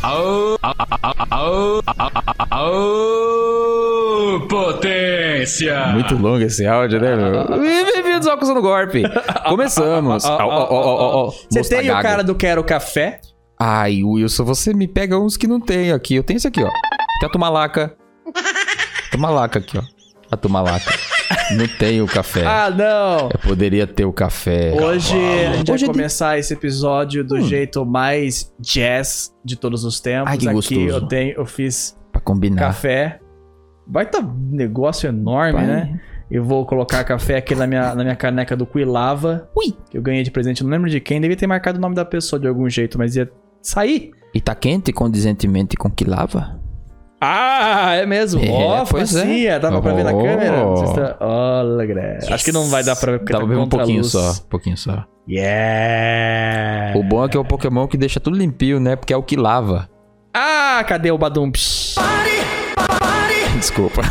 Aô, aô, aô, potência! Muito longo esse áudio, né, meu? E Bem-vindos ao Acusando Golpe. Começamos. Ó, ó, ó, ó, ó, ó. Você Mostra tem o gaga. cara do Quero Café? Ai, Wilson, você me pega uns que não tem aqui. Eu tenho esse aqui, ó. Tem a Tumalaca. Tumalaca aqui, ó. A Tumalaca. Não tem o café. Ah, não! Eu poderia ter o café. Hoje a gente vai É. Hoje é de- Hum. começar esse episódio do jeito mais jazz de todos os tempos. Ai, que Aqui gostoso. Né? eu tenho, eu fiz Pra combinar. café. Baita negócio enorme, Pai. né? Eu vou colocar café aqui na minha, na minha caneca do Quilava. Ui. Que eu ganhei de presente, não lembro de quem. Devia ter marcado o nome da pessoa de algum jeito, mas ia sair. E tá quente condizentemente com que lava? Ah, é mesmo. É, Ó, pois é. facia. Dava pra ver na Oh. câmera? Vocês tão- tá- Olha, galera. Acho que não vai dar pra ver porque tá Dá pra ver um contra a pouquinho luz. só. Um pouquinho só. Yeah! O bom é que é o Pokémon que deixa tudo limpinho, né? Porque é o que lava. Ah, cadê o Badum? Psh. Desculpa.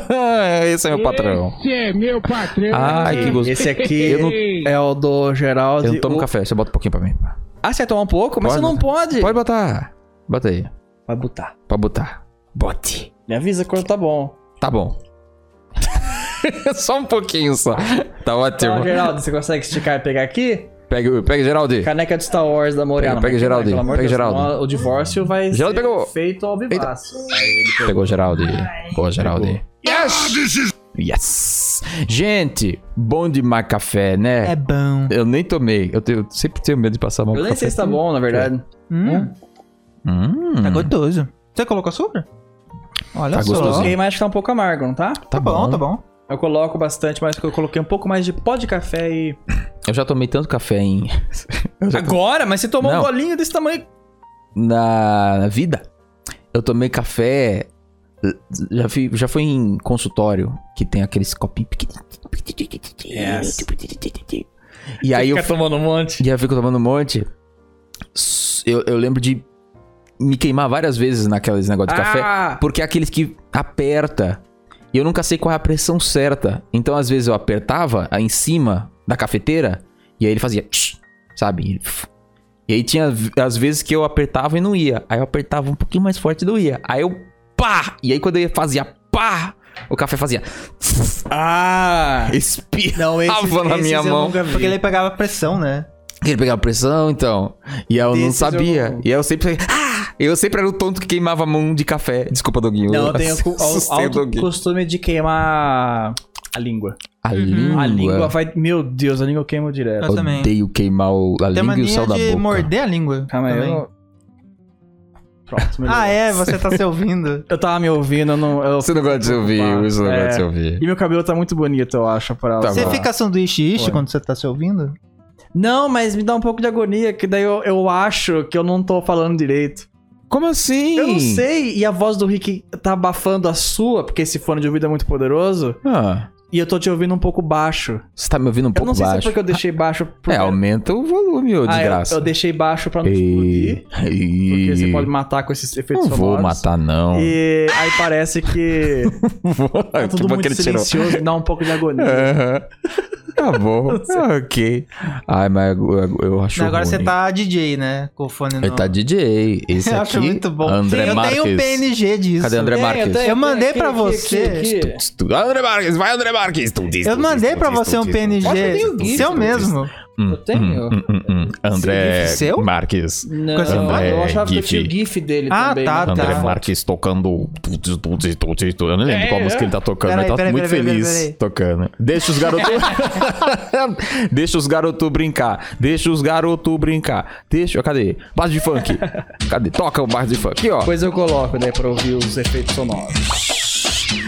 Esse é meu patrão. Esse é meu patrão. Ai, que gostoso. Esse aqui Eu não- é o do Geraldo. Eu não tomo O- café, você bota um pouquinho pra mim. Ah, você vai tomar um pouco? Mas você Pode, não né? pode. Pode botar. Bota aí. Vai botar. Pra botar. Bote. Me avisa quando tá bom. Tá bom. só um pouquinho só. Tá ótimo. Então, Geraldo, você consegue esticar e pegar aqui? Pega, pega Geraldi. Caneca de Star Wars da Moriana. Pega, pega, Mas, Geraldo. Pelo amor de Pega, Deus, Geraldo. senão O divórcio vai Geraldo ser pegou. feito ao vivaço. Pegou Geraldi. Boa, Geraldi. Ah, Yes! Gente, bom demais café, né? bom. Eu nem tomei. Eu, tenho- eu sempre tenho medo de passar mal Eu com nem café. sei se tá bom, na verdade. Hum, Hum, tá gostoso. Você colocou açúcar? Olha Tá só. gostoso. Coloquei, mas acho que tá um pouco amargo, não tá? Tá bom, tá bom. Eu coloco bastante, mas eu coloquei um pouco mais de pó de café e. Eu já tomei tanto café em... Eu já Agora? Mas você tomou Não. um golinho desse tamanho. na, na vida, eu tomei café. Já, fui, já fui em consultório que tem aqueles copinhos pequenininhos. Yes. E aí eu, Fica tomando um monte. e aí eu fico tomando um monte. S- Eu, eu lembro de me queimar várias vezes naqueles negócios de café. Ah! Porque é aqueles que aperta. E eu nunca sei qual é a pressão certa. Então, às vezes, eu apertava aí em cima da cafeteira e aí ele fazia. tch, sabe? E ele, pf. E aí tinha v- às vezes que eu apertava e não ia. Aí eu apertava um pouquinho mais forte e não ia. Aí eu pá! E aí quando eu fazia pá, o café fazia. tss, Ah! é Espirra. Não, esse, Tava na minha mão. Porque ele pegava pressão, né? Ele pegava pressão, então. E eu não Desses sabia. eu- E aí eu sempre. Ah! Eu sempre era o tonto que queimava a mão de café. Desculpa, Doguinho. Não, eu tenho cu- al- assustei o alto Doguinho. costume de queimar a língua. A língua. A língua vai. Meu Deus, a língua eu queimo direto. Eu Eu também. odeio queimar o, a Tem língua e o mania céu da de boca. morder a língua. Calma aí. eu também. não- Pronto, melhor. Ah, é? Você tá se ouvindo. Eu tava me ouvindo, eu não. eu- Você não gosta de se ouvir, Ah, Wilson não é. gosta de se ouvir. E meu cabelo tá muito bonito, eu acho, pra Tá Você bom. fica sanduíche-ish Foi. quando você tá se ouvindo? Não, mas me dá um pouco de agonia, que daí eu, eu acho que eu não tô falando direito. Como assim? Eu não sei, e a voz do Rick tá abafando a sua, porque esse fone de ouvido é muito poderoso, Ah, e eu tô te ouvindo um pouco baixo. você tá me ouvindo um eu pouco não sei se é baixo. porque eu deixei baixo. por- É, aumenta o volume, Ah, ô eu- desgraça. eu, deixei baixo pra não E... explodir, porque você e- pode matar com esses efeitos Não vou sonoros. matar, não. E aí parece que tá que tudo bom muito que ele tirou. silencioso, dá um pouco de agonia. Aham. Tá bom, ok. Ai, mas eu, eu acho Agora você ruim. tá DJ, né? Com o fone no... Ele tá DJ, esse Eu aqui. acho muito bom. André eu Marques. tenho um PNG disso. Cadê André Tem, Marques? tem, Eu mandei aqui, pra aqui, você. aqui, aqui. Tu- André Marques, vai André Marques. Tu diz, Eu tu mandei diz, pra tu diz, você tu um diz. Nossa, eu tenho PNG disso, seu tu diz. mesmo. Hum, Eu tenho. hum, hum, hum, hum. André Esse GIF seu? Marques. Não, Com esse André eu achava que eu é GIF. tinha o GIF dele Ah, também. né? tá, mas- tá. André Marques tocando. tu, tu, tu, tu, tu, tu, tu. Eu não lembro É, qual música é. ele tá tocando, Peraí, mas tá peraí, muito peraí, feliz peraí, peraí. tocando. Deixa os garotos. deixa os garotos brincar. Deixa os garotos brincar. Deixa. Cadê? Base de funk. Cadê? Toca o base de funk. Aqui, ó. Depois eu coloco, né, pra ouvir os efeitos sonoros.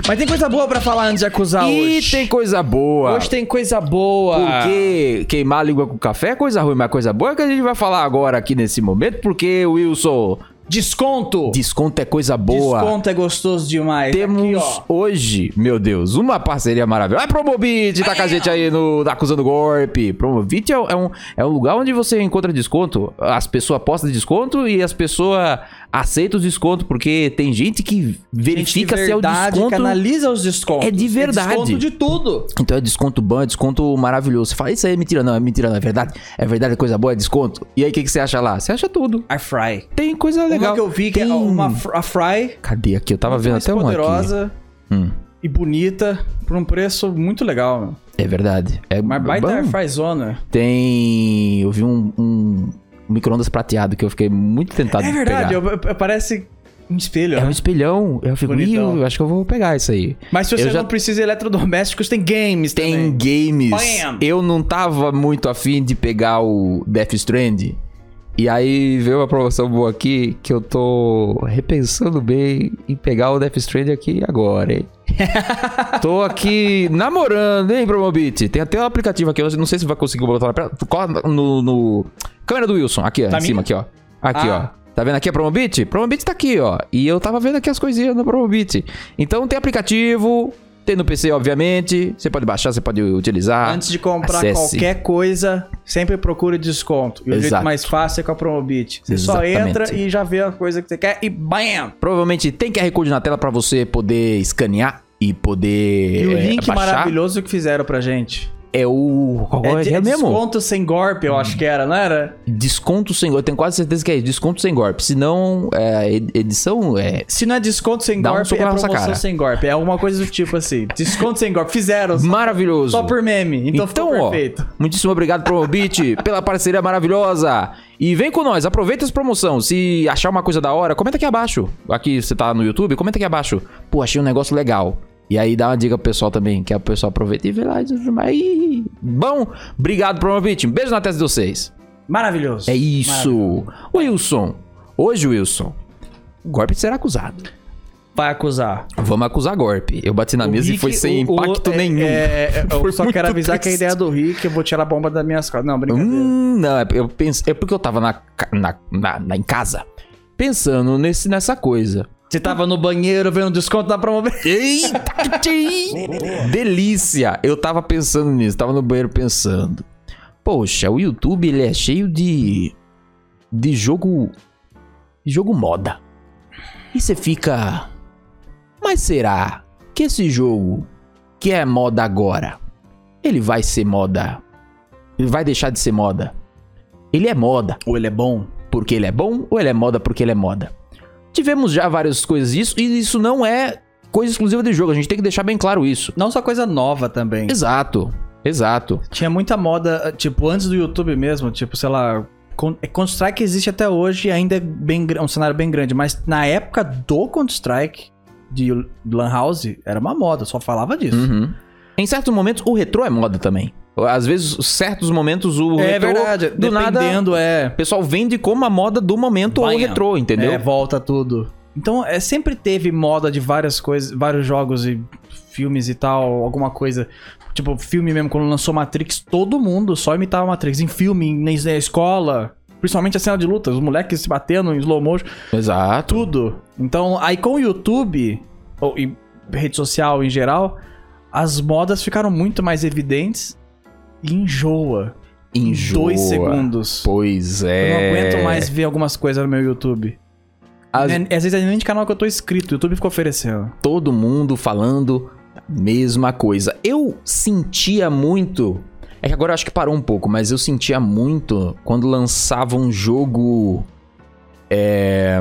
Mas tem coisa boa pra falar antes de acusar E hoje. tem coisa boa. Hoje tem coisa boa. Porque queimar a língua com café é coisa ruim, mas coisa boa é que a gente vai falar agora aqui nesse momento, porque, Wilson, Desconto. desconto é coisa boa. Desconto é gostoso demais. Aqui, Temos ó. hoje, meu Deus, uma parceria maravilhosa. É Promobit, tá com a gente aí no tá Acusando Golpe. Promobit é, um- é um, é um lugar onde você encontra desconto. As pessoas postam desconto e as pessoas Aceita os descontos, porque tem gente que verifica Gente de se é o verdade, desconto. Que analisa os descontos. É de verdade. É desconto de tudo. Então é desconto bom, é desconto maravilhoso. Você fala, isso aí é mentira, não, é mentira, não, é verdade. É verdade, é coisa boa, é desconto. E aí, o que, que você acha lá? Você acha tudo. A Fry. Tem coisa legal. Uma que eu vi que Tem... é uma fr- a Fry. Cadê aqui? Eu tava vendo mais até uma aqui. poderosa Hum, e bonita por um preço muito legal, meu. é verdade. É Mas baita bom. Air Fry Zona. Tem... Eu vi um, um micro-ondas prateado que eu fiquei muito tentado É de verdade, pegar. eu, eu- parece um espelho. É né? um espelhão. Eu fico, "Ih, Bonitão. eu acho que eu vou pegar isso aí. Mas se eu você já- não precisa de eletrodomésticos, tem games Tem também. games. Bam! Eu não tava muito afim de pegar o Death Strand. E aí veio uma promoção boa aqui que eu tô repensando bem em pegar o Death Strand aqui agora, hein? tô aqui namorando, hein, Promobit? Tem até um aplicativo aqui, eu não sei se vai conseguir botar na tela. Cola no, no- Câmera do Wilson, aqui, ó, Tá em cima, minha? aqui, ó. Aqui, Ah. ó. Tá vendo aqui a Promobit? Promobit tá aqui, ó. E eu tava vendo aqui as coisinhas no Promobit. Então tem aplicativo, tem no PC, obviamente. Você pode baixar, você pode utilizar. Antes de comprar acesse. qualquer coisa, sempre procure desconto. E o jeito Exato. mais fácil é com a Promobit. Você só Exatamente. entra e já vê a coisa que você quer e BAM! Provavelmente tem QR Code na tela pra você poder escanear e poder. E o é, link baixar. maravilhoso que fizeram pra gente. É o. Qual é, de- que é mesmo? desconto sem golpe, eu acho que era, não era? Desconto sem golpe. Eu tenho quase certeza que é isso. Desconto sem golpe. Se não, é, ed- edição é. Se não é desconto sem Dá um golpe, soco é na nossa promoção cara. sem golpe. É alguma coisa do tipo assim. Desconto sem golpe. Fizeram só- Maravilhoso. só por meme. Então, Então, ficou ó, perfeito. muitíssimo obrigado, Promobit, pela parceria maravilhosa. E vem com nós, aproveita essa promoção. Se achar uma coisa da hora, comenta aqui abaixo. Aqui você tá no YouTube, comenta aqui abaixo. Pô, achei um negócio legal. E aí dá uma dica pro pessoal também, que o pessoal aproveita e vê lá. e tudo mais. Ih, Bom, obrigado, Promobit. Um beijo na testa de vocês. Maravilhoso. É isso. Wilson, hoje, Wilson, golpe será acusado. Vai acusar. Vamos acusar golpe. Eu bati na mesa e Rick, foi sem o- o- impacto é- nenhum. é, eu Foi só muito quero avisar que a triste. ideia do Rick, eu vou tirar a bomba das minhas costas. Não, brincadeira. Hum, não, é, eu penso, é porque eu tava na, ca- na, na- na- em casa pensando nesse, nessa coisa. Você tava no banheiro vendo desconto na promoção. Eita, que tchim! delícia! Eu tava pensando nisso, tava no banheiro pensando. Poxa, o YouTube ele é cheio de de jogo de jogo moda. E você fica, mas será que esse jogo que é moda agora, ele vai ser moda? Ele vai deixar de ser moda? Ele é moda Ou ele é bom? porque ele é bom ou ele é moda porque ele é moda. Tivemos já várias coisas disso e isso não é coisa exclusiva de jogo, a gente tem que deixar bem claro isso. Não só coisa nova também. Exato, exato. Tinha muita moda, tipo, antes do YouTube mesmo, tipo, sei lá. Con- é, Counter-Strike existe até hoje e ainda é bem, gra- um cenário bem grande, mas na época do Counter-Strike, de Lan House, era uma moda, só falava disso. Uhum. Em certos momentos o retrô é moda também. Às vezes, certos momentos o É retrô verdade, do nada dependendo é. o pessoal vende como a moda do momento ou o Banha. retrô, entendeu? É, volta tudo. Então, é, sempre teve moda de várias coisas, vários jogos e filmes e tal, alguma coisa. Tipo, filme mesmo, quando lançou Matrix, todo mundo só imitava Matrix. Em filme, em- na escola, principalmente a cena de luta, os moleques se batendo em slow motion, Exato. tudo. Então, aí com o YouTube, ou e rede social em geral, as modas ficaram muito mais evidentes e enjoa. Enjoa. Em dois segundos. Pois Eu não é. aguento mais ver algumas coisas no meu YouTube. As- Né, Às vezes é nem de canal que eu tô inscrito, o YouTube fica oferecendo. todo mundo falando a mesma coisa. Eu sentia muito. É que agora eu acho que parou um pouco, mas eu sentia muito quando lançava um jogo. é,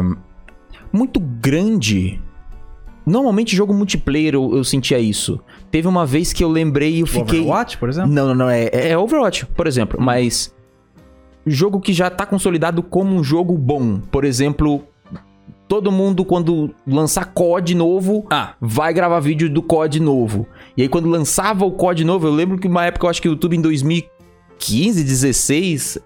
muito grande. Normalmente jogo multiplayer eu, eu sentia isso. Teve uma vez que eu lembrei e eu fiquei. Overwatch, por exemplo? Não, não, não. É, é Overwatch, por exemplo. Hum. Mas. Jogo que já tá consolidado como um jogo bom. Por exemplo, todo mundo quando lançar COD novo. Ah. Vai gravar vídeo do COD novo. E aí, quando lançava o COD novo, eu lembro que uma época, eu acho que o YouTube em 2015, 16,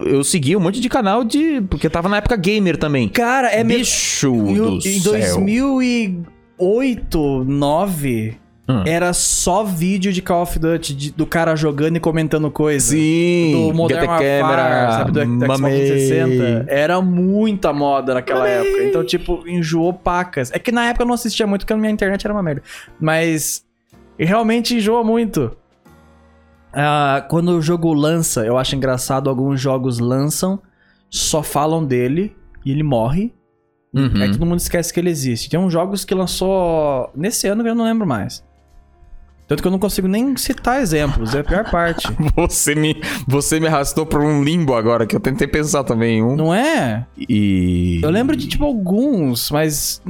eu segui um monte de canal de. Porque tava na época gamer também. Cara, é mesmo. Bicho Em, do em céu. 2008, 2009, Hum. era só vídeo de Call of Duty, de- do cara jogando e comentando coisa. Sim, Do Modern Get the Warfare, Camera, sabe? Do, do Xbox mamei. 360. Era muita moda naquela época. Então, tipo, enjoou pacas. É que na época eu não assistia muito, porque a minha internet era uma merda. Mas realmente enjoa muito. Ah, quando o jogo lança, eu acho engraçado, alguns jogos lançam, só falam dele e ele morre. Uhum. Aí todo mundo esquece É que ele existe. Tem uns jogos que lançou nesse ano que eu não lembro mais. Tanto que eu não consigo nem citar exemplos, é a pior parte. Você me, você me arrastou pra um limbo agora, que eu tentei pensar também em um. não é? E. Eu lembro de, tipo, alguns, mas.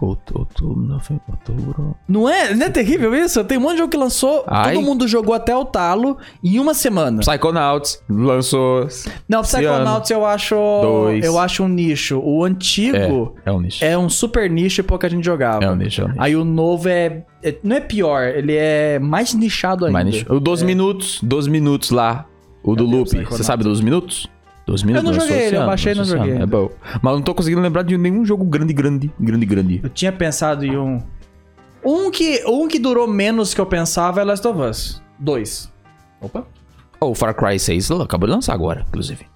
Out- Outubro, novembro, outubro. Não é? Não é terrível isso? Tem um monte de jogo que lançou, Ai. todo mundo jogou até o talo em uma semana. Psychonauts lançou. Não, Psychonauts eu acho. Dois. Eu acho um nicho. O antigo É um nicho. é, um super nicho e pouca gente jogava. É um nicho, é um nicho. Aí o novo é, é- Não é pior, ele é mais nichado ainda. É. Mais nicho. O 12 minutos, 12 minutos lá. O do lembro, Loop. Você Psychonauts. sabe 12 minutos? 12 minutos não lançou joguei esse ele, eu ano, baixei e não lançou esse joguei ano. É bom. Mas eu não tô conseguindo lembrar de nenhum jogo grande, grande, grande, grande. Eu tinha pensado em um. Um que, um que durou menos que eu pensava é Last of Us. Dois. Opa. Oh, o Far Cry 6 lá, acabou de lançar agora, inclusive.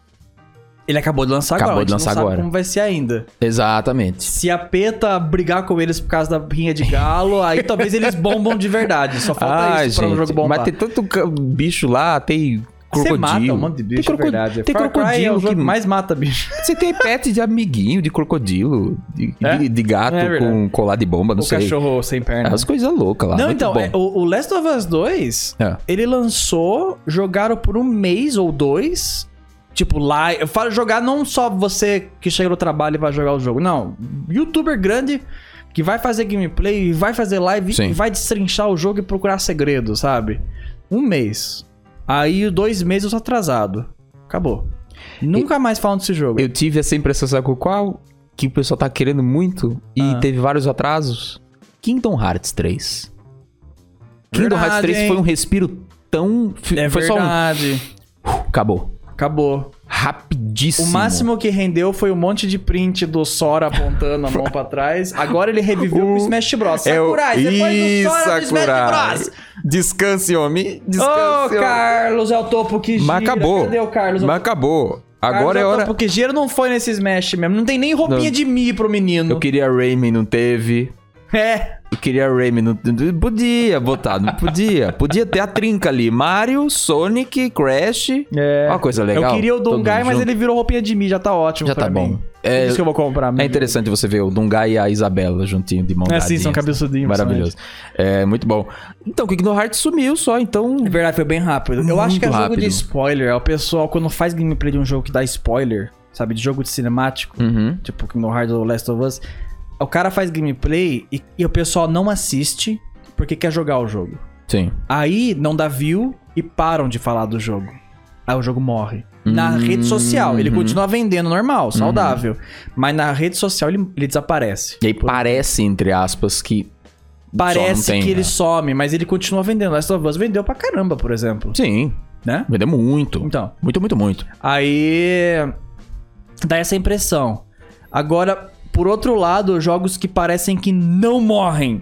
Ele acabou de lançar Acabou agora. de a gente lançar não agora. Sabe como vai ser ainda. Exatamente. Se a Peta brigar com eles por causa da rinha de galo, aí talvez eles bombam de verdade. Só falta Ah, isso pra um gente. jogo bombar. mas tem tanto ca- bicho lá, tem crocodilo. Você mata um monte de bicho, tem, é croco- verdade. tem Far Cry é crocodilo o jogo que que mais mata bicho. Você tem pet de amiguinho, de crocodilo, de, É? de- de gato É verdade. com colar de bomba, não o sei. cachorro sem perna. As coisas loucas lá. Não, muito então, bom. é, o, o Last of Us 2, É. ele lançou, jogaram por um mês ou dois. Tipo, lá. Eu falo jogar não só você que chega no trabalho e vai jogar o jogo. Não. Youtuber grande que vai fazer gameplay, vai fazer live Sim. e vai destrinchar o jogo e procurar segredo, sabe? Um mês. Aí dois meses atrasado. Acabou. Nunca mais falam desse jogo. Eu tive essa impressão, sabe com qual? Que o pessoal tá querendo muito e Ah. teve vários atrasos. Kingdom Hearts 3. Kingdom Hearts Verdade, 3 foi hein? um respiro tão. fi- é foi um. verdade. só um. Acabou. Acabou. Rapidíssimo. O máximo que rendeu foi um monte de print do Sora apontando a mão pra trás. Agora ele reviveu O- com o Smash Bros. É o- Sakurai, Ih, depois do Sora do Sakurai. Smash Bros. Descanse, homem. Ô, Descanse. homem. Carlos, é o topo que gira. Mas acabou. Cadê o Carlos? Mas acabou. Agora é hora. Porque gira não foi nesse Smash mesmo. Não tem nem roupinha Não. de Mi pro menino. Eu queria Rayman, não teve. É. Eu queria Rayman, não não- Podia botar, não podia. Podia ter a trinca ali. Mario, Sonic, Crash. É. Uma coisa Ah, legal. Eu queria o Todo Dungai, mundo mas junto. ele virou roupinha de Mi, já tá ótimo Já pra tá mim. bom. É- Por isso que eu vou comprar. É interessante você ver o Dungai e a Isabela juntinho de mão É sim, dadinha, são assim. cabeçudinhos. Maravilhoso. É, muito bom. Então, o Kingdom Hearts sumiu só, então... É verdade, foi bem rápido. Eu acho Muito que é jogo rápido. de spoiler. É o pessoal, quando faz gameplay de um jogo que dá spoiler, sabe? De jogo de cinemático, Uhum. tipo Kingdom Hearts ou Last of Us. O cara faz gameplay e, e o pessoal não assiste porque quer jogar o jogo. Sim. Aí não dá view e param de falar do jogo. Aí o jogo morre. Na Hum, rede social, ele uhum. continua vendendo normal, saudável. Mas na rede social ele, ele desaparece. E aí parece, entre aspas, que... Parece só não tem, que ele né? some, mas ele continua vendendo. Last of Us vendeu pra caramba, por exemplo. Sim, Né? vendeu muito. Então. Muito, muito, muito. Aí dá essa impressão. Agora, por outro lado, jogos que parecem que não morrem.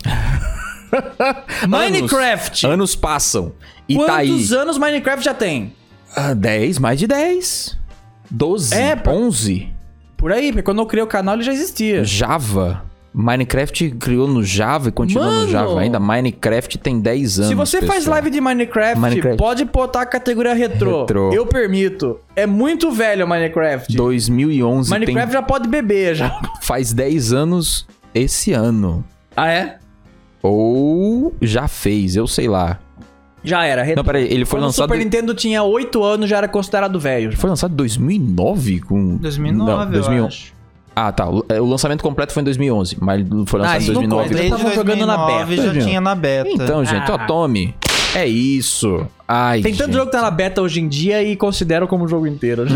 Minecraft. Anos passam. E tá aí. Quantos anos Minecraft já tem? Ah, 10, mais de 10. 12, É, pra- 11. Por aí, porque quando eu criei o canal ele já existia. Java. Minecraft criou no Java e continua no Mano! Java ainda. Minecraft tem 10 anos. Se você faz pessoal. live de Minecraft, Minecraft. pode botar a categoria retrô. Retrô. Eu permito. É muito velho o Minecraft. 2011 Minecraft já pode beber já. tem, faz 10 anos esse ano. Ah, é? Ou já fez, eu sei lá. Já era. Não, peraí, ele foi É Quando o lançado. Super Nintendo tinha 8 anos, já era considerado velho. Foi lançado em 2009 com 2009, Não, 2011. 2011. Ah, tá. O é, o lançamento completo foi em 2011, mas foi lançado Ah, em isso não Ah. 2009. conta. Desde já tava jogando na 2009 beta, já gente. tinha na beta. Então, gente, ó, tome. É isso. Ai, Tem tanto gente. Hum. jogo que tá na beta hoje em dia e consideram como jogo inteiro. né?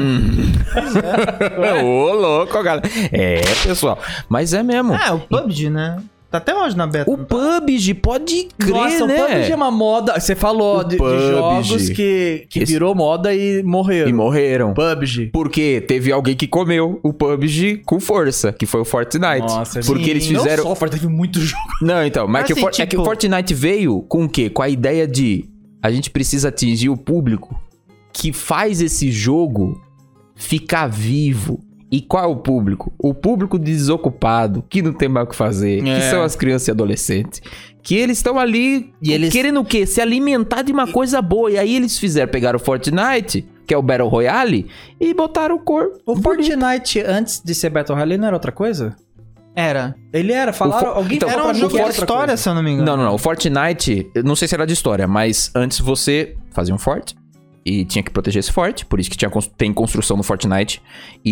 é. Ô, louco, galera. É, pessoal. Mas é mesmo. Ah, o PUBG, né? Tá até hoje na beta. o PUBG, pode crer, Nossa, né? o PUBG é uma moda. Você falou de, de PUBG. jogos que, que Esse- virou moda e morreram. E morreram. PUBG. Porque teve alguém que comeu o PUBG com força, que foi o Fortnite. Nossa, porque sim. eles Não fizeram. só, Fortnite, teve muito jogo. Não, então, mas é que o Assim, For- é que o tipo- Fortnite veio com o quê? Com a ideia de a gente precisa atingir o público que faz esse jogo ficar vivo. E qual é o público? O público desocupado, que não tem mais o que fazer, que É. são as crianças e adolescentes. Que eles estão ali E eles- querendo o quê? Se alimentar de uma coisa boa. E aí eles fizeram, pegaram o Fortnite, que é o Battle Royale, e botaram o cor. O Fortnite, antes de ser Battle Royale, não era outra coisa? Era. Ele era, falaram. O fo- Alguém então, falou Era um pra mim jogo que de era outra história, coisa. se eu não me engano. Não, não, não. O Fortnite, eu não sei se era de história, mas antes você fazia um forte e tinha que proteger esse forte, por isso que tinha, cons- tem construção no Fortnite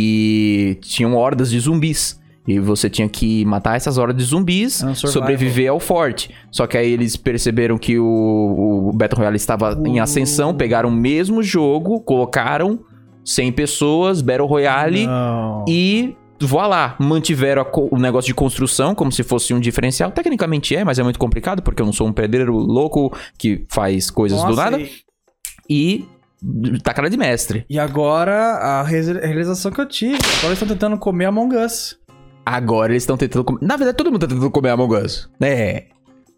e tinham hordas de zumbis. E você tinha que matar essas hordas de zumbis, É um survival. sobreviver ao forte. Só que aí eles perceberam que o, o Battle Royale estava Uh. em ascensão, pegaram o mesmo jogo, colocaram 100 pessoas, Battle Royale, Não. e voilá, mantiveram a co- o negócio de construção como se fosse um diferencial. Tecnicamente é, mas é muito complicado porque eu não sou um pedreiro louco que faz coisas do Nossa, nada. E, E, tá cara de mestre. e agora a rese- realização que eu tive. Agora eles estão tentando comer Among Us. Agora eles estão tentando comer. Na verdade, todo mundo tá tentando comer Among Us. É.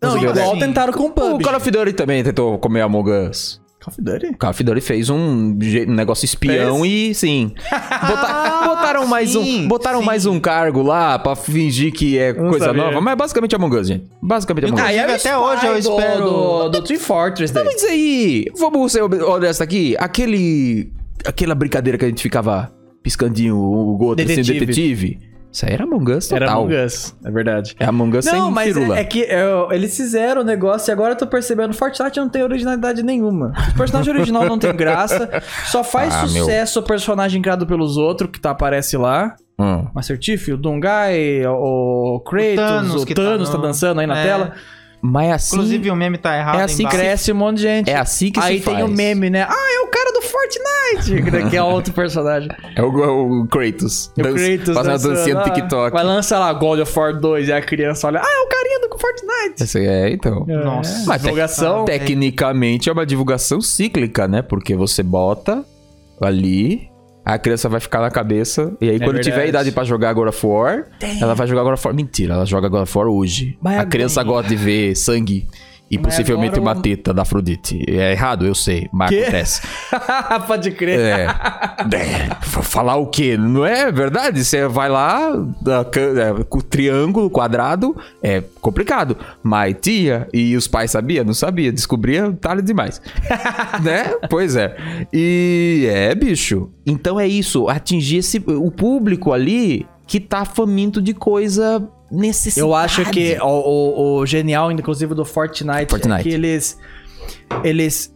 Não, Conseguiu, igual né? tentaram com o O PUBG. Call of Duty também tentou comer Among Us. Call of Duty? O Call of Duty fez um, je- um negócio espião e sim. Bota- Ah, botaram mais sim, um, botaram sim. mais um cargo lá pra fingir que é Não coisa sabia. nova, mas basicamente Among Us, gente. Basicamente Among Us. Ah, e até é Spy hoje eu do- espero- Do, do Team Fortress daí. Mas aí, vamos ser ob- honestos aqui. Aquele. Aquela brincadeira que a gente ficava piscandinho o Goto assim, Detetive. detetive. Isso aí era Among Us total. Era Among Us, é verdade. É Among Us Não, sem mas firula. é, é que é, eles fizeram o negócio e agora eu tô percebendo, Fortnite não tem originalidade nenhuma. O personagem original não tem graça, só faz Ah, meu. sucesso o personagem criado pelos outros que tá, aparece lá. Hum. O Master Chief, o Dungai, o o Kratos, o Thanos, Thanos que que Thanos tá tá, no- dançando aí na É. tela. Mas assim. Inclusive o meme tá errado. É assim que embaixo. Cresce um monte de gente. é assim que aí se tem faz. o meme, né? Ah, é o cara do Fortnite! Que é outro personagem. É o, o Kratos. É O Dan- Kratos fazendo a dancinha no dançando, ah, TikTok. Vai lançar lá God of War 2 e a criança olha, ah, é o carinha do Fortnite. Isso aí é, então. Nossa. Mas tec- divulgação. tecnicamente é uma divulgação cíclica, né? Porque você bota ali, a criança vai ficar na cabeça. E aí, quando tiver a É verdade. idade pra jogar God of War, ela vai jogar God of War. Mentira, ela joga God of War hoje. Mas a agora- criança gosta de ver sangue. E Mas possivelmente agora uma o- teta da Afrodite. É errado, eu sei, mas Quê? acontece. Pode crer. É. É, f- Falar o quê? Não é verdade? Você vai lá, da can- é, com o triângulo, quadrado, é complicado. Mas tia, e os pais sabiam? Não sabia, descobria tarde demais. né? Pois é. E é, bicho. Então é isso, atingir esse, o público ali que tá faminto de coisa necessária. Eu acho que o, o- o genial, inclusive, do Fortnite, Fortnite. é que eles. Eles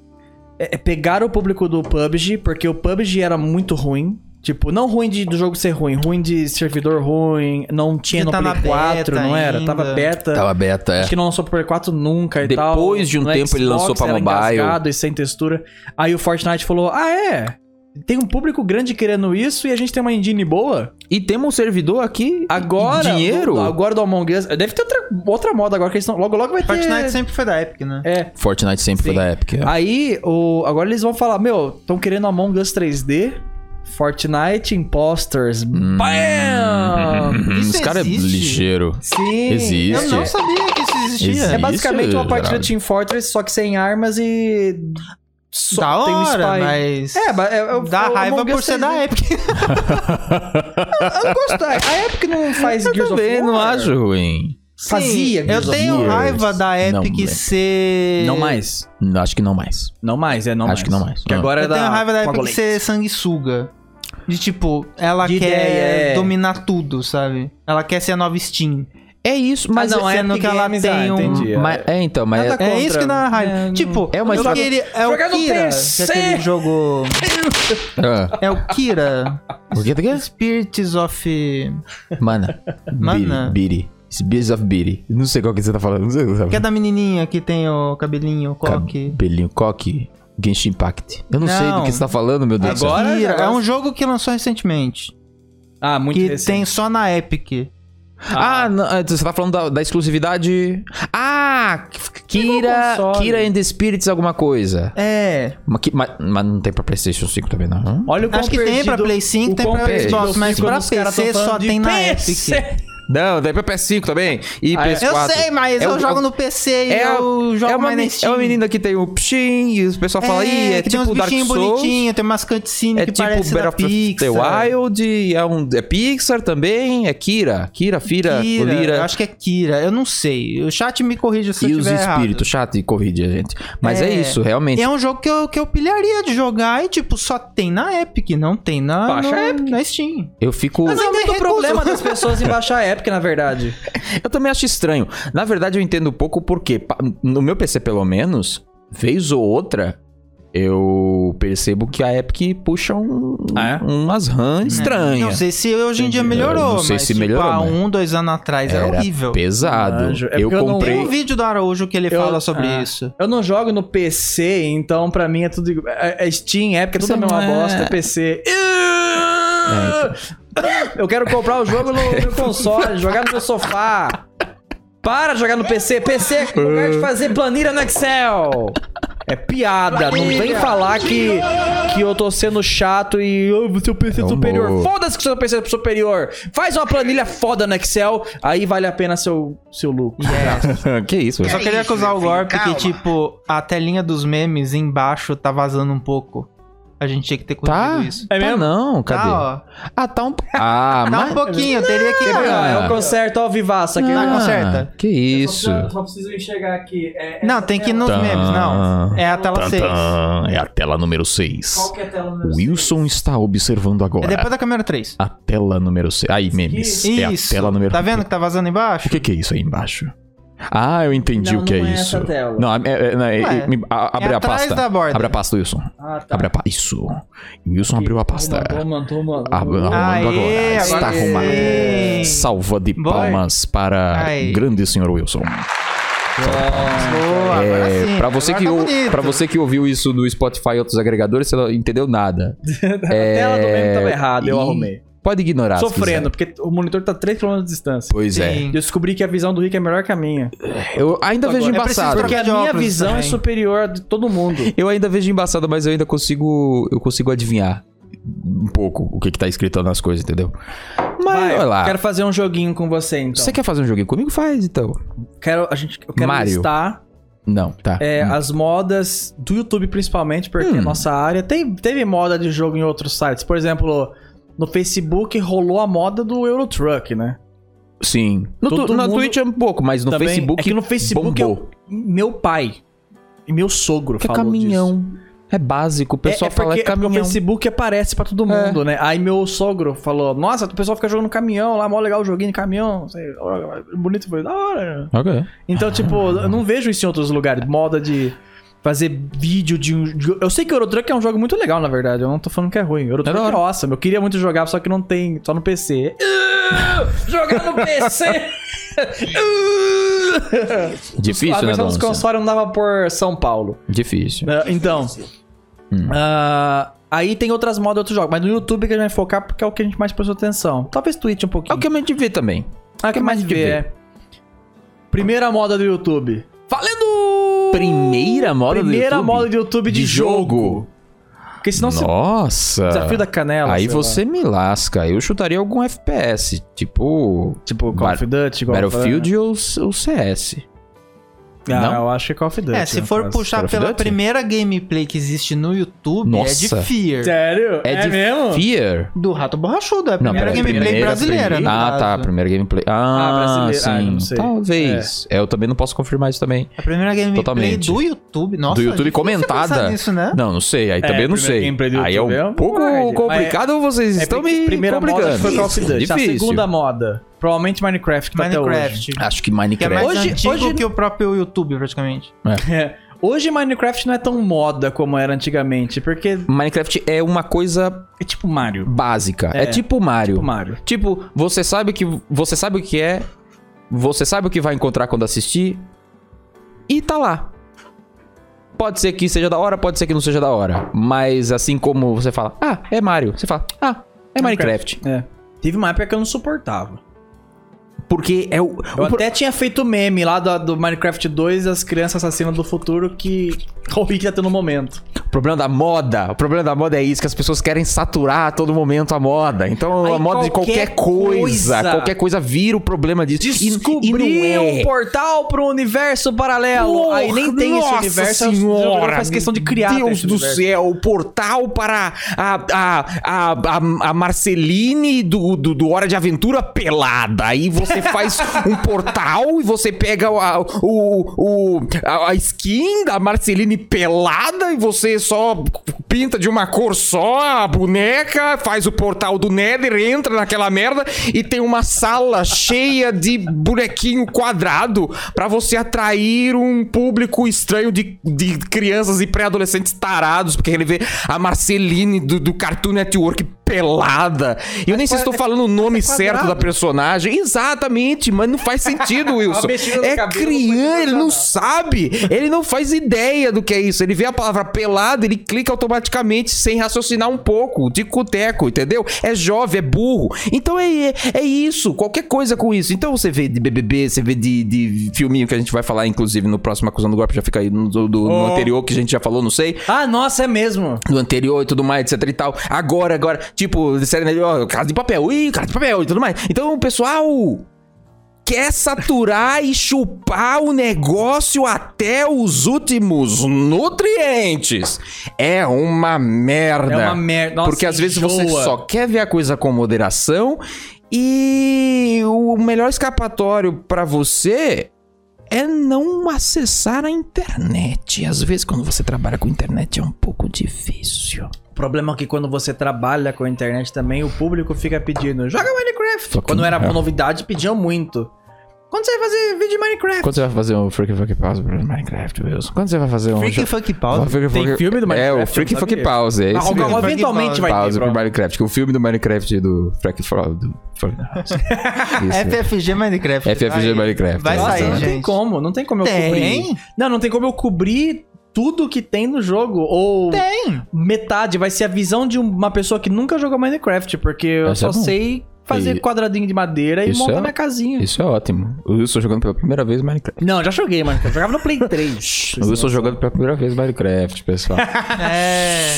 é, é, pegaram o público do PUBG, porque o PUBG era muito ruim. Tipo, não ruim de, do jogo ser ruim, ruim de servidor ruim, não tinha De no tá na Play beta 4, não era? Tava ainda. beta. Tava beta, é. Acho que não lançou pro Play 4 nunca e Depois tal. de um No tempo ele lançou pra era mobile. engasgado e sem textura. Aí o Fortnite falou: Ah, é? Tem um público grande querendo isso e a gente tem uma engine boa. E temos um servidor aqui. Agora. Dinheiro? do- agora do Among Us. Deve ter outra, outra moda agora que eles estão. Logo, logo vai ter. Fortnite Tá. sempre foi da Epic, né? É. Fortnite sempre foi Sim. da Epic. é. Aí, o, agora eles vão falar: Meu, estão querendo Among Us 3D, Fortnite Imposters. Hum. Bam! Hum, Isso Os caras é existe? ligeiro. Sim. Existe. Eu não sabia que isso existia. Existe. É basicamente Isso, uma partida Geraldo? Team Fortress, só que sem armas e. Só da tem um hora, spy. mas... É, ba- é, é, o- Dá o raiva Among por Us ser da 3D. Epic. Eu não gosto da A Epic não faz Eu Gears of também War. não acho ruim. Fazia Gears Eu of tenho War. raiva da Não, Epic moleque. ser... Não mais. Não, Acho que não mais. Não mais, é não mais. Acho que não mais. Porque Ah. agora é Eu da tenho raiva da Epic Pangolin. ser sanguessuga. De tipo, ela De quer ideia, é. dominar tudo, sabe? Ela quer ser a nova Steam. É isso, Mas mas não, é sendo Epic que ela Games, tem ah, um- entendi, é. mas- é então, mas Nada É Contra. isso que dá raiva. É, não- tipo, É uma eu estratégia- queria- é Jogar o no Kira, que PC. é aquele jogo... Ah, É o Kira. o que que é? Spirits of... Mana. Mana. Biri. Beers of Biri. Não sei qual que você tá falando. Não sei o que você tá Que é falando. da menininha que tem o cabelinho, o coque. Cabelinho Coque. Genshin Impact. Eu não, sei do Não. que você tá falando, meu Deus do céu. Agora- Kira. agora- É um jogo que lançou recentemente. Ah, muito Que recente. tem só na Epic. Ah, não, ah, você tá falando da, da exclusividade. Ah! Kira, console. Kira and the Spirits alguma coisa. É. Mas, que- mas- mas não tem pra PlayStation 5 também, não. Hum? Olha o quão Acho que tem pra perdido- Play 5, o tem quão pra perdido Xbox, eu mas fico pra quando os caras PC tão falando só de tem na PC. Não, daí pra PS5 também. E Ah, é. PS4. Eu sei, mas É eu o- jogo no PC e é a- eu jogo é uma, mais na meni- é Steam. uma menina que tem o pshin e o pessoal fala, ih, é que tem tipo uns Dark bichinhos Souls. bonitinhos, tem umas cutscenes É que tipo parecem Breath da of the Pixar. Wild, é, um, é Pixar também, é Kira, Kira, Fira, Kira, eu Lira. acho que é Kira, eu não sei. O chat me corrija se E eu os tiver espíritos, chato e corrige a gente. Mas é, É. isso, errado. realmente. É um jogo que eu, que eu pilharia de jogar e, tipo, só tem na Epic, não tem na, Baixa no- a Epic. na Steam. né? Eu fico. Mas é o Ainda mesmo recuso. problema das pessoas em baixar a Epic, na verdade. Eu também acho estranho. Na verdade, eu entendo um pouco porque, pa- no meu PC pelo menos, vez ou outra, eu percebo que a Epic puxa um- Ah, é? umas RAM estranhas. Não sei se hoje em dia Entendi. melhorou, Eu não sei mas se tipo, melhorou, há mas- um, dois anos atrás era, Era horrível. Pesado. Anjo. É eu porque eu não- comprei. Tem um vídeo do Araújo que ele Eu- fala sobre Ah. isso. Eu não jogo no PC, então pra mim é tudo igual. É é Steam, Epic, é tudo a mesma É. bosta, PC. Eu quero comprar o jogo no meu console, jogar no meu sofá. Para de jogar no PC. PC é lugar de fazer planilha no Excel. É piada. Não vem falar que, que eu tô sendo chato e oh, seu PC é É superior. humor. Foda-se que seu PC é superior. Faz uma planilha foda no Excel, aí vale a pena seu, seu lucro. que isso? Eu só é velho? queria acusar o Gore porque, Calma. tipo, a telinha dos memes embaixo tá vazando um pouco. A gente tinha que ter corrigido Tá? isso. É mesmo? Tá não, cadê? Tá, ó. Ah, tá um. Ah, Tá um mas. pouquinho, teria que. Ah, Ah, é o concerto ao vivaço aqui. Tá, Ah, conserta. Que isso? preciso enxergar aqui. É Não, tem que ir nos Tá. memes, não. É a tela 6. Tantã, É a tela número 6. é a tela Wilson está observando É agora. depois da câmera 3. A tela número 6. Aí, memes. É a Isso. tela número Tá vendo que tá vazando embaixo? O que, que é isso aí embaixo? Ah, eu entendi Não, o que não é, é isso. essa tela. Não, é- é- não, é- Ué, é- me- a- abre é a atrás pasta. da borda. Abre a pasta, Wilson. Ah, tá. Abre a pasta. Isso. Wilson abriu a pasta. mandou, Ah, Arrumando Aê, agora. agora Está sim. arrumado. Salva de Boa. palmas para Aí. grande senhor Wilson. Boa, agora É, sim. para você, que Agora tá ou- bonito. pra você que ouviu isso do Spotify e outros agregadores, você não entendeu nada. É, A tela do meme tava errada, eu e- arrumei. Pode ignorar. se Sofrendo, quiser. porque o monitor tá 3km de distância. Pois é. Sim. E eu descobri que a visão do Rick é melhor que a minha. Eu ainda vejo Agora- É preciso embaçado. Porque a de minha óculos visão é também. superior a de todo mundo. Eu ainda vejo embaçado, mas eu ainda consigo. Eu consigo adivinhar um pouco o que, que tá escrito nas coisas, entendeu? Mas Vai, olha lá. quero fazer um joguinho com você, então. Você quer fazer um joguinho comigo? Faz, então. Quero, a gente, eu quero Mario. listar Não, tá. é, as modas do YouTube, principalmente, porque Hum. a nossa área tem, teve moda de jogo em outros sites. Por exemplo, no Facebook rolou a moda do Eurotruck, né? Sim. No, tu- Todo na mundo- Twitch é um pouco, mas no Também- Facebook. é que no Facebook bombou. é o- meu pai e meu sogro Que é falou disso. caminhão. É básico. O pessoal é, é fala porque, que é é porque o caminhão. Facebook aparece pra todo É. mundo, né? Aí meu sogro falou: Nossa, o pessoal fica jogando caminhão lá, mó legal o joguinho de caminhão. não sei, ó, bonito, foi da hora. Ok. Então, tipo, eu não vejo isso em outros lugares. Moda de fazer vídeo de um. jo- Eu sei que Eurotruck é um jogo muito legal, na verdade. Eu não tô falando que é ruim. Eurotruck É da é hora. awesome. Eu queria muito jogar, só que não tem. Só no PC. Jogar no PC! a Difícil, versão né, Dona dos Luciana? consoles não dava por São Paulo. Difícil. Né, Então. Hum. ah, aí tem outras modas, outros jogos. Mas no YouTube que a gente vai focar porque é o que a gente mais prestou atenção. Talvez Twitch um pouquinho. É o que a gente vê também. É o que mais vê. vê. é. Primeira moda do YouTube. Valendo! Primeira moda do Primeira YouTube? moda do YouTube de, jogo. Porque senão você. Nossa. Desafio da canela. Aí sei lá. você me lasca. Eu chutaria algum FPS, tipo Tipo, Call of Duty, Call of- Battlefield ou, ou CS. Ah, não? eu acho que é Call of Duty. É, se for mas- puxar Call of pela Duty? primeira gameplay que existe no YouTube, é de Nossa. Fear. Sério? É, de Fear? Do Rato Borrachudo, é a primeira peraí, gameplay brasileira. primeira- no Ah, tá, caso. primeira gameplay. Ah, Ah, brasileira. Ah, eu não sim. sei. Talvez. É, Eu também não posso confirmar isso também. É A primeira gameplay Totalmente. do YouTube, nossa. Do YouTube difícil comentada. pensar Nisso, né? Não, não sei. Aí É, também não primeira sei. gameplay do Aí é YouTube é um uma pouco covardia. complicado, vocês É, estão pri- me primeira complicando. moda que foi Call of Duty. Difícil. A segunda moda. Provavelmente Minecraft, que tá até hoje. Minecraft. Acho que Que é Minecraft. mais Hoje- antigo hoje- que o próprio YouTube, praticamente. É. Hoje Minecraft não é tão moda como era antigamente, porque Minecraft é uma coisa é tipo Mario. básica. É, É, tipo Mario. Tipo Mario. Tipo, você sabe que você sabe o que é, você sabe o que vai encontrar quando assistir e tá lá. Pode ser que seja da hora, pode ser que não seja da hora, mas assim como você fala: "Ah, é Mario", você fala: "Ah, é Minecraft". É. Teve uma época que eu não suportava. Porque é o, Eu o pro- até tinha feito meme lá do, do Minecraft 2, as crianças assassinas do futuro, que o Rick tá tendo um momento. o problema da moda. O problema da moda é isso que as pessoas querem saturar a todo momento a moda. Então Aí a moda de qualquer qualquer coisa, coisa. qualquer coisa vira o problema disso. E- Descobri e não é. um portal pro universo paralelo. Porra, Aí nem tem esse nossa universo. o Senhora, desenvolvedor faz questão de criar. Deus esse do universo. é céu, o portal para a, a, a, a, a Marceline do, do, do Hora de Aventura pelada. Aí você faz um portal e você pega a, o, o, a, a skin da Marceline pelada e você só pinta de uma cor só a boneca, faz o portal do Nether, entra naquela merda e tem uma sala cheia de bonequinho quadrado pra você atrair um público estranho de, de crianças e pré-adolescentes tarados, porque ele vê a Marceline do, do Cartoon Network pelada. E eu nem sei se estou falando o nome é certo da personagem. Exatamente, mas não faz sentido, Wilson. mexida no É cabelo, criança, ele não sabe, ele não faz ideia do que é isso. Ele vê a palavra pelada, ele clica automaticamente sem raciocinar um pouco, de cuteco, entendeu? É jovem, é burro. Então é, é, é isso, qualquer coisa com isso. Então você vê de BBB, você vê de, de filminho que a gente vai falar, inclusive, no próximo Acusando do Golpe, já fica aí no, do- do- no anterior que a gente já falou, não sei Ah, nossa, é mesmo. do anterior e tudo mais, etc e tal. Agora, agora, tipo, série melhor, Casa de Papel, ih, Casa de Papel e tudo mais. Então, o pessoal quer saturar e chupar o negócio até os últimos nutrientes. É uma merda. É uma merda. Nossa, Porque às vezes você enjoa. só quer ver a coisa com moderação e o melhor escapatório pra você é não acessar a internet. Às vezes quando você trabalha com internet é um pouco difícil. O problema é que quando você trabalha com a internet também, o público fica pedindo, joga Minecraft. Quando era hell. novidade, pediam muito. Quando você vai fazer vídeo de Minecraft? Quando você vai fazer um Freaky Fuck Pause pro Minecraft, Wilson? Quando você vai fazer um. Freaky jo- Funk Pause. Freaky Tem Fuck- filme do É, Minecraft, o eu Freaky não Fuck sabia. Pause. É Ah, isso alguma- mesmo. eventualmente vai ter. Pause pro prova. Minecraft. O filme do Minecraft do Freaky Fuck. Do... Isso. É FFG Minecraft. FFG Vai- Minecraft. né? Vai Nossa, sair, não tem gente. como, não né? tem como eu Tem. cobrir. Não, não tem como eu cobrir tudo que tem no jogo. Ou Tem. metade vai ser a visão de uma pessoa que nunca jogou Minecraft, porque eu Essa só é bom. sei fazer E- quadradinho de madeira e Isso montar é- minha casinha. Isso é ótimo. O Wilson jogando pela primeira vez Minecraft. Não, já joguei Minecraft. Jogava no Play 3. O Wilson jogando pela primeira vez Minecraft, pessoal. É.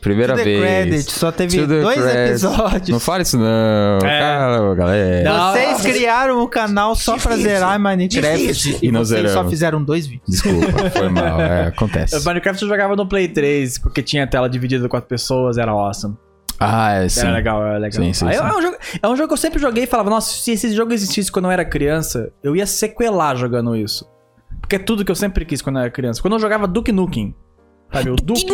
Primeira To the vez. credit, só teve To the dois credit. episódios. Não fala isso, não. Cala, galera. É. Não. Vocês criaram o canal só pra zerar Minecraft. E não Vocês só zeramos. fizeram dois vídeos. Desculpa, foi mal. É, acontece. Minecraft eu jogava no Play 3, porque tinha tela dividida por quatro pessoas, era awesome. Ah, é sim. Era legal, era legal. Sim, sim, Aí, sim. É, um jogo, é um jogo que eu sempre joguei e falava, nossa, se esse jogo existisse quando eu era criança, eu ia sequelar jogando isso. Porque é tudo que eu sempre quis quando eu era criança. Quando eu jogava Duke Nukem. Sabe, o Duke,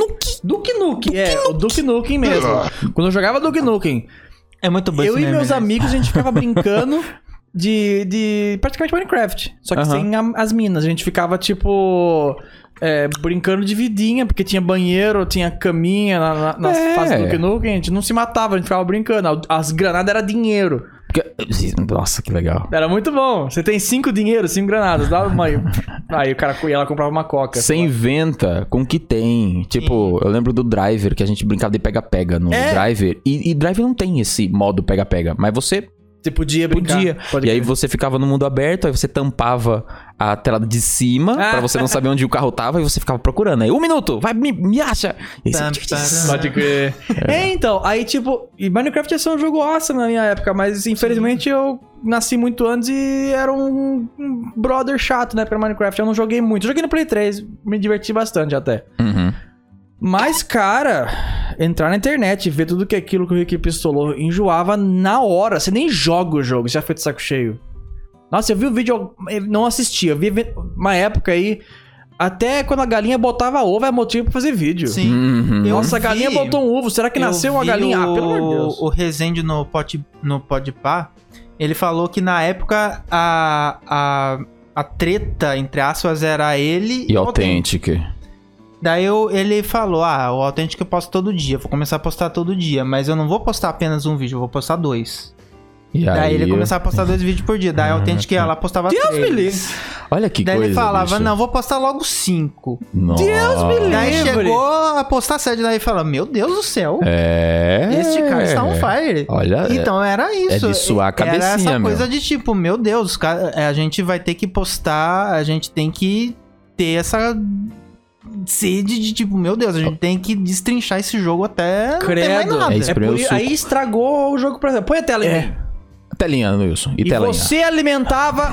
Duke Nukem, é, o Duke Nukem mesmo. Quando eu jogava Duke Nukem, É muito bom eu esse e meme, meus né? amigos, a gente ficava brincando de, de praticamente Minecraft. Só que Aham. sem a- as minas. A gente ficava, tipo, é, brincando de vidinha, porque tinha banheiro, tinha caminha na, na, nas É. fases do Knuckles. A gente não se matava, a gente ficava brincando. As granadas era dinheiro. Porque- Nossa, que legal. Era muito bom. Você tem cinco dinheiros, cinco granadas. Dá uma... Aí o cara ia lá e comprava uma coca. Você inventa com o que tem. Tipo, eu lembro do driver que a gente brincava de pega-pega no É. driver. E, e driver não tem esse modo pega-pega. Mas você Você podia brincar. podia. Pode e aí crer. você ficava no mundo aberto, aí você tampava a tela de cima pra você não saber onde o carro tava e você ficava procurando. Aí, um minuto, vai, me, me acha. E aí você- Tam, tam, Pode crer. É, então, aí tipo, e Minecraft ia ser um jogo awesome na minha época, mas infelizmente eu nasci muito antes e era um, um brother chato, né, pra Minecraft. Eu não joguei muito. Joguei no Play 3, me diverti bastante até. Uhum. Mas, cara, entrar na internet e ver tudo que aquilo que o Rick pistolou enjoava na hora. Você nem joga o jogo, você já foi de saco cheio. Nossa, eu vi o vídeo, eu não assisti. Eu vi uma época aí, até quando a galinha botava ovo, é motivo pra fazer vídeo. Sim. Uhum. Eu- Nossa, a galinha vi. botou um ovo. Será que Eu nasceu uma vi galinha? Ah, pelo amor de Deus. O Rezende no Pod, no Podpah, ele falou que na época a, a, a treta, entre aspas, era ele E o Autêntico. autêntica. Daí eu- ele falou, ah, o autêntico eu posto todo dia, vou começar a postar todo dia, mas eu não vou postar apenas um vídeo, eu vou postar dois. E aí, Daí ele eu- começava a postar dois vídeos por dia, daí o autêntico ela postava Deus me livre. três. Olha Ah, tá. que Daí coisa. ele falava, bicho. não, vou postar logo cinco. Nossa. Deus me livre. Daí Livre. chegou a postar sede, daí fala, meu Deus do céu, É. este cara está um on fire. Olha, é- Então era isso. é de suar a Era cabecinha, essa meu. coisa de tipo, meu Deus, cara, é, a gente vai ter que postar, a gente tem que ter essa sede de tipo, meu Deus, a gente tem que destrinchar esse jogo até não ter mais Credo. nada. É isso. espremeu por o i- suco. aí estragou o jogo pra. Põe a tela em mim. telinha, Wilson. E, E telinha. você alimentava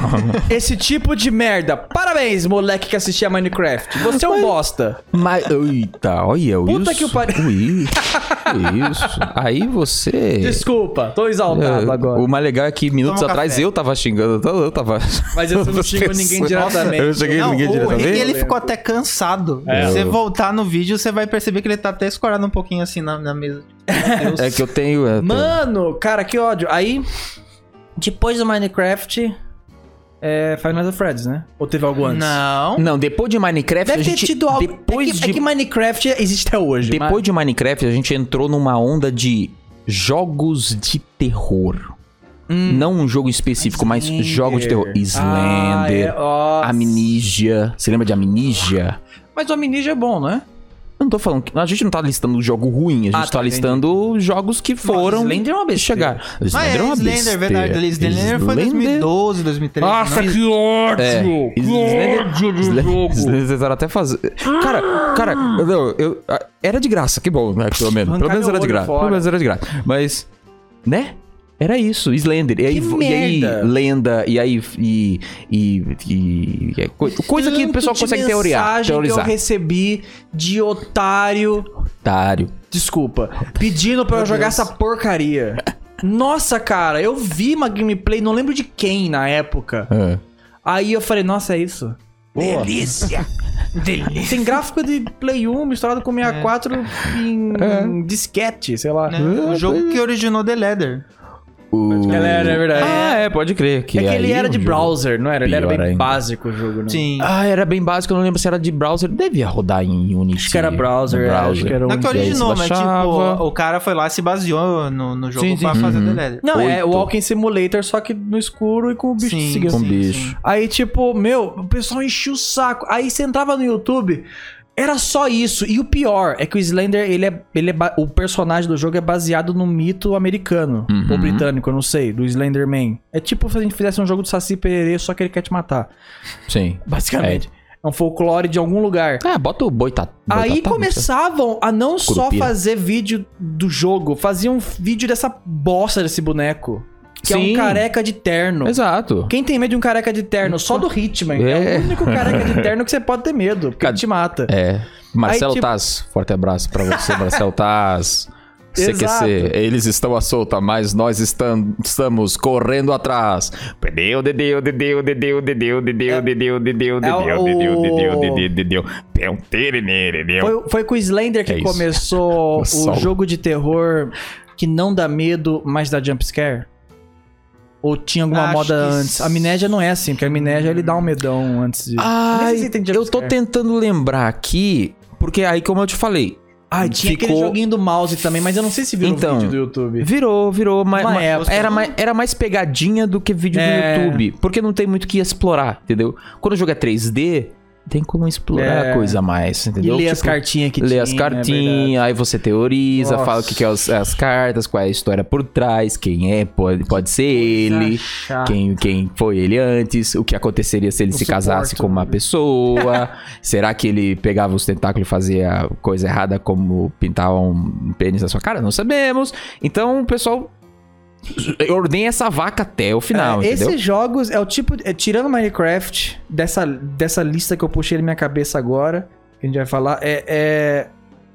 esse tipo de merda. Parabéns, moleque que assistia Minecraft. Você é um bosta. Mas, eita, olha, o Wilson. Puta que o pariu. O Wilson. Isso. Aí você. Desculpa, tô exaltado É, agora. O mais legal é que minutos Toma um atrás café. eu tava xingando, eu eu tava. Mas você não xingou ninguém diretamente. Eu cheguei Não, ninguém o Rick, diretamente. ele ficou até cansado. É. Se você Eu- voltar no vídeo, você vai perceber que ele tá até escorado um pouquinho assim na, na mesa. É que eu tenho. é, Mano, cara, que ódio. Aí, depois do Minecraft, é Five Nights at Freddy's, né? Ou teve algo antes? Não. Não, depois de Minecraft Deve a gente ter tido algo. depois é, que, de é que Minecraft existe até hoje. depois de Minecraft a gente entrou numa onda de jogos de terror. Hum. Não um jogo específico, mas Slender. jogos de terror. Slender, Ah, é, Ah, nossa. Amnesia. Você lembra de Amnesia? Mas o Amnesia é bom, né? Eu não tô falando que a gente não tá listando o jogo ruim, a gente Ah, tá tá, entendi. listando jogos que foram Slender é uma e besteira. chegaram. Ah, Slender é, é uma Slender, besteira. verdade. Slender foi 2012, 2013. Nossa, né? que ódio! É. Que Slender- ódio do Slender- jogo! Slender tentaram até fazer. Cara, cara, eu, eu- ah, era de graça, que bom, né? Pelo menos. Arrancar Pelo menos meu era de olho graça. fora. Pelo menos era de graça. Mas, né? Era isso, Slender. E aí, Que vo- e aí, merda. lenda, e aí. E, e, e- e- co- coisa que o Tanto pessoal de consegue teorear, mensagem teorizar. que eu recebi de otário Otário. Desculpa. Pedindo pra eu jogar essa porcaria. Nossa, cara, eu vi uma gameplay, não lembro de quem na época. Ah. Aí eu falei, nossa, é isso. Delícia. Delícia. Tem gráfico de Play 1 misturado É. com 64 em, em disquete, sei lá. Né? O jogo que originou The Leather. O- Galera, é verdade. Ah, é, pode crer. Que é que aí ele era o de jogo- browser, não era? Ele era pior bem ainda. básico o jogo, né? Sim. Ah, era bem básico, eu não lembro se era de browser. Devia rodar em Unity. Acho que era browser, no é, acho que era Não é que um... aí você originou, mas baixava. tipo, o cara foi lá e se baseou no, no jogo Sim, sim. pra fazer Uhum. The Leather. Não, é oito. Walking Simulator, só que no escuro e com o bicho Sim, seguindo. Com sim, Um bicho. sim. Aí, tipo, meu, o pessoal enchia o saco. Aí você entrava no YouTube, era só isso. E o pior é que o Slender, ele é, ele é ba- o personagem do jogo é baseado no mito americano, Uhum. ou britânico, eu não sei, do Slenderman. É tipo se a gente fizesse um jogo do Saci Pererê, só que ele quer te matar, Sim. basicamente. É, um folclore de algum lugar. Ah, bota o boitata. Aí começavam a não só Curupira. fazer vídeo do jogo, faziam vídeo dessa bosta desse boneco. Que é Sim. um careca de terno. Exato. Quem tem medo de um careca de terno? Só do Hitman. É, É. o único careca de terno que você pode ter medo, porque Cara, ele te mata. É. Marcelo Aí, tipo- Taz, forte abraço pra você, Marcelo Taz. Exato. CQC, eles estão à solta, mas nós estam- estamos correndo atrás. Dedeu, dedeu, dedeu, dedeu, dedeu, dedeu, dedeu, dedeu, dedeu, É o- dedeu, dedeu, dedeu, dedeu. Deu um tere nele, deu. Foi, foi com o Slender que É isso. começou O o sol. jogo de terror que não dá medo, mas dá jumpscare? Ou tinha alguma Acho moda que antes? A Amnésia não é assim, porque a Amnésia ele dá um medão antes de... Ah, Ai, Nem sei se tem eu tô jumpscare. tentando lembrar aqui, porque aí, como eu te falei, Ah, tinha aquele ficou- joguinho do mouse também, mas eu não sei se virou Então, vídeo do YouTube. Virou, virou. Mas, Uma mas época. era, mais, era mais pegadinha do que vídeo É. do YouTube. Porque não tem muito o que explorar, entendeu? Quando o jogo é 3D, tem como explorar É. a coisa a mais, E entendeu? lê as Tipo, cartinhas que lê tinha, as é cartinhas, aí você teoriza, Nossa. fala o que, que é as, as cartas, qual é a história por trás, quem é, pode, pode ser verdade. ele, Tá chato. quem, quem foi ele antes, o que aconteceria se ele Não se casasse suporto. com uma pessoa, será que ele pegava os tentáculos e fazia coisa errada como pintar um pênis na sua cara? Não sabemos. Então, o pessoal ordenha essa vaca até o final, É, entendeu? Esses jogos é o tipo. é, tirando Minecraft, dessa, dessa lista que eu puxei na minha cabeça agora, que a gente vai falar, é. é-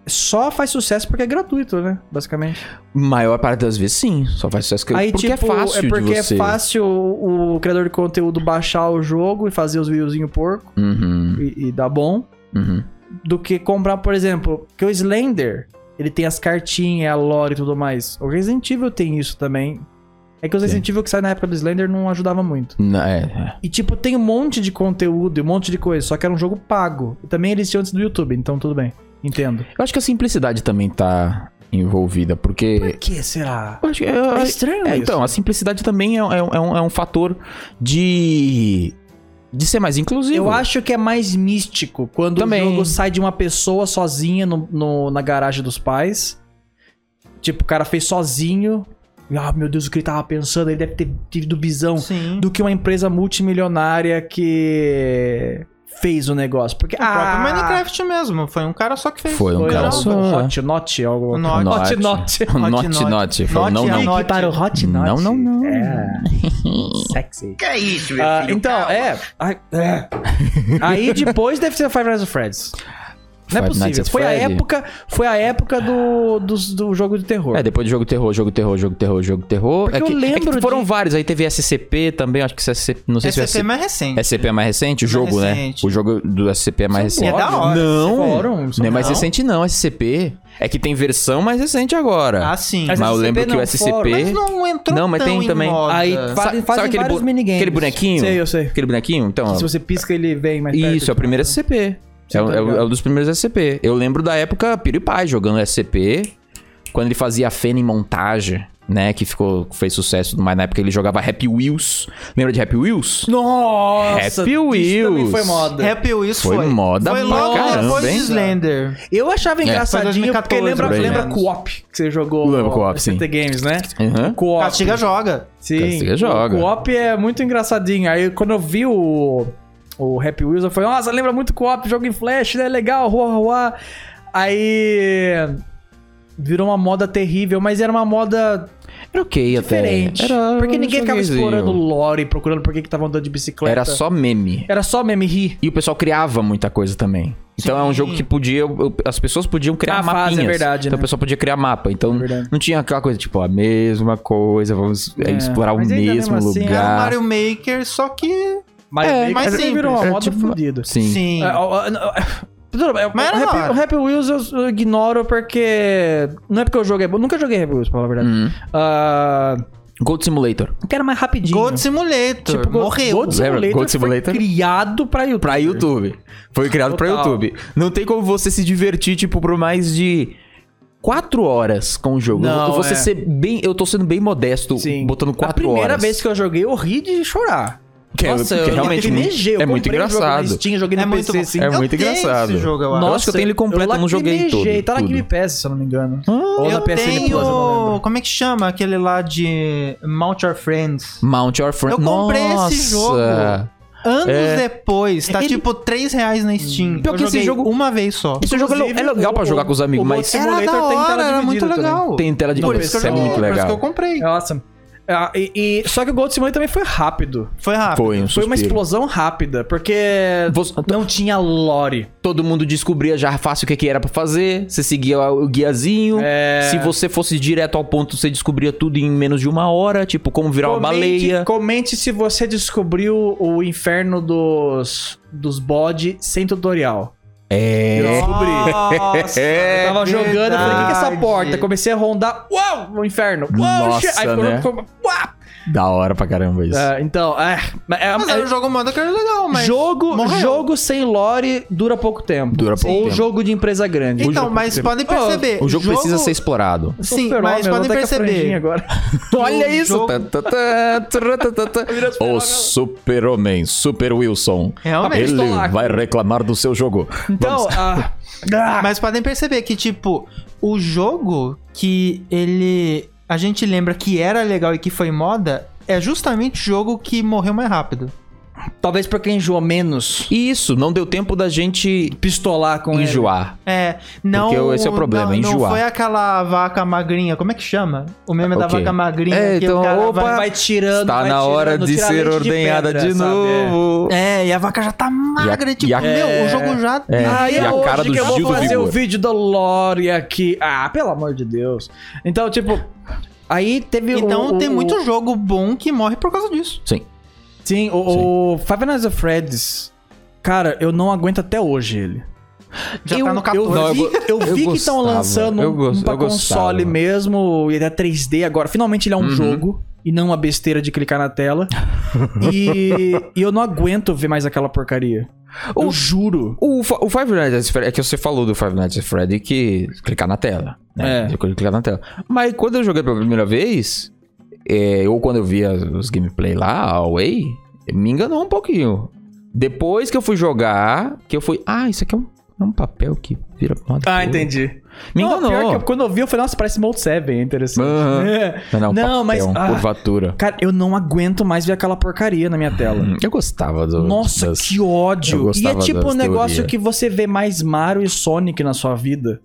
só faz sucesso porque é gratuito, né? Basicamente. Maior parte das vezes, sim. Só faz sucesso que... Aí, porque tipo, é fácil é porque de você... é fácil o, o criador de conteúdo baixar o jogo e fazer os videozinhos porco Uhum, e, e dar bom. uhum. Do que comprar, por exemplo, que o Slender, ele tem as cartinhas, a lore e tudo mais. O Resident Evil tem isso também. É que os Resident Evil que sai na época do Slender não ajudava muito. Não, é, é. E, tipo, tem um monte de conteúdo e um monte de coisa, só que era um jogo pago. E também eles tinham antes do YouTube, então tudo bem. Entendo. Eu acho que a simplicidade também tá envolvida, porque... Por que será? Eu acho que- eu- É eu- estranho É, isso. então, a simplicidade também é, é um- é um, é um fator de. de ser mais inclusivo. Eu acho que é mais místico quando Também. o jogo sai de uma pessoa sozinha no, no- na garagem dos pais. Tipo, o cara fez sozinho. E, Ah, meu Deus, o que ele tava pensando? Ele deve ter tido visão Sim. do que uma empresa multimilionária que fez o negócio. Porque O próprio ah, Minecraft mesmo. Foi um cara só que fez. Foi um Foi cara o não, só. Hot Not, algo Not. Hot Not. Hot Hot Not. Not. Not. Falou, não, Not não. é Not. Clique para o Hot Not. Não, não, não. É. Sexy. Que é isso, meu Ah, filho? então, Calma. é, ai- é. Aí depois deve ser Five Nights at Freddy's. Não é Five Nights possível. at Foi a Freddy. época, foi a época do, do, do jogo de terror. É, depois de jogo terror, jogo terror, jogo terror, jogo terror. Porque é que, eu é que lembro foram de- vários. Aí teve SCP também, acho que SCP. Não sei Esse se é o mais recente. SCP, é mais recente, o mais jogo, recente. né? O jogo do SCP é mais E é recente. da hora. Não, Foram, não é mais não. recente, não. SCP é que tem versão mais recente agora. Ah, sim. Mas, Mas eu SCP lembro que o não SCP. foram. Mas não entrou Não, mas tão tem em também. moda. Aí Sa- fazem, sabe fazem aquele vários bu- minigames. aquele bonequinho? Sei, eu sei. Aquele bonequinho? Então. Se você pisca, ele vem mais Tá perto. Isso, é o primeiro SCP. Sim, é, o- tá é o- ligado. é um dos primeiros SCP. Eu lembro da época Piro e Pai jogando SCP, quando ele fazia a Fena em montagem, né? Que ficou, fez sucesso e tudo mais. Na época ele jogava Happy Wheels. Lembra de Happy Wheels? Nossa! Happy Isso também Wheels. foi moda. Happy Wheels Foi foi. moda Foi pra logo caramba, depois hein? de Slender. Eu achava É. engraçadinho, Foi porque 2014, lembra, mais ou lembra menos. co-op que você jogou Lembra no co-op, sim. CT Games, né? Uhum. Co-op. Castiga joga. Sim. Castiga joga. O co-op é muito engraçadinho. Aí quando eu vi o, o Happy Wheels, eu falei, nossa, lembra muito co-op, jogo em flash, né? Legal, rua, rua. Aí. Virou uma moda terrível, mas era uma moda Era ok diferente. até. Era porque ninguém ficava joguezinho. explorando né? lore, procurando por que que tava andando de bicicleta. Era só meme. Era só meme rir. E o pessoal criava muita coisa também. Então é um jogo que podia. eu- As pessoas podiam criar Ah, fase, mapinhas. é verdade, Então né? o pessoal podia criar mapa. Então É verdade. não tinha aquela coisa, tipo, a mesma coisa, vamos é, É, explorar o mas ainda mesmo mesmo assim, lugar. Era o Mario Maker, só que. Mas, É, meio que mas era- simples. virou uma Era moda tipo- fodida. Sim. Sim. É, ó, ó, não, é, tudo bem, Mas o, era da Happy, hora. o Happy Wheels eu, eu ignoro porque. Não é porque o jogo é bom. Nunca joguei Happy Wheels, pra falar a verdade. Hum. Ah, Gold Simulator. eu quero mais rapidinho. Gold Simulator. Tipo, Go- morreu. Gold Lembra? Simulator, Gold foi Simulator? criado pra YouTube. Pra YouTube. Foi criado pra Total. YouTube. Não tem como você se divertir, tipo, por mais de. Quatro horas com o jogo. Não, Eu- você é. ser bem. Eu tô sendo bem modesto, Sim. botando quatro horas. A primeira vez que eu joguei, eu ri de chorar. Que é- Nossa, porque eu realmente lacrimejei, eu é muito comprei o jogo na engraçado. Steam, joguei no É PC, muito bom. assim. É Eu muito tenho engraçado. Esse jogo, eu acho. Nossa, acho que eu tenho ele completo, eu não joguei todo, lacrimejei. Tá na tudo. Game Pass, se eu não me engano. Ou na Eu PSN Plus, eu não lembro. tenho. Como é que chama aquele lá de Mount Your Friends? Mount Your Friend. Eu comprei esse Nossa. jogo. Anos É. depois, tá Ele- tipo 3 reais na Steam. Pior Eu que esse joguei jogo- uma vez só. Esse jogo é Inclusive, legal pra o- jogar com os amigos, o mas Gold Era Simulator tem da tela hora, era dividida muito também. legal. tem tela de Por isso que eu é joguei, muito Por isso que eu legal. comprei. Nossa. É Ah, e, e- só que o Gold Simulator também foi rápido. Foi rápido. Foi um Foi uma suspiro. explosão rápida, porque Você- não tinha lore. Todo mundo descobria já fácil o que, que era pra fazer. Você seguia o guiazinho. É, Se você fosse direto ao ponto, você descobria tudo em menos de uma hora. Tipo, como virar uma baleia. Comente se você descobriu o inferno dos, dos bode sem tutorial. Eu É. descobri. Nossa, Eu tava jogando, eu falei, o que, que é essa verdade. porta? Comecei a rondar. Uau! O inferno. Uau, Nossa, shit. Aí ficou- né? ficou- uau! Da hora pra caramba isso. É, então, é. mas Ah, é- Mas é- era um jogo moda que era legal, mas... jogo, morreu. jogo sem lore dura pouco tempo. Dura pouco Ou tempo. jogo de empresa grande. Então, mas podem perceber. o jogo, precisa ser explorado. Sim, Super Homem, mas eu vou podem até com a franjinha perceber. Agora. Olha isso! jogo- Tá, tá, tá, tra, tá, tá, tá. O super-homem, Super Wilson. Realmente. Ele Estou lá. vai reclamar do seu jogo. Então, ah, ah, Mas podem perceber que, tipo, o jogo que ele... A gente lembra que era legal e que foi moda... É justamente o jogo que morreu mais rápido. talvez pra quem enjoa menos, E Isso, não deu tempo da gente pistolar com ele. enjoar. É, não. Porque esse é o problema, não, Não enjoar. foi aquela vaca magrinha, como é que chama? O meme da Ok. vaca magrinha. É, que então, o cara opa, vai- Vai tirando, Está vai Tá na tirando, hora de tira ser leite ordenhada de, pedra, sabe? novo. É, e a vaca já tá magra, tipo, e a- meu, o jogo já É. Ah, E é a hoje cara do que eu Gil vou do fazer Vigor. o vídeo da Lore aqui. Ah, pelo amor de Deus. Então, tipo, aí teve o- Então o, tem o- muito jogo bom que morre por causa disso. Sim. Sim, o, o Five Nights at Freddy's. Cara, eu não aguento até hoje ele. Já eu, tá no eu 14. vi, Não, eu go- eu eu vi que estão gostava, lançando eu um, gos- um pra eu gostava. Uhum. console mesmo, e ele é 3D agora. Finalmente ele é um jogo e não uma besteira de clicar na tela. e, e eu não aguento ver mais aquela porcaria. Eu juro. O, Fa- o Five Nights at Freddy, é que você falou do Five Nights at Freddy que clicar na tela, né? É. Você pode clicar na tela. Mas quando eu joguei pela primeira vez, é, ou quando eu via os gameplay lá, a Way, me enganou um pouquinho. Depois que eu fui jogar, que eu fui, ah, isso aqui é um, é um papel que vira uma Ah, cor. entendi. Me Não, enganou. pior que eu- quando eu vi, eu falei, nossa, parece Mode 7, é interessante. Aham. É. Não, não, papel, um mas. ah, curvatura. cara, eu não aguento mais ver aquela porcaria na minha tela. Eu gostava do. Nossa, das- que eu ódio! E é gostava tipo um das negócio teorias. que você vê mais Mario e Sonic na sua vida.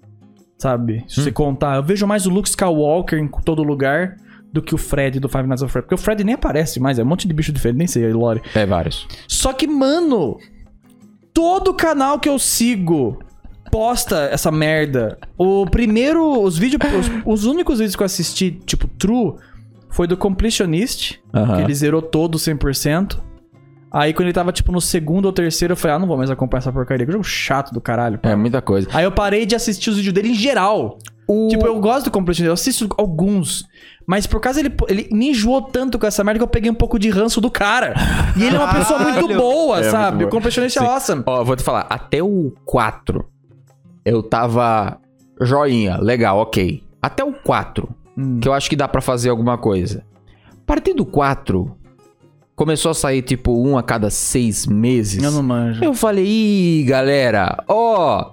Sabe? Se Hum. você contar. Eu vejo mais o Luke Skywalker em todo lugar do que o Fred do Five Nights at Fred. Porque o Fred nem aparece mais, é um monte de bicho diferente, nem sei, Lore. É, vários. Só que, mano, todo canal que eu sigo posta essa merda. O primeiro, os vídeos, os, os únicos vídeos que eu assisti, tipo, true, foi do Completionist, Aham. que ele zerou todo 100%. Aí quando ele tava, tipo, no segundo ou terceiro, eu falei, ah, não vou mais acompanhar essa porcaria, que jogo chato do caralho. É, muita coisa. Aí eu parei de assistir os vídeos dele em geral. Tipo, eu gosto do Completionist, eu assisto alguns. Mas por causa ele, ele me enjoou tanto com essa merda que eu peguei um pouco de ranço do cara. E ele é uma pessoa muito Caralho. boa, É, sabe? o muito boa. Completionist é Sim. awesome. Ó, vou te falar, até o 4 eu tava joinha, legal, ok. Até o 4, Hum. que eu acho que dá pra fazer alguma coisa. A partir do 4, começou a sair tipo um a cada seis meses. Eu não manjo. Eu falei, ih, galera, ó,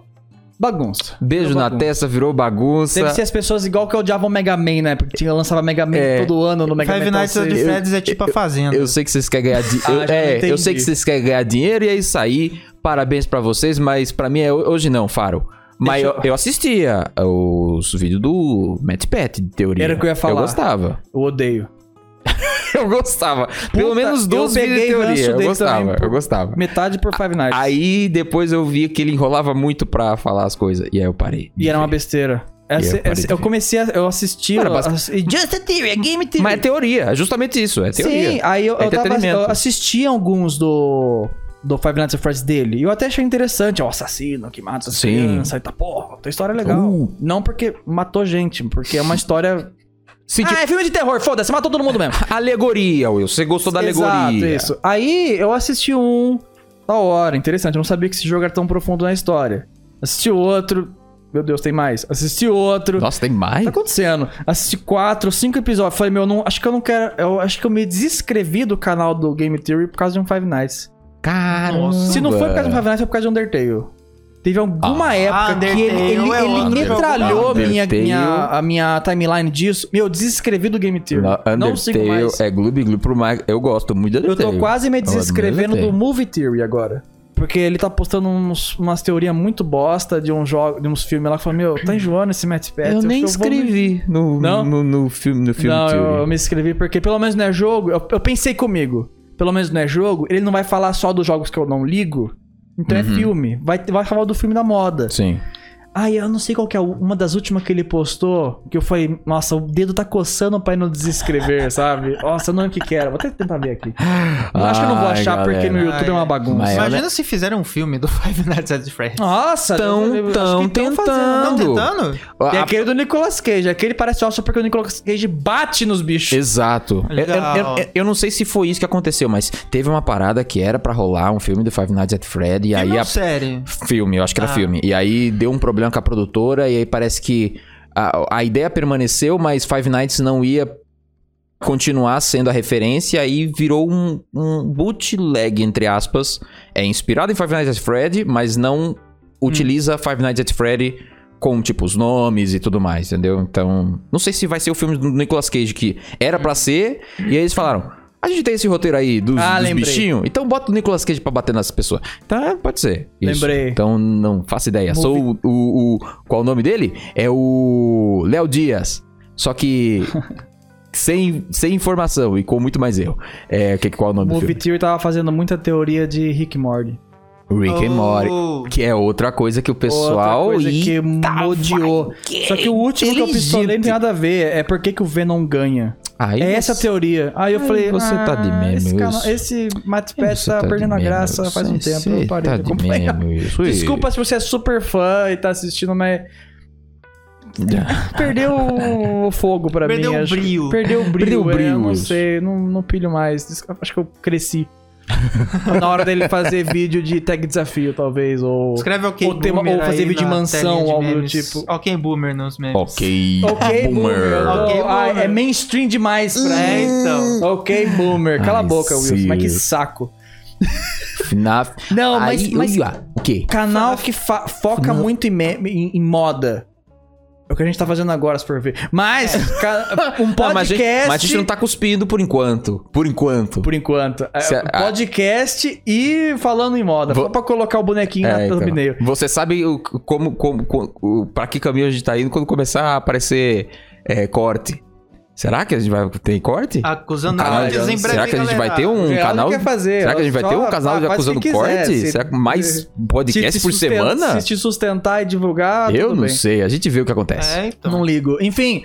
Bagunça. beijo Virou na bagunça. testa, virou bagunça. Deve ser as pessoas igual que odiavam Mega Man, né? Porque tinha, lançava Mega Man É. todo ano no Mega Five Man. então Nights at Freddy's é tipo a Fazenda. Eu sei que vocês querem ganhar Ah, dinheiro. já é, eu entendi. sei que vocês querem ganhar dinheiro e é isso aí. Parabéns pra vocês, mas pra mim é ho- hoje não, Faro. Mas eu, eu assistia os vídeos do Matt Pat de teoria. Era o que eu ia falar. Eu gostava. Eu odeio. Eu gostava. Pelo menos eu dos vídeos de peguei ranço teoria. Eu dele gostava, também, pô. eu gostava. Metade por Five Nights. Aí depois eu vi que ele enrolava muito pra falar as coisas. E aí eu parei. E era uma besteira. Essa- eu parei essa- de eu ver. comecei a, eu assisti. Era eu basic- assi- Just a theory, a game theory. Mas é teoria, é justamente isso. É teoria. Sim, aí eu, É eu, tava- entretenimento. eu assisti alguns do, do Five Nights at Freddy's dele. E eu até achei interessante. É o assassino que mata as Sim. crianças. Eita porra, tua história é legal. Uh. Não porque matou gente, porque é uma história... Sim, tipo, Ah, é filme de terror, foda-se, matou todo mundo mesmo. alegoria, Will. Você gostou da alegoria. Ah, é. Exato, isso. Aí eu assisti um da hora, interessante. Eu não sabia que esse jogo era tão profundo na história. Assisti outro. Meu Deus, tem mais. Assisti outro. Nossa, tem O que mais? tá acontecendo? Assisti quatro, cinco episódios. Falei, meu, não, acho que eu não quero. Eu acho que eu me desinscrevi do canal do Game Theory por causa de um Five Nights. Caramba. Se não foi por causa de um Five Nights, foi por causa de Undertale. Teve alguma época que ele, ele, Undertale ele é outro jogo. metralhou minha, Undertale. minha- a minha timeline disso. Meu, eu desinscrevi do Game Theory. Na- Undertale não sigo mais. é Gloob Gloob pro Mike. Eu gosto muito de Eu Undertale. tô quase me adoro desescrevendo do Undertale. Movie Theory agora. Porque ele tá postando uns- umas teorias muito bosta de, um jogo, de uns filmes lá. que Fala, meu, tá enjoando esse Matt Pat. Eu acho nem que vou me- escrevi no, Não? no, no filme, no filme não, eu, Theory. eu me inscrevi porque pelo menos não é jogo. Eu, eu pensei comigo. Pelo menos não é jogo. Ele não vai falar só dos jogos que eu não ligo. Então é Uhum. filme. Vai, vai falar do filme da moda. Sim. Ai, eu não sei qual que é uma das últimas que ele postou, que eu falei, nossa, o dedo tá coçando pra ir no desescrever, sabe? Nossa, eu não lembro o que que era. Vou até tentar ver aqui. Eu acho que eu não vou Ai, achar porque no galera. YouTube é uma bagunça. Mas- Imagina se fizeram um filme do Five Nights at Freddy's. Nossa, Tão- eu- eu acho tão que tão Ah, tentando. fazendo. Estão Não. tentando? Tem A- aquele do Nicolas Cage, aquele parece só porque o Nicolas Cage bate nos bichos. Exato. Eu, Legal. eu- eu- eu não sei se foi isso que aconteceu, mas teve uma parada que era pra rolar um filme do Five Nights at Fred e Filme aí ou a série? Filme, eu acho que era Ah. filme. E aí deu um problema com a produtora, e aí parece que a, a ideia permaneceu, mas Five Nights não ia continuar sendo a referência, aí virou um, um bootleg, entre aspas. É inspirado em Five Nights at Freddy, mas não Hum. utiliza Five Nights at Freddy com, tipo, os nomes e tudo mais, entendeu? Então, não sei se vai ser o filme do Nicolas Cage que era pra ser, e aí eles falaram... A gente tem esse roteiro aí dos, Ah, dos lembrei. bichinhos, então bota o Nicolas Cage pra bater nas pessoas. Tá, pode ser. Isso. Lembrei. Então, não faço ideia. Sou o, o- o- Qual o nome dele? É o. Léo Dias. Só que. sem, sem informação e com muito mais erro. É, que, qual é O o nome Movie do Theory tava fazendo muita teoria de Rick Morty. filme? Rick and Morty. Oh. Que é outra coisa que o Outra pessoal. tá coisa e- que odiou. Só que o último que eu pistolei não tem nada a ver. É por que que o Venom ganha. Aí é essa a você- teoria. Aí eu Aí falei. você tá de "Ah, meme, Esse, Wilson. cara, esse Matt Pat Você tá, de perdendo a meme, graça faz um você- tempo. você Eu parei tá de de acompanhar. meme, isso. Desculpa se você é super fã e tá assistindo, mas. Perdeu o fogo pra Perdeu mim. o acho. brilho. Perdeu o Perdeu brilho. o é, brilho, eu não isso. sei, não, não pilho mais. Des- Acho que eu cresci. Na hora dele fazer vídeo de tag desafio, talvez, ou... Escreve OK Ou tema- Boomer ou fazer aí vídeo de na mansão, telinha de algo do memes. tipo. OK Boomer nos memes. Ok. Ok, boomer. boomer. Eu tô- Ok, ah, boomer. é mainstream demais pra É, então. Ok, boomer. Cala a Ai, boca, Wilson. Mas que Sirius. saco. FNAF. Não, mas- Aí, mas- ui, ah, O quê? Canal que fa- foca muito em, me- em- em moda. É o que a gente tá fazendo agora, se for ver. Mas, ca- um podcast. Não, mas, a gente, mas a gente não tá cuspindo por enquanto. Por enquanto. Por enquanto. É, Se a- a- podcast e falando em moda. Vou- Só pra colocar o bonequinho na É, então. thumbnail. Você sabe o- como, como, como- o- pra que caminho a gente tá indo quando começar a aparecer é, corte. Será que a gente vai ter corte? Acusando Ah, cortes já- em breve, será que a gente galera. vai ter O um Geraldo canal? quer fazer, será que a gente vai só ter um canal de faz acusando o que quiser, corte? se- será que mais é podcast Se por susten- semana? Se te sustentar e divulgar, Eu tudo não bem. sei, a gente vê o que acontece. É, então. Não ligo. Enfim.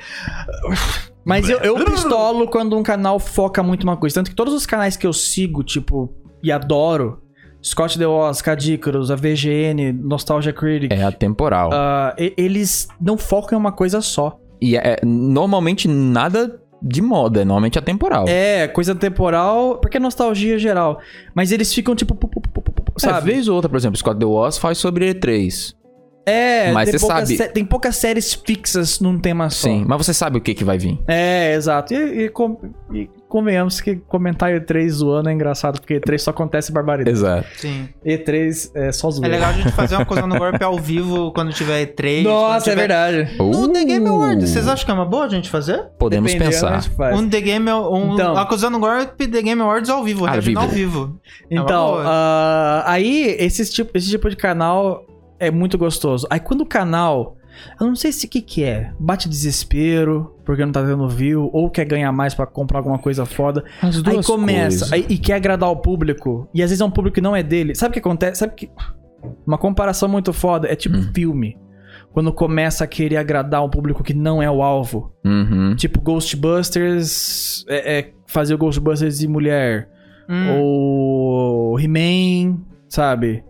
Mas eu, eu pistolo quando um canal foca muito uma coisa. Tanto que todos os canais que eu sigo, tipo, e adoro, Scott The Oscar, Cadícaros, a VGN, Nostalgia Critic, É atemporal. ah, e- eles não focam em uma coisa só. E é, é normalmente nada de moda, é normalmente atemporal. É, coisa temporal, porque é nostalgia geral. Mas eles ficam tipo. pu- pu- pu- pu- pu- pu- Sabe, Sabe? vez ou outra, por exemplo, Scott The Wars faz sobre E3. É, Mas tem, você poucas sabe- sé- tem poucas séries fixas num tema só. Sim, mas você sabe o que, que vai vir. É, exato. E, e com- e convenhamos que comentar E3 zoando é engraçado, porque E3 só acontece barbaridade. Exato. Sim. E3 é só É zoeira. legal a gente fazer uma coisa no golpe ao vivo quando tiver E3. quando Nossa, tiver... é verdade. No The Game Awards. Vocês Uh, acham que é uma boa a gente fazer? Podemos Dependendo, a pensar. gente faz. Um The Game... Um... Então. Acusando golpe, The Game Awards ao vivo. Ao reagindo vivo. Ao vivo. É uma Então, boa. ah, aí esse tipo, esse tipo de canal é muito gostoso. Aí quando o canal, eu não sei se o que que é, bate desespero porque não tá tendo view ou quer ganhar mais pra comprar alguma coisa foda. As aí duas começa coisas. aí- e quer agradar o público e às vezes é um público que não é dele. Sabe o que acontece? Sabe que uma comparação muito foda é tipo Hum. filme. Quando começa a querer agradar um público que não é o alvo. Uhum. Tipo Ghostbusters, é, é fazer o Ghostbusters de mulher. Hum. Ou He-Man, sabe?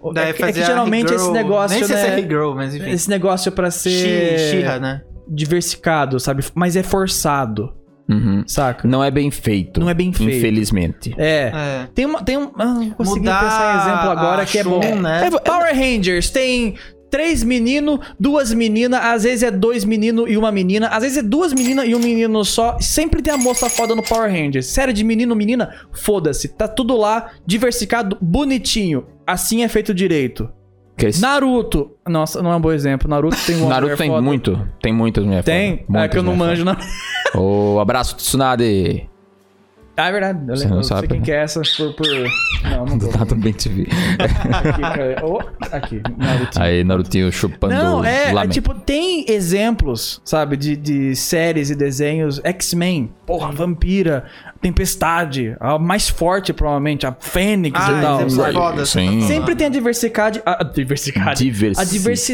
Ou- Daí é, que- é fazer que a geralmente He-Girl. esse negócio, Nem sei se é né? He-Girl, mas enfim. esse negócio é pra ser She- She-Ra, né? diversificado, sabe? Mas é forçado, Uhum. saca? Não é bem feito. Não é bem feito. Infelizmente. É. É. Tem uma. Tem um, ah, não consegui Mudar pensar em exemplo agora a que é bom. Shun, né? É, Power Rangers tem três meninos, duas meninas, às vezes é dois meninos e uma menina, às vezes é duas meninas e um menino só. Sempre tem a moça foda no Power Rangers. Série de menino, menina, foda-se. Tá tudo lá, diversificado, bonitinho. Assim é feito direito. Que esse- Naruto. Nossa, não é um bom exemplo. Naruto tem uma Naruto mulher tem foda. muito. Tem muitas mulheres Tem? é que eu não manjo, não. O abraço, Tsunade. Ah, é verdade. Eu, Você lembro- não eu sei sabe, quem né? que é essa por. por... Não, não Do vou. nada bem te vi. Aqui, cara. Ô, aqui, Naruto. Aí, Narutinho chupando Não, é, é lamen. tipo, tem exemplos, sabe, de, de séries e desenhos. X-Men, porra, Vampira, Tempestade, a mais forte, provavelmente, a Fênix Ah, e tal. exemplo sabe? foda, você tá Sim. falando. Sempre tem a diversidade. A, a diversidade. Diversi- A diversidade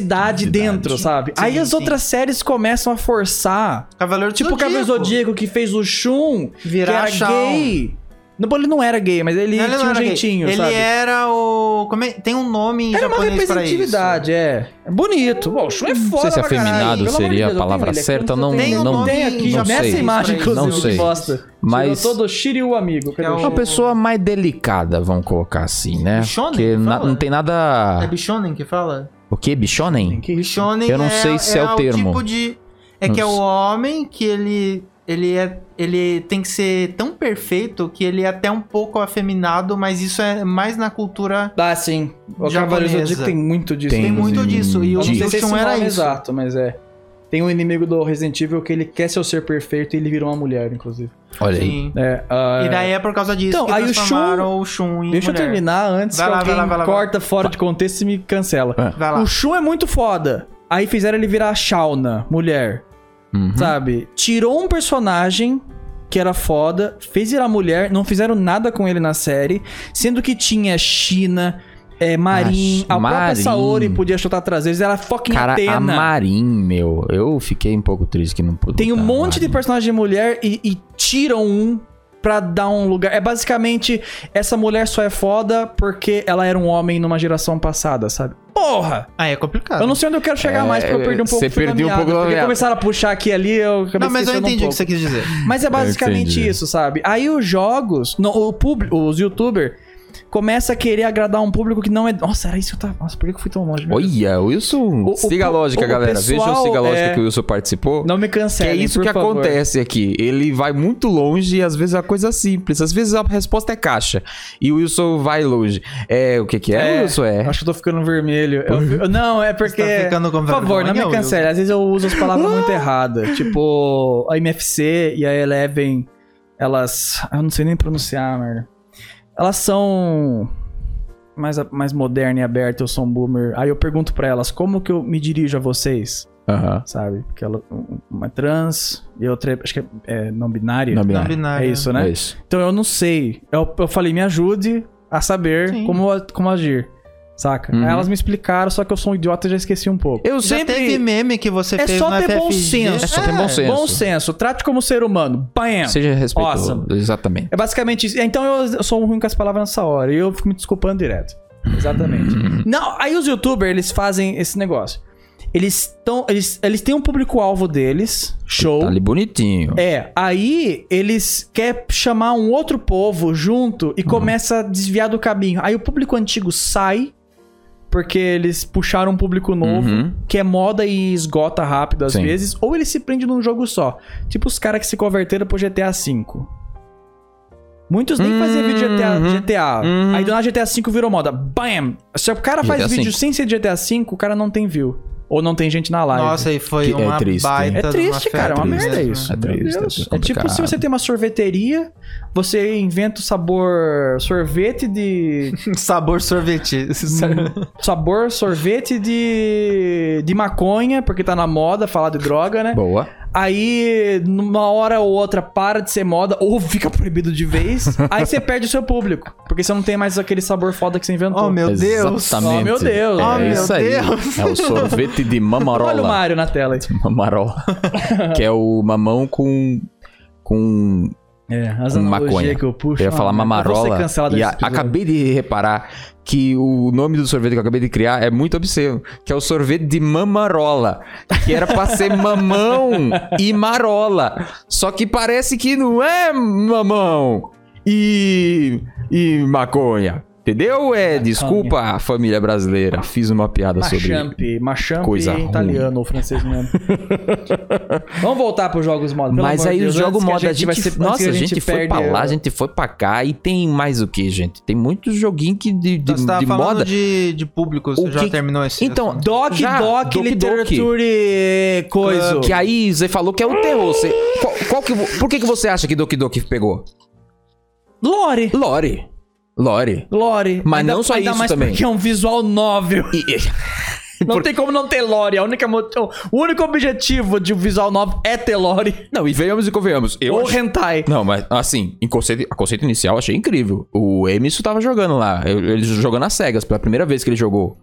cidade. dentro, sabe? Aí Sim, as sim. outras séries começam a forçar. Cavaleiro Tipo o Cavaleiro Zodíaco que fez o Shun, Virar que Shawn. era gay. Não, ele não era gay, mas ele Não, ele tinha não um era gay. jeitinho, Ele sabe? era o... Como é- Tem um nome em Era uma japonês pra isso. representatividade, é. É Bonito. Bom, o Shun é Não foda sei se pra caralho, afeminado pelo amor de seria Deus, a eu palavra tenho ele aqui, certa. eu Não, Tem um não, nome Tem em aqui, japonês nessa sei. imagem, pra isso. inclusive, Não sei. que bosta. Mas- Tirou todo o Shiryu amigo. Cadê É o o- Uma pessoa mais delicada, vamos colocar assim, né? Bichonen, Porque na- fala? não tem nada. É Bichonen que fala? O que? Bichonen? Bichonen Eu não é, sei se é o termo. tipo de... É que é Não o sei. homem que ele... Ele, é, ele tem que ser tão perfeito que ele é até um pouco afeminado, mas isso é mais na cultura. Ah, sim. O Japonesa. Cavaleiro Zodíaco tem muito disso. Tem Tem muito Sim, disso. E o Eu não sei se Shun esse nome era é isso. exato, mas é. Tem um inimigo do Resident Evil que ele quer seu ser perfeito e ele vira uma mulher, inclusive. Olha aí. Sim. É, ah, E daí é por causa disso Então, que aí o Shun- transformaram o Shun em Deixa eu mulher. terminar antes Vai que lá, vai alguém lá, vai lá, vai lá. corta fora de contexto e me cancela. Tá Vai lá. O Shun é muito foda. Aí fizeram ele virar a Shauna, mulher. Uhum. Sabe? Tirou um personagem que era foda, fez virar mulher, não fizeram nada com ele na série, sendo que tinha China, é, Marin, Ah, a própria Marin. Saori podia chutar atrás deles, ela é fucking Cara, a Atena. Marin, meu. Eu fiquei um pouco triste que não pude. Tem um botar a monte de Marin. personagem de mulher e, e tiram um pra dar um lugar. É basicamente, essa mulher só é foda porque ela era um homem numa geração passada, sabe? Porra! Ah, é complicado. Eu não sei onde eu quero chegar É, mais, porque eu perdi um pouco você o fio da perdeu um meada, pouco da Porque meada. começaram a puxar aqui e ali, eu acabei Não, mas eu esquecendo um entendi o que pouco. você quis dizer. Mas é basicamente entendi. isso, sabe? Aí os jogos, não, o público, os youtubers começa a querer agradar um público que não é. Nossa, era isso que eu tava. Nossa, por que eu fui tão longe? meu Deus? Olha, Wilson. O- o- siga a lógica, o galera. pessoal Veja o siga a lógica é- que o Wilson participou. Não me Que é cancele. isso que acontece aqui. Ele vai muito longe e às vezes é uma coisa simples. Às vezes a resposta é caixa. E o Wilson vai longe. É, o que que é, Wilson? É. Acho que eu tô ficando vermelho. Eu- eu- não, é porque. Você tá ficando com por favor, não vergonha, me cancele. Às vezes eu uso as palavras muito erradas. Tipo, a MFC e a Eleven, elas. Eu não sei nem pronunciar, merda. Elas são mais, a- mais moderna e aberta, eu sou um boomer. Aí eu pergunto pra elas, como que eu me dirijo a vocês? Aham. Sabe? Porque ela, um- uma é trans e a outra é, acho que é, é não binária. Não, Não binário. binário. é isso, né? É isso. Então eu não sei. Eu, eu falei, me ajude a saber Sim. como, como agir. Saca? Uhum. Aí elas me explicaram, só que eu sou um idiota e já esqueci um pouco. Eu Já teve meme que você É fez só no ter bom FFG. senso. É só ter bom senso. Bom senso, trate como ser humano. Bam! Seja respeitoso. Awesome. Exatamente. É basicamente isso. Então eu, eu sou ruim com as palavras nessa hora. E eu fico me desculpando direto. Exatamente. Não, aí os youtubers, eles fazem esse negócio. Eles, tão, eles, eles têm um público-alvo deles. Show. Tá ali bonitinho. É, aí eles quer chamar um outro povo junto Uhum. e começa a desviar do caminho. Aí o público antigo sai porque eles puxaram um público novo Uhum. que é moda e esgota rápido às Sim. vezes, ou ele se prende num jogo só. Tipo os caras que se converteram pro GTA V. Muitos nem faziam vídeo de GTA. Uhum. GTA. Aí do nada GTA V virou moda. Bam! Se o cara faz GTA V. vídeo sem ser de GTA V, o cara não tem view. Ou não tem gente na live. Nossa, e foi Que é uma triste, baita hein? de É uma triste, cara. É uma febre merda mesmo, isso. né? É triste, Meu é Deus. É, complicado. tipo se você tem uma sorveteria, você inventa o sabor sorvete de. Sabor sorvete. sabor sorvete de. de maconha, porque tá na moda falar de droga, né? Boa. Aí, numa hora ou outra, para de ser moda ou fica proibido de vez. aí você perde o seu público, porque você não tem mais aquele sabor foda que você inventou. Oh, meu Deus. Exatamente. Oh, meu Deus. É Oh, meu isso aí. Deus. É o sorvete de mamarola. Olha o Mario na tela aí. Mamarola. que é o mamão com. Com. É, as Com analogias maconha. que eu puxo. Eu ia falar ah, Eu vou mamarola. ser cancelado E nesse a- episódio. acabei de reparar que o nome do sorvete que eu acabei de criar é muito obsceno. Que é o sorvete de mamarola. Que era pra ser mamão e marola. Só que parece que não é mamão e. e maconha. Entendeu? É, desculpa, família brasileira. Fiz uma piada sobre. Machamp, Machamp coisa em ruim. italiano ou francês mesmo. Vamos voltar pros jogos moda. pelo Mas amor de aí o Deus, jogo antes que moda, a gente, vai se- antes que nossa, a gente, foi perde pra lá, a- a gente foi pra cá e tem mais o que, gente? Tem muito joguinho que de, de, Você tava de falando moda. de, de público, você O já que- terminou esse Então, assunto? Doc, Já, doc, Doc, literature, e coisa. Que aí você falou que é um terror. Você, qual, qual que, por que, que você acha que Doki Doki pegou? Lore. Lore. Lore. Lore. Mas não só ainda isso mais também. Porque é um visual novel. E- e- Não tem como não ter lore. A única, mo- o único objetivo de um visual novel é ter lore. não, e venhamos e convenhamos. Eu ou achei- hentai. Não, mas assim, em conceito, a conceito inicial eu achei incrível. O Emerson tava jogando lá. eu- Ele jogando às cegas, pela primeira vez que ele jogou.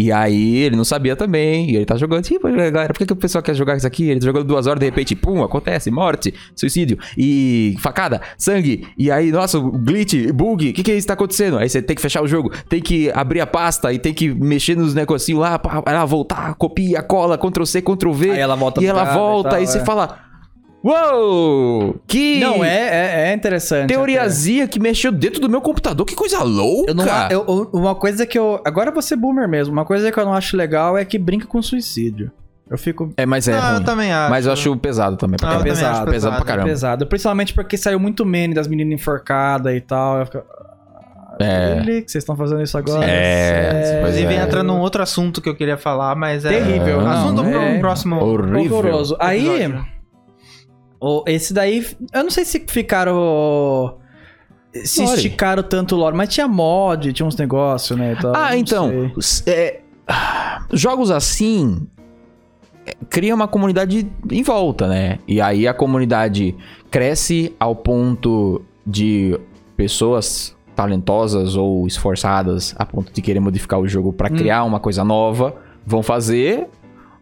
E aí ele não sabia também. E ele tá jogando. Tipo, galera, por que, que o pessoal quer jogar isso aqui? Ele tá jogando duas horas, de repente, pum, acontece, morte, suicídio, e facada, sangue. E aí, nossa, glitch, bug, o que, que é isso que tá acontecendo? Aí você tem que fechar o jogo, tem que abrir a pasta e tem que mexer nos negocinhos lá, pá, vai lá, voltar, copia, cola, Ctrl C, Ctrl V. Aí ela volta E pro ela cara e volta, tal, e você é. fala. Uou! Que. Não, é, é, é interessante. até. Teoriazinha que mexeu dentro do meu computador. Que coisa louca! Eu não, eu- eu- uma coisa que eu. Agora você boomer mesmo. Uma coisa que eu não acho legal é que brinca com suicídio. Eu fico É, mas é Ah, ruim. eu também acho. Mas eu acho pesado também. pra Ah, caramba. tá. eu também acho pesado, pesado pra caramba. pesado. Principalmente porque saiu muito meme das meninas enforcadas e tal. Eu fico, É. "Really? que vocês estão fazendo isso agora? É, Sério?" pois Inclusive, é. entra num outro assunto que eu queria falar, mas é. Terrível. Não, Assunto não pro é. próximo. Horrível. Horroroso. Aí, episódio. o- esse daí. Eu não sei se ficaram. Se Lore. esticaram tanto o lore, mas tinha mod, tinha uns negócios, né? e tal, Ah, não então. sei. s- é, jogos assim é, cria uma comunidade em volta, né? E aí a comunidade cresce ao ponto de pessoas talentosas ou esforçadas a ponto de querer modificar o jogo Hum. pra criar uma coisa nova, vão fazer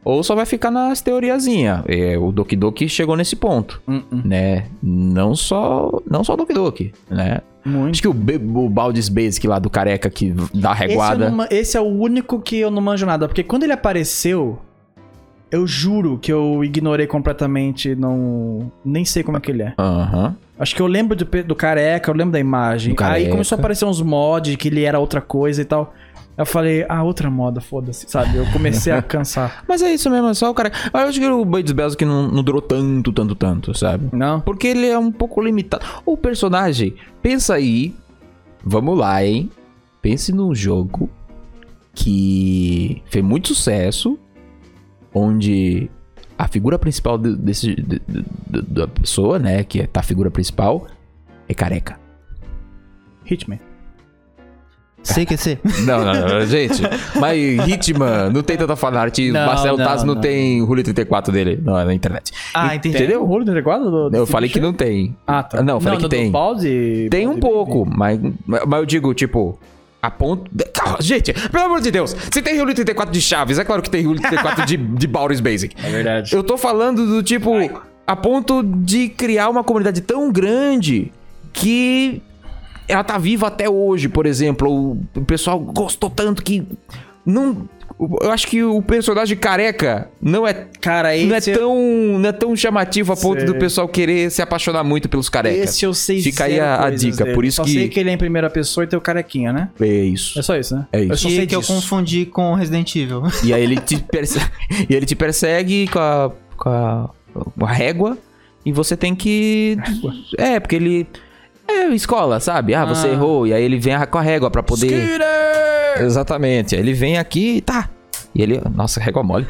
ou só vai ficar nas teoriazinha. É, o Doki Doki chegou nesse ponto, Hum, hum. né? Não só, não só o Doki Doki, né? Muito. Acho que o, Be- o Baldur's Basic lá do careca que dá Esse, é eu reguada. não ma- esse é o único que eu não manjo nada, porque quando ele apareceu, Eu juro que eu ignorei completamente, não. Nem sei como é que ele é. Aham. Acho que eu lembro do, pe- do careca, eu lembro da imagem. Do Aí careca. começou a aparecer uns mods que ele era outra coisa e tal. Eu falei, ah, outra moda, foda-se, sabe? Eu comecei a cansar. Mas é isso mesmo, é só o cara. Mas Eu acho que o Blades Bells que não, não durou tanto, tanto, tanto, sabe? Não? Porque ele é um pouco limitado. O personagem, pensa aí. Vamos lá, hein? Pense num jogo que fez muito sucesso. Onde a figura principal de- desse, de- de- de- da pessoa, né? Que é tá a figura principal, é careca. Hitman. Sei que sei. Não, não, não, gente. Mas Hitman não tem tanta fanart. Não, Marcelo não, Taz não, não. tem Julio 34 dele é na- na internet. Ah, entendi. Entendeu? O rolo do 34? Do, do Eu falei que Steve não tem. Ah, tá. Não, eu falei no que do tem. Baldi- Tem um Baldi pouco, mas, mas eu digo, tipo, a ponto. Calma, Gente, pelo amor de Deus, se tem Rio 34 de Chaves, é claro que tem Rio 34 de, de Baldur's Basic. Baby. É verdade. Eu tô falando do tipo, a ponto de criar uma comunidade tão grande que ela tá viva até hoje, por exemplo. O pessoal gostou tanto que. Não. Eu acho que o personagem careca não é Cara, esse, não é tão, não é tão chamativo a ponto Sei. do pessoal querer se apaixonar muito pelos carecas. esse eu sei Fica aí zero a- a coisas dica, por isso só que- sei que ele é em primeira pessoa e tem o carequinha, né? É isso. É só isso, né? É Eu isso. só E sei que eu disso. confundi com Resident Evil. E aí ele te persegue, e ele te persegue com a, com a, com a régua e você tem que É, porque ele é escola, sabe? Ah, você Ah. errou e aí ele vem com a régua pra poder Exatamente. Aí ele vem aqui e tá. E ele, nossa, régua mole.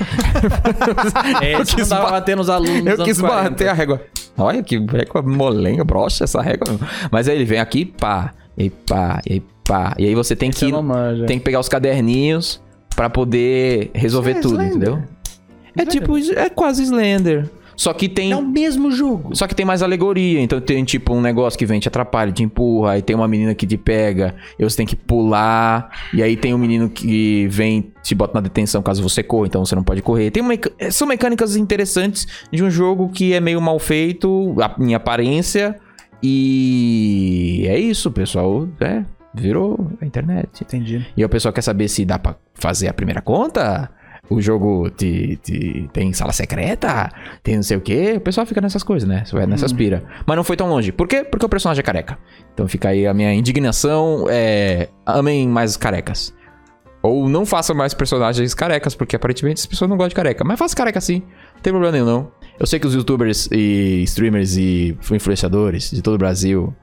É, eu quis ba- bater nos alunos. Eu dos quis anos 40. bater a régua. Olha que régua molenga, broxa essa régua. Mas aí ele vem aqui, pá, e pá, e pá. E aí você tem Você que não manja. tem que pegar os caderninhos pra poder resolver Isso é tudo, Slender. entendeu? É tipo, é quase Slender. Só que tem. É o mesmo jogo. Só que tem mais alegoria, então tem tipo um negócio que vem, te atrapalha, te empurra, aí tem uma menina que te pega, e você tem que pular, e aí tem um menino que vem, te bota na detenção caso você corra, então você não pode correr. Tem meca- São mecânicas interessantes de um jogo que é meio mal feito, a- em aparência, e é isso, pessoal, é, virou a internet. Entendi. E aí o pessoal quer saber se dá pra fazer a primeira conta? O jogo te, te- tem sala secreta? Tem não sei o quê? O pessoal fica nessas coisas, né? Vai nessas pira. Mas não foi tão longe. Por quê? Porque o personagem é careca. Então fica aí a minha indignação. É... Amem mais carecas. Ou não façam mais personagens carecas, porque aparentemente as pessoas não gostam de careca. Mas faça careca sim. Não tem problema nenhum, não. Eu sei que os youtubers e streamers e influenciadores de todo o Brasil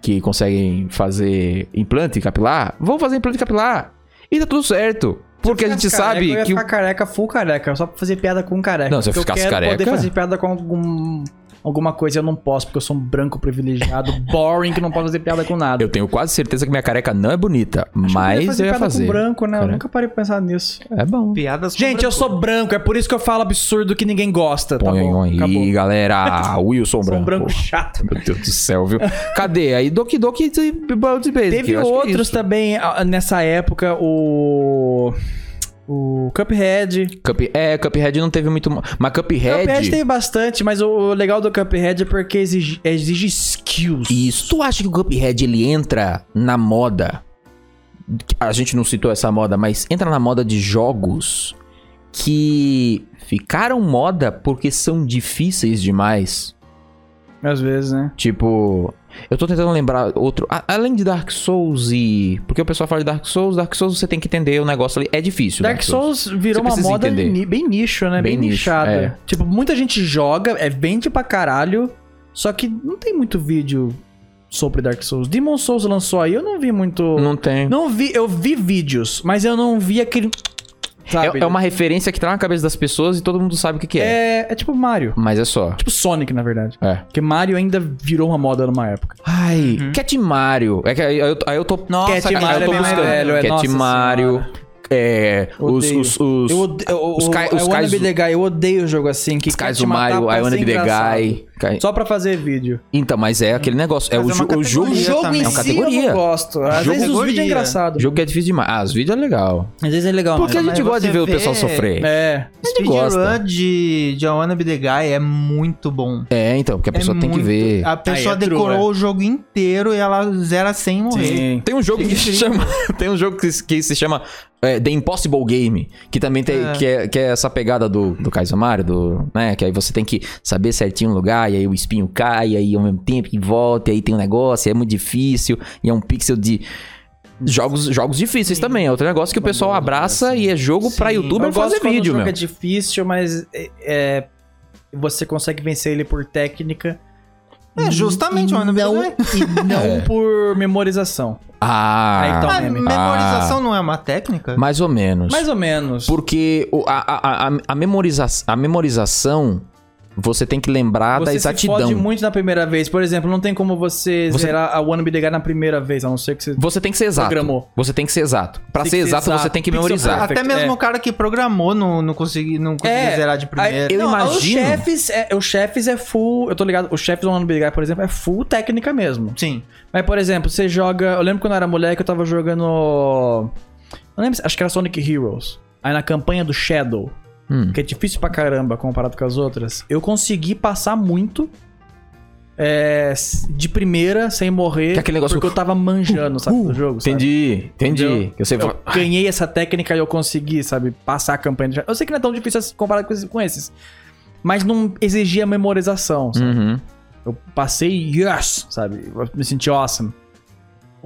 que conseguem fazer implante capilar, vão fazer implante capilar. E tá tudo certo. Porque a gente Ficasse careca, eu sabe ia que. o- ficar careca, full careca, só pra fazer piada com careca. Não, se eu Porque ficasse quero careca- poder fazer piada com algum, alguma coisa e eu não posso, porque eu sou um branco privilegiado, boring, que não pode fazer piada com nada. Eu tenho quase certeza que minha careca não é bonita, mas eu ia piada fazer. com branco, né? Eu Careca. nunca parei pra pensar nisso. É bom. Piadas Gente, eu sou branco, é por isso que eu falo absurdo que ninguém gosta, tá Põe um bom? aí, Acabou. galera. Ah, Sou Wilson um branco. branco chato. Meu Deus do céu, viu? Cadê? Aí Doki Doki e Baldur's Basic. Teve eu acho que é outros isso. também ah, nessa época, o. O Cuphead. Cup... É, Cuphead não teve muito. ma- Mas Cuphead. Cuphead teve bastante, mas o legal do Cuphead é porque exige, exige skills. Isso. Tu acha que o Cuphead ele entra na moda? A gente não citou essa moda, mas entra na moda de jogos que ficaram moda porque são difíceis demais. Às vezes, né? Tipo, eu tô tentando lembrar outro. a- além de Dark Souls e. Porque o pessoal fala de Dark Souls, Dark Souls você tem que entender o negócio ali. É difícil. Dark Souls virou Você uma precisa moda entender. ni- bem nicho, né? Bem, Bem nicho, nichada. é. Tipo, muita gente joga, é vende pra caralho, só que não tem muito vídeo sobre Dark Souls. Demon Souls lançou aí, eu não vi muito. Não, Não tem. vi, eu vi vídeos, mas eu não vi aquele. Sabe? né? é, é uma referência que tá na cabeça das pessoas e todo mundo sabe o que, que É, é. é tipo Mario. Mas é só. Tipo Sonic, na verdade. É. Porque Mario ainda virou uma moda numa época. Ai, Cat Mario. É que aí eu, aí eu tô. Uhum. Nossa, Cat Cat Mario, eu Mario tô é bem buscando. mais velho, é, Cat nossa Mario. É. Os. Odeio. Os. Os, Eu odeio. os Os, cai- I os wanna cais- be the guy. Eu odeio jogo assim. Que os quer Cais te do matar Mario, tá pra I Wanna ser Be the engraçado. Guy. ficar. Só pra fazer vídeo. Então, mas é aquele negócio. É o, Mas é jo- uma o jogo. categoria. também. É uma categoria. eu não gosto. Às Jogo- vezes os vídeos é categoria. O engraçado. jogo que é difícil demais. Ah, os vídeos é legal. Às vezes é legal Porque a mas gente gosta de você ver o vê- pessoal sofrer. É. gosta. Speedrun de, de I Wanna Be The Guy é muito bom. É, então, porque a É pessoa tem que muito- ver. A pessoa é true, decorou é. o jogo inteiro e ela zera sem morrer. Sim. Tem um jogo que se chama. Tem um jogo que, se- que se chama é, The Impossible Game. Que também tem. É. Que, é, que é essa pegada do, do Kaizo Mario, do, né? Que aí você tem que saber certinho o lugar, e aí o espinho cai, e aí ao mesmo tempo que volta, e aí tem um negócio, e é muito difícil, e é um pixel de. Jogos, jogos difíceis também. É outro negócio que o pessoal assim. abraça e é jogo pra Sim. youtuber fazer quando vídeo, o jogo meu. é difícil, mas é, é, você consegue vencer ele por técnica. É, justamente E I Wanna Be não- The Guy. e não É. por memorização. Ah, Aí tá Ah, meme. memorização não é uma técnica? mais ou menos. Mais ou menos. Porque o- a, a, a, a, memoriza a memorização, você tem que lembrar da você se exatidão. fode muito na primeira vez. Por exemplo, não tem como você, Você- zerar a One Be The Guy na primeira vez, a não ser que você... Você tem que ser exato. Programou. Você tem que ser exato. Pra Tem ser que ser exato, você exato. tem que Pixel memorizar. perfect. Até mesmo é. o cara que programou não, não conseguiu não consegui É, zerar de primeira. eu- imagino- Ah, Os chefes, é, os chefes é full... Eu tô ligado, os chefes do One Be The Guy, por exemplo, é full técnica mesmo. Sim. Mas, por exemplo, você joga. Eu lembro quando eu era moleque, eu tava jogando. Não lembro, se- acho que era Sonic Heroes. Aí na campanha do Shadow, Hum. que é difícil pra caramba comparado com as outras, eu consegui passar muito. é, s- de primeira, sem morrer. Que é aquele negócio- Uh, Porque eu tava manjando, sabe? do jogo. sabe? Entendi, entendi. Entendeu? Então, Eu sei, Eu ganhei essa técnica e eu consegui, sabe? Passar a campanha do Shadow. Eu sei que não é tão difícil assim comparado com esses- com esses. Mas não exigia memorização, sabe? Uhum. Eu passei, yes, sabe? Eu me senti awesome.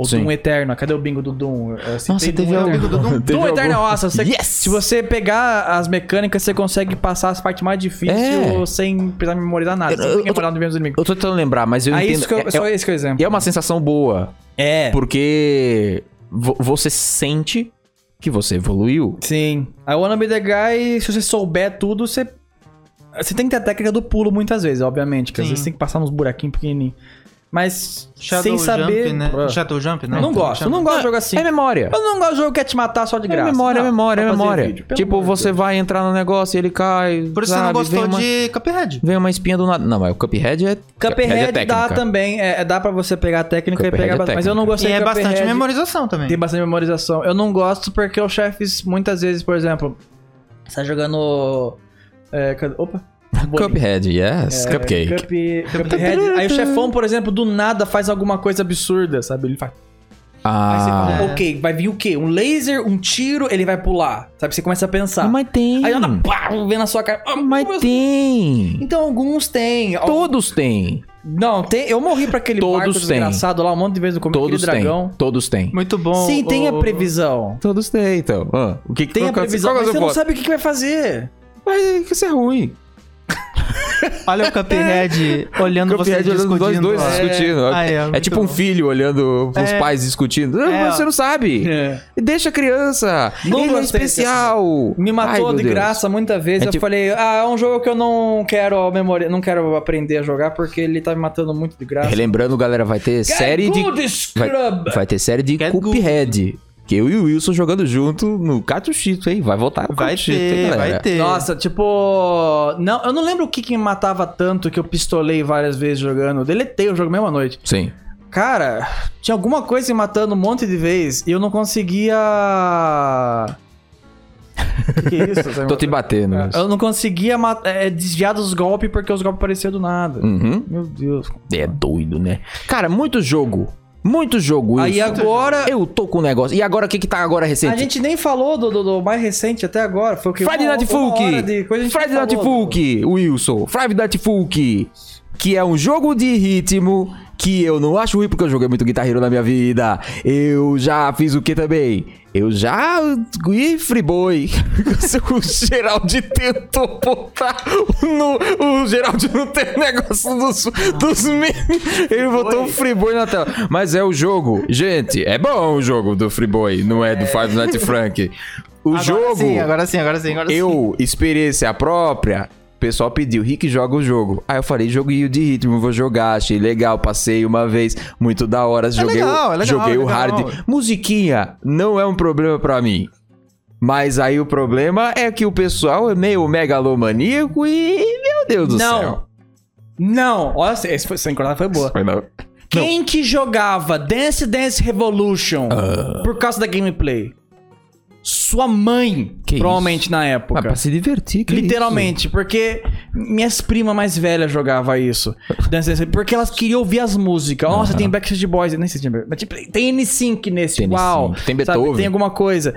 Ou Sim. Doom Eterno, cadê o bingo do Doom? Eu citei Nossa, teve Doom, algum- Doom, Doom, teve Eterno é awesome. Você- Yes! Se você pegar as mecânicas, você consegue passar as partes mais difíceis É. sem precisar memorizar nada. Eu- Você tem eu que memorizar no mesmo inimigo. Eu tô tentando lembrar, mas eu Aí entendo. isso que eu, é, só é- esse que é o exemplo. é uma sensação boa, É. porque vo- você sente que você evoluiu. Sim. A Wanna Be The Guy, se você souber tudo, você... Você tem que ter a técnica do pulo muitas vezes, obviamente. Que às Sim. vezes tem que passar nos buraquinhos pequenininhos. Mas Shadow sem saber... Jump, né? Pô, Shadow Jump, Não, não. gosto, eu não gosto de jogo assim. É memória. Eu não gosto de jogo que quer te matar só de É graça. memória, é Não, memória, é pra fazer memória. vídeo, pelo tipo, amor de você Deus. vai entrar no negócio e ele cai. Por isso você não sabe? gostou vem uma- de Cuphead. Vem uma espinha do nada. Não, mas o Cuphead é. é Cuphead dá técnica. também, é, é, dá pra você pegar a técnica Cuphead e pegar é bastante. Mas eu técnica. não gostei E é de Cuphead. bastante memorização também. Tem bastante memorização. Eu não gosto porque os chefes, muitas vezes, por exemplo, você tá jogando. É, cadê- opa! Bolinha. Cuphead, yes. É, Cupcake. Cup- Cuphead. Aí o chefão, por exemplo, do nada faz alguma coisa absurda, sabe? Ele faz. Aí você Ah. fala, ok, vai vir o quê? Um laser, um tiro, ele vai pular. Sabe? Você começa a pensar. Mas tem. Tá. Aí ela pá, vem na sua cara. Ah, Mas meu- tem. Então alguns têm. Al- Todos têm. Não, tem. Eu morri pra aquele Todos barco têm. desgraçado lá um monte de vezes no começo aquele Todos dragão. têm. Todos têm. Muito bom. Sim, tem o- a previsão. Todos têm, então. Ah, o que que Tem a qual- previsão, qual que é mas o você não ponto? sabe o que, que vai fazer. Mas isso é ruim. Olha o Cuphead olhando você Cuphead olhando discutindo. nós dois ó. discutindo. Ah, é, É, muito tipo um bom. filho olhando os É. pais discutindo. Ah, É, ó. Você não sabe. É. Deixa a criança. Não Ele é gostei desse especial. Me Ai, matou meu de Deus. graça muita vez. É eu tipo- falei, ah, é um jogo que eu não quero memória, não quero aprender a jogar porque ele tá me matando muito de graça. Relembrando, galera, vai ter Get série de good, Scrub! Vai ter série de Get Cuphead. Que eu e o Wilson jogando junto no Cato Chito, hein? Vai voltar o Vai Cato Chito, hein, ter, galera? vai ter. Nossa, tipo. Não, eu não lembro o que, que me matava tanto que eu pistolei várias vezes jogando. Eu Deletei o jogo mesmo à noite. Sim. Cara, tinha alguma coisa me matando um monte de vez e eu não conseguia. que, que é isso? Você me Tô te matou? batendo. Wilson. Eu não conseguia ma- eh, desviar dos golpes porque os golpes pareciam do nada. Uhum. Meu Deus. É doido, né? Cara, muito jogo. Muito jogo, Wilson. Aí agora. Eu tô com um negócio. E agora, o que que tá agora recente? A gente nem falou do, do- do mais recente até agora. Foi o que? Friday uma- Night uma Funk! hora de coisa a gente tá Friday nem Night falou. Funk, Wilson. Friday Night Funk. Que é um jogo de ritmo que eu não acho ruim porque eu joguei muito guitarreiro na minha vida. Eu já fiz o que também? Eu já. Ih, Friboi. o Geraldi tentou botar no. O Geraldi não tem o negócio dos, dos memes. Ele botou o Friboi na tela. Mas é o jogo. Gente, é bom o jogo do Friboi, não é do Five Night Frank. O Agora jogo. Sim, agora sim, agora sim, agora sim. Eu, experiência própria, o pessoal pediu, Rick, joga o jogo. Aí eu falei, joguinho de ritmo, vou jogar, achei legal, passei uma vez, muito da hora, joguei, o- legal, é legal, joguei é o hard. legal. Musiquinha não é um problema pra mim. Mas aí o problema é que o pessoal é meio megalomaníaco e, meu Deus do Não. céu. Não, olha, esse foi, sem cortar foi boa. Foi não. Quem que jogava Dance Dance Revolution Ah. por causa da gameplay? Sua mãe, Que provavelmente na Ah, época. pra se divertir, que Literalmente, porque minhas primas mais velhas jogavam isso. Dance Dance, porque elas queriam ouvir as músicas. Nossa, tem Backstreet Boys, nem sei se tinha Backstreet- mas tipo, tem N5 nesse, Tem uau. N sync, tem sabe? Beethoven. Tem alguma coisa.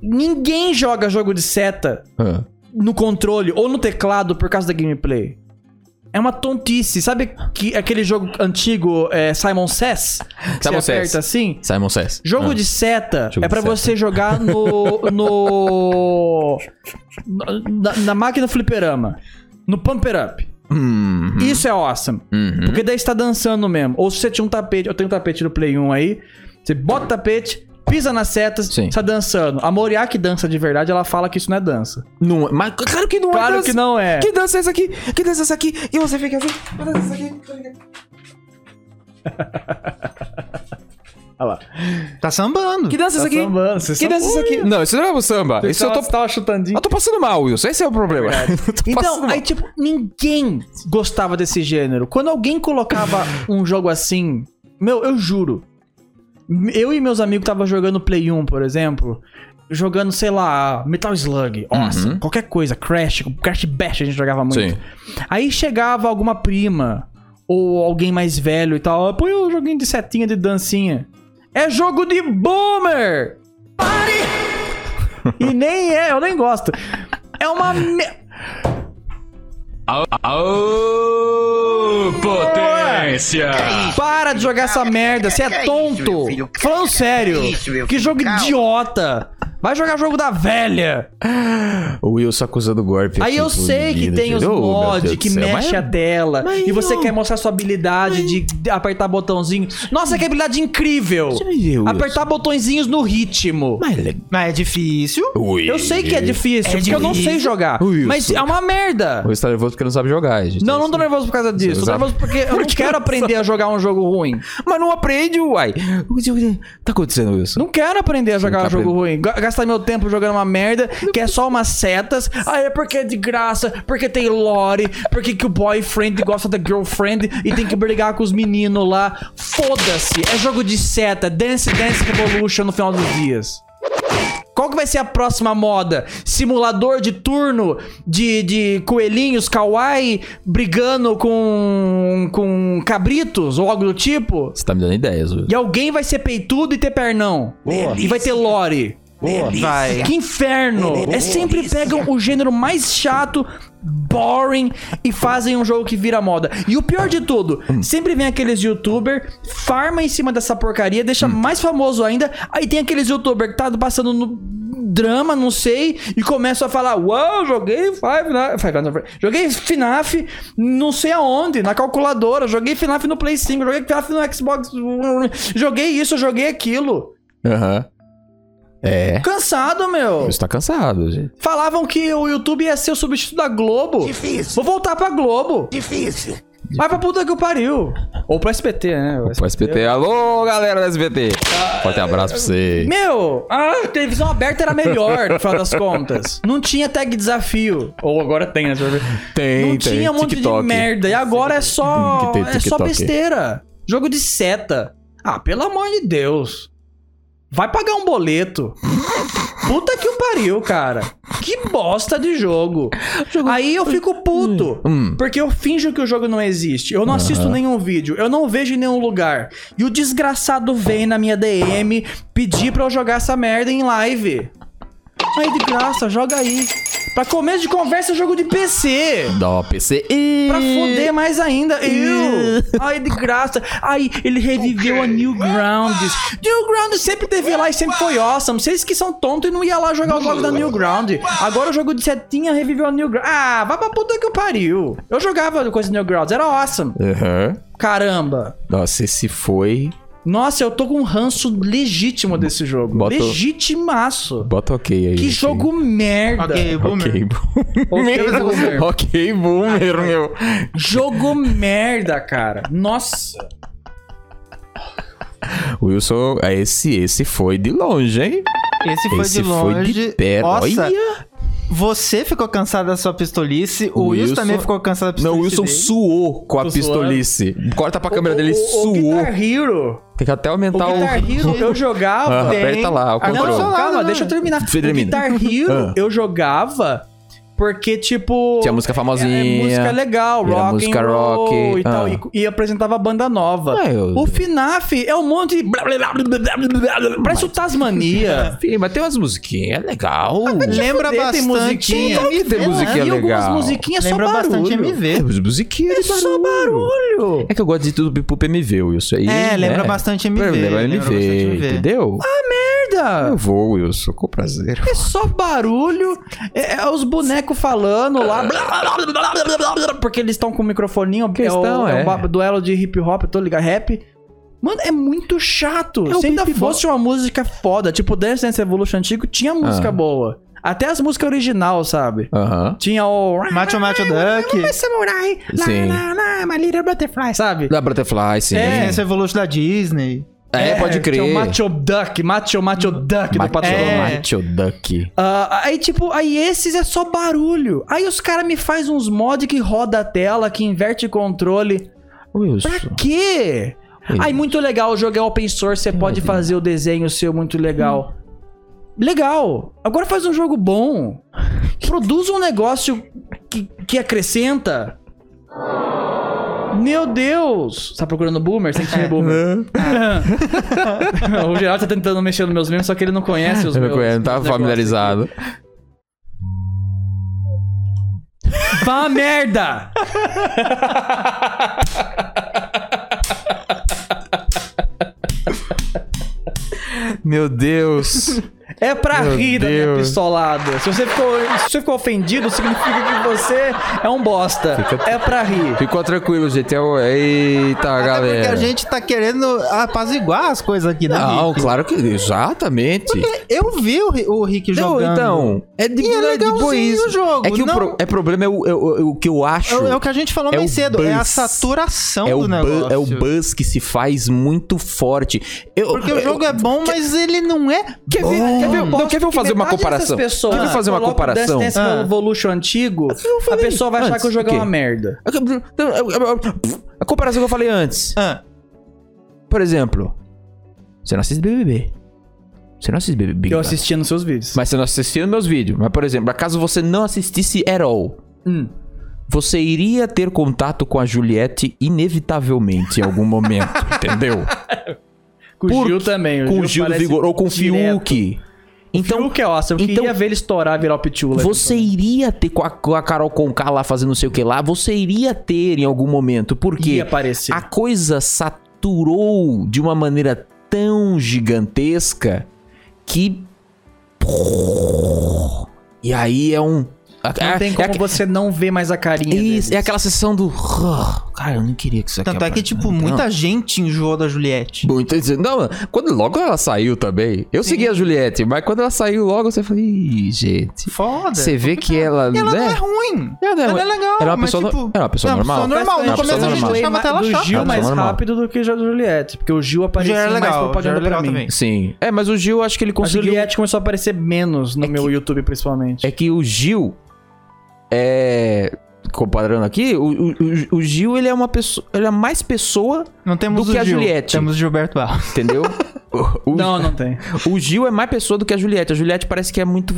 Ninguém joga jogo de seta isso? Ah. no controle ou no teclado por causa da gameplay. É uma tontice. Sabe que, aquele jogo antigo é, Simon Says? Que Simon você Says. aperta assim? Simon Says. Jogo Ah. de seta Jogo é pra de seta. você jogar no. no. na, na máquina fliperama. No Pumper Up. Hum, Isso é awesome. Uhum. Porque daí você tá dançando mesmo. Ou se você tinha um tapete, eu tenho um tapete do Play 1 aí. Você bota o tapete, pisa nas setas, Sim. você tá dançando. A Moriá que dança de verdade, ela fala que isso não é dança. Não, é- mas claro que não é Claro dança. que não é. Que dança é essa aqui? Que dança é essa aqui? E você fica assim. Que dança é essa aqui? Olha lá. Tá sambando. Que dança é essa aqui? Sambando, você Que dança é essa aqui? Não, isso não é o samba. Você Isso eu tava, tô. você tava chutandinho. Eu tô passando mal, Wilson. Esse é o problema. Eu tô passando Então, mal. aí, tipo, ninguém gostava desse gênero. Quando alguém colocava um jogo assim, meu, eu juro. Eu e meus amigos tava jogando Play 1, por exemplo. Jogando, sei lá, Metal Slug, nossa, qualquer coisa, Crash, Crash Bash a gente jogava muito. Sim. Aí chegava alguma prima ou alguém mais velho e tal, põe um joguinho de setinha de dancinha. É jogo de boomer! Pare! e nem é, eu nem gosto. É uma. Me... Aô, aô, potência! Para de jogar essa merda, você é que isso, tonto! meu filho? Que- é Falando sério, isso, meu que filho? jogo Calma. idiota! Vai jogar jogo da velha! O Wilson acusando o golpe. Aí aqui, eu sei que inclusive. tem os Ô, meu mods Deus que do céu, mas- mexe a tela e você quer mostrar sua habilidade de apertar botãozinho. Nossa, que habilidade incrível! Wilson. Apertar botõezinhos no ritmo. Mas ele- Mas é difícil. Ui. Eu sei que é difícil, porque eu não sei jogar. Wilson. Mas é uma merda. O Wilson tá nervoso porque não sabe jogar, gente. Não, não tô nervoso por causa disso. Eu tô Exato. nervoso porque eu não quero aprender a jogar um jogo ruim. Mas não aprende, uai. O que tá acontecendo, Wilson? Não quero aprender a jogar quer um jogo ruim. Ga- Gastar meu tempo jogando uma merda que é só umas setas. Ah, é porque é de graça, porque tem lore, porque que o boyfriend gosta da girlfriend e tem que brigar com os meninos lá. Foda-se, é jogo de seta. Dance Dance Revolution no final dos dias. Qual que vai ser a próxima moda? Simulador de turno de, de coelhinhos kawaii brigando com, com cabritos ou algo do tipo? Você tá me dando ideias, Wilson. E alguém vai ser peitudo e ter pernão. E vai ter lore. Vai. Que inferno! É sempre pegam o gênero mais chato, boring, e fazem um jogo que vira moda. E o pior de tudo, sempre vem aqueles youtuber, farma em cima dessa porcaria, deixa mais famoso ainda, aí tem aqueles youtuber que tá passando no drama, não sei, e começa a falar, uau, joguei Five Nights... Five Nights at Fre- Joguei FNAF não sei aonde, na calculadora, joguei FNAF no Play 5, joguei FNAF no Xbox, joguei isso, joguei aquilo. Aham. É. Cansado, meu. O Wilson tá cansado, gente. Falavam que o YouTube ia ser o substituto da Globo. Difícil, Vou voltar pra Globo. difícil. Vai pra puta que o pariu. Ou pro SBT, né? O O SBT. Alô, galera do SBT. Forte abraço pra você. Meu, a televisão aberta era melhor, no final das contas. Não tinha tag desafio. Ou agora tem, né? Tem, Não tinha um monte de merda. E agora é só. Que tem É só TikTok. besteira. Jogo de seta. Ah, pelo amor de Deus. Vai pagar um boleto. Puta que o pariu, cara. Que bosta de jogo. Aí eu fico puto. Hum. Porque eu finjo que o jogo não existe. Eu não assisto nenhum vídeo. Eu não vejo em nenhum lugar. E o desgraçado vem na minha DM pedir pra eu jogar essa merda em live. Aí de graça, joga aí. Pra começo de conversa, é jogo de PC. Dá uma PC. Ih, Pra foder mais ainda. Eu! Ai, de graça. Ai, ele reviveu a Newgrounds. Newgrounds sempre teve lá e sempre foi awesome. Vocês que são tontos e não ia lá jogar o jogo da Newground. Agora o jogo de setinha reviveu a Newgrounds. Ah, vai pra puta que eu pariu. Eu jogava coisa da Newgrounds, era awesome. Aham. Caramba. Nossa, esse foi. Nossa, eu tô com um ranço legítimo desse jogo. Bota- Legitimaço. Bota ok aí. Que gente. jogo merda. Ok, boomer. Ok, Ok, boomer. boomer. ok, boomer, meu. Jogo merda, cara. Nossa. Wilson, esse, esse foi de longe, hein? Esse foi Esse de foi longe. de perto. Nossa, Olha. Você ficou cansado da sua pistolice, o, O Wilson, Wilson- também ficou cansado da Não, pistolice. o Wilson dele. suou com a Tô suando. pistolice. Corta pra câmera O- dele, o- O suou. Guitar Hero. Tem que até O aumentar o. Guitar Hero eu jogava. Tá um- Ah, tem- aperta lá, o Ah, não, controle. só Não, lá. calma, não, deixa eu terminar. O Termina. Guitar Hero Ah. eu jogava porque, tipo. Tinha música famosinha. É, música legal, Era rock música and roll rock, e tal. ah. E, e apresentava banda nova. É, eu- O FNAF é um monte de... blá, blá, blá, blá, blá, blá, blá, Parece o Tasmania. Sim, mas tem umas musiquinhas, é legal. Ah, Lembra Fuder, tem bastante. musiquinha. Tem que ter né? musiquinha. e algumas legal. musiquinhas Lembra só barulho. bastante MV. É, mas musiquinha é de barulho. só barulho. É que eu gosto de tudo pro PMV, Wilson. Aí, É, lembra né? bastante MV. Lembra bastante Ah. MV, entendeu? Ah, Merda! Eu vou, Wilson, com prazer. É só barulho, é, é os bonecos falando lá, blá, blá, blá, blá, blá, blá, blá, porque eles estão com o microfoninho, que é, o, É. Questão, é. um é. ba- duelo de hip hop, eu tô ligado, rap. Mano, é muito chato. É o Se ainda beatbox. fosse uma música foda, tipo Dance Dance Revolution antigo, tinha música Ah. boa. Até as músicas original, sabe? Aham. Tinha o... Macho Macho Duck. Samurai, lá, Sim. lá, lá, My Little Butterfly, sabe? Da Butterfly, sim. É. Esse Evolution da Disney. É, pode um crer. É, Tinha o Macho Duck, Macho Macho Duck do Macho, Patrão. Macho É. Duck. Ah, aí, tipo, aí esses é só barulho. Aí os caras me faz uns mod que roda a tela, que inverte controle. Wilson. Pra quê? Ui. Aí, muito legal, o jogo é open source, você pode fazer o desenho seu muito legal. Legal. Agora faz um jogo bom. Produz um negócio que, que acrescenta. Meu Deus! Você tá procurando boomer? Tem que ser boomer. o Geraldo tá tentando mexer nos meus memes, só que ele não conhece os Eu meus. não conheço, é, não meus tava negócios. familiarizado. Vá a merda! Meu Deus. É pra Meu rir da minha Deus. pistolada. Se você, ficou, se você ficou ofendido, significa que você é um bosta. É pra rir. Ficou tranquilo, gente. É o- Eita, Até porque galera. a gente tá querendo apaziguar as coisas aqui, né? É. Não, Rick? claro que. Exatamente. Eu vi o, Ri- o Rick Não, jogando. então. É de, E é é de legalzinho bois. o jogo, É que não- o pro- é problema é o, é o- é o que eu É, acho. o- é o que a gente falou É mais o cedo. É a buzz. saturação É o, do negócio. bu- é o buzz que se faz muito forte. Eu- Porque o eu- jogo é bom, mas ele não é. Quer ver, bom. quer ver, Oh. não, quer ver eu fazer uma Metade dessas comparação? Pessoas Quer ver eu fazer uma colocam o comparação? Dance Ah. Dance Evolution antigo, a pessoa vai achar antes, que o jogo é o quê? uma merda. A comparação que eu falei antes. Ah, Por exemplo, você não assiste BBB. Você não assiste BBB. Eu cara. assistia nos seus vídeos. Mas você não assistiu meus vídeos. Mas, por exemplo, caso você não assistisse at all, Hum. você iria ter contato com a Juliette inevitavelmente em algum momento, entendeu? Com o por- Gil também. com o Gil do parece Vigor ou com o direto. Fiuk. Então, Então, Fiuk é awesome. Eu então- queria ver ele estourar e virar o Pitula. Você iria ter com a, com a Carol Conká lá fazendo não sei o que lá, você iria ter em algum momento, ia porque aparecer. a coisa saturou de uma maneira tão gigantesca que. E aí é um. Não é, tem é como aque- você não ver mais a carinha é deles. isso, é aquela sessão do. Cara, eu não queria que isso aqui tanto é que, aparecesse, tipo, não. muita gente enjoou da Juliette. Bom, então, assim, não, quando logo ela saiu também. Eu segui a Juliette, mas quando ela saiu logo, você falou, ih, gente. Foda. Você vê que ela. E ela né? não é ruim. Ela não é Ela ruim. é legal. Era uma mas, pessoa no- tipo, era uma pessoa é normal. Pessoa normal. Mas No Era uma começo pessoa a gente normal. achava até ela do chata. Gil Ela mais normal. rápido do que já do Juliette. Porque o Gil aparecia é era mais legal, o Gil propaganda era pra legal mim. também. Sim. É, mas o Gil, acho que ele A conseguiu. Juliette começou a aparecer menos no meu YouTube, principalmente. É que o Gil. É. Comparando aqui, o, o, o- o Gil, ele é uma pessoa. Ele é mais pessoa, Não temos Do que o a Gil, Juliette. Temos Gilberto Barros. entendeu? O- o- Não, não tem. O Gil é mais pessoa do que a Juliette. A Juliette parece que é muito.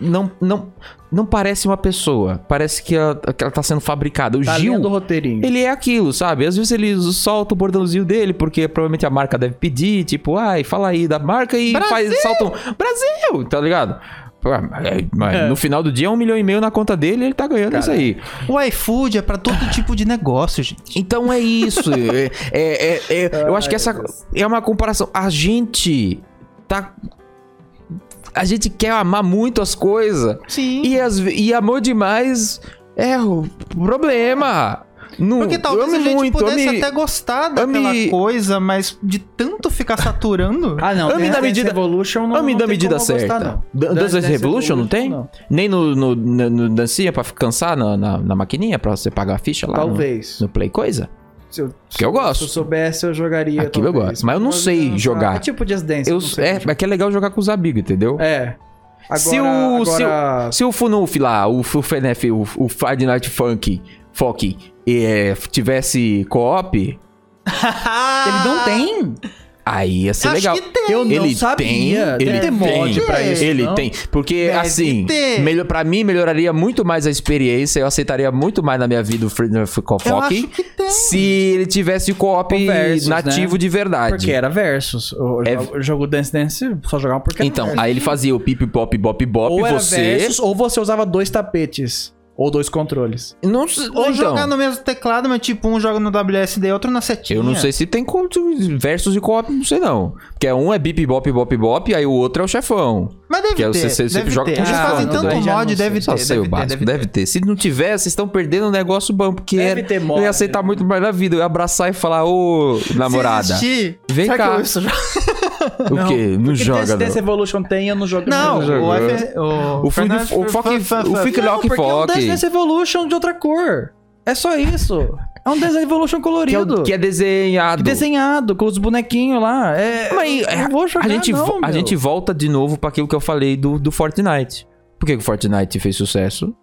Não, não, não parece uma pessoa. Parece que ela, que ela tá sendo fabricada. O Tá Gil, lendo o roteirinho. ele é aquilo, sabe? Às vezes ele solta o bordãozinho dele, porque provavelmente a marca deve pedir, tipo, ai, fala aí da marca e faz, solta um. Brasil! Tá ligado? Pô, mas- mas É. No final do dia, um milhão e meio na conta dele, ele tá ganhando isso aí. O iFood é pra todo tipo de negócio, gente. Então é isso. é, é- é- é- eu acho que essa é uma comparação. A gente tá. A gente quer amar muito as coisas. Sim. E, as, ve- e amor demais é o problema. Não, Porque talvez eu a amo gente muito, pudesse ame- até gostar daquela ame- coisa, mas de tanto ficar saturando. Ah, não. Ame Dance da Dance medida- Evolution não, ame não da tem medida como eu gostar, certa. não. Dan- Dance Dance Revolution não tem? Nem no, no, no, no dancinha pra cansar na, na, na maquininha pra você pagar a ficha lá. no- Talvez. No, Play Coisa? Se eu, Que eu se eu gosto. soubesse, eu jogaria. Aquilo eu talvez. gosto, mas eu não sei jogar. É tipo Just Dance. Eu, não sei é, jogar. é que é legal jogar com os amigos, entendeu? É. Agora- se o. agora- Se, o- se o Funuf lá, o, Fu- o FNF, o, o Friday Night Funk, Fock, é, tivesse co-op, Ah, Ele não tem? aí ia ser Acho é legal. que tem. Eu não Ah, ele sabia. Tem, Deve ele ter tem mod pra isso, Ele não? tem. Porque, Deve assim, ter. melhor, pra mim melhoraria muito mais a experiência. Eu aceitaria muito mais na minha vida o Friday Night Funk, Eu acho Fock. que tem. Se ele tivesse co-op Com versus, nativo né? de verdade. Porque era versus. O, É- o jogo Dance Dance só jogava porque era Então, aí ele fazia o pip, pop, bop, bop, ou era você. versus, ou você usava dois tapetes. Ou dois controles. Não, sei- Ou então, jogar no mesmo teclado, mas tipo, um joga no WSD e outro na setinha. Eu não sei se tem co- versus de co-op, não sei não. Porque um é bip, bop, bop, bop, aí o outro é o chefão. Mas deve Que é o ter. CC deve sempre joga ter. com Eles gestão, fazem né? tanto Daí já mod, não deve Só ter. sei o É, Deve ter, básico, deve deve ter. Se não tiver, vocês estão perdendo um negócio bom, porque Deve era- ter eu mod. ia aceitar muito mais na vida. Eu ia abraçar e falar, ô namorada, existir, vem será que cá. eu uso jogo? o quê? Não Porque joga, Dance Dance não. Evolution tem, eu não jogo. Não, Não o, jogou. F... o, O Freak- Fernandes- o Fock- Fa- fa- o fa- Freak- Não, Lock porque é um Fock. Dance Dance Evolution de outra cor. É só isso. É um Dance Evolution Que é, colorido. o- que é desenhado. desenhado com os bonequinhos lá. É, Mas eu não vou jogar, a, gente, não, vo- a meu. gente volta de novo pra aquilo que eu falei do, do Fortnite. Por que que o Fortnite fez sucesso?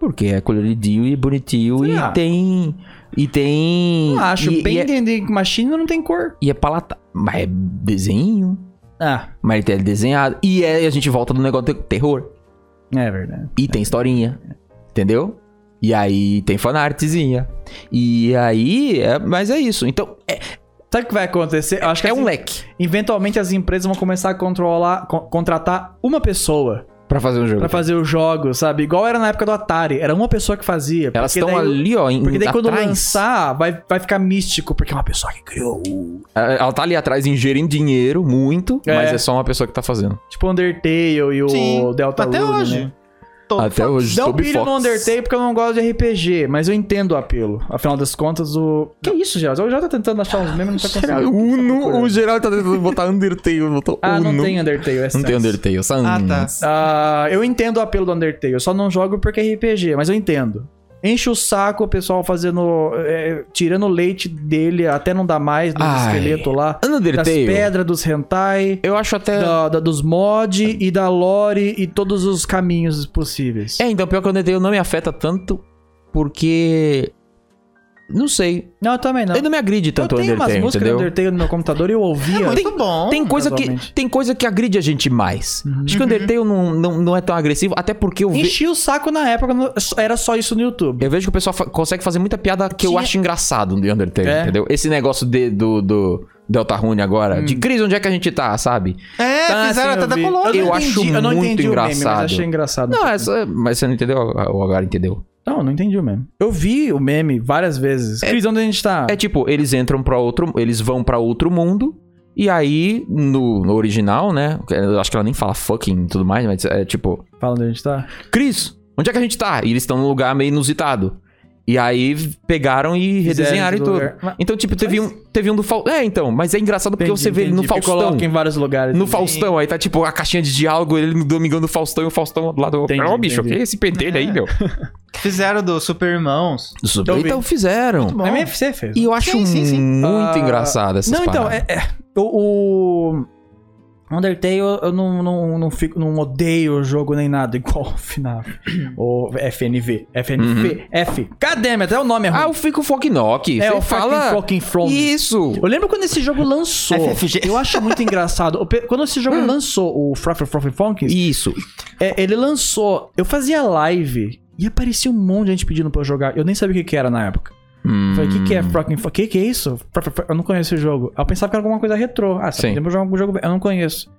Porque é coloridinho e bonitinho Será? e tem. E tem. ah. Eu acho, e, bem e é, entender que Machine não tem cor. e é palata. Mas é desenho. Ah, Mas é desenhado. E é, a gente volta no negócio do terror. é verdade. E tem historinha. Entendeu? E aí tem fanartzinha. E aí. é- mas é isso. Então, é, Sabe o que vai acontecer? Eu acho que é assim, um leque eventualmente as empresas vão começar a controlar, con- contratar uma pessoa pra fazer um jogo. pra fazer o jogo, sabe? Igual era na época do Atari, era uma pessoa que fazia. Elas porque estão daí- ali, ó. Em, Porque daí quando atrás. lançar, vai, vai ficar místico, porque é uma pessoa que criou. o- Ela ela tá ali atrás ingerindo dinheiro, muito, É. mas é só uma pessoa que tá fazendo. Tipo o Undertale e o Sim, Delta até Rune, hoje. né? Tô- Até hoje, Dá um sob pilho Fox. no Undertale porque eu não gosto de RPG, mas eu entendo o apelo. Afinal das contas, o. Que isso, Geraldo? Eu já tô tentando achar uns memes, não tá conseguindo. Uno, o geral tá tentando botar Undertale, botou Ah, Uno. não tem Undertale, é Não tem Sans. Undertale, Sans. Ah, tá. Ah, eu entendo o apelo do Undertale, eu só não jogo porque é RPG, mas eu entendo. Enche o saco o pessoal fazendo. é, tirando o leite dele até não dar mais do Ai. esqueleto lá. Das Undertale, pedras, dos hentai, eu acho até... da- da- dos mod e da lore e todos os caminhos possíveis. É, então, pior que o Undertale não me afeta tanto, porque... Não sei. Não, eu também não. Ele não me agride tanto eu o tenho umas Undertale, músicas entendeu? do Undertale no meu computador e eu ouvia. É muito bom. Tem coisa, Casualmente. que, tem coisa que agride a gente mais. Uhum. Acho que o Undertale não, não, não é tão agressivo, até porque eu, ve- Enchi o saco na época, no- era só isso no YouTube. Eu vejo que o pessoal fa- consegue fazer muita piada que eu Tinha- acho engraçado no Undertale, É. entendeu? Esse negócio de- do, do Delta Rune agora, Hum. de Cris, onde é que a gente tá, sabe? É, Tá, Ah, fizeram assim, até da vi. colônia. Eu acho eu não muito entendi o meme, mas engraçado. achei engraçado. Não, é só- mas você não entendeu, o agora entendeu. Não, não entendi o meme. Eu vi o meme várias vezes. Cris, onde a gente tá? É tipo, eles entram para outro, eles vão pra outro mundo e aí no, no original, né? Eu acho que ela nem fala fucking e tudo mais, mas é tipo, Fala onde a gente tá. Cris, onde é que a gente tá? E eles estão num lugar meio inusitado. E aí pegaram e redesenharam e do tudo. lugar. Mas- Então, tipo, teve um, teve um do Faustão. É, então, mas é engraçado porque Entendi, você vê ele no entendi. Porque Faustão. Coloca em vários lugares. No Faustão, aí tá tipo a caixinha de diálogo, ele no Domingão do Faustão e o Faustão do lado. Entendi, Ó, bicho, entendi. que é esse pentelho aí, meu? Fizeram do Super Irmãos. Eu vi. Então fizeram. bom. É MFC fez. E eu acho Sim, sim, sim. muito Ah, engraçado essas Não, então, paradas. é, é, o, o Undertale eu, eu não, não, não, fico, não odeio o jogo nem nada, igual o final. o FNV. FNV. F. Cadê? Até o nome é ruim. Ah, eu fico Focknock. é Você o fala. Fucking Fucking From. Isso. Eu lembro quando esse jogo lançou. FFG. eu acho muito engraçado. O pe- Quando esse jogo lançou, o Froffer Froffer Funkins, Isso. é, ele lançou. Eu fazia live e aparecia um monte de gente pedindo pra eu jogar. Eu nem sabia o que, que era na época. Eu Falei, o que, que é Frocking O que, que é isso? Froffer Fro- Eu não conheço esse jogo. Eu pensava que era alguma coisa retrô. Ah, Sim. você lembra de algum jogo? Eu não conheço.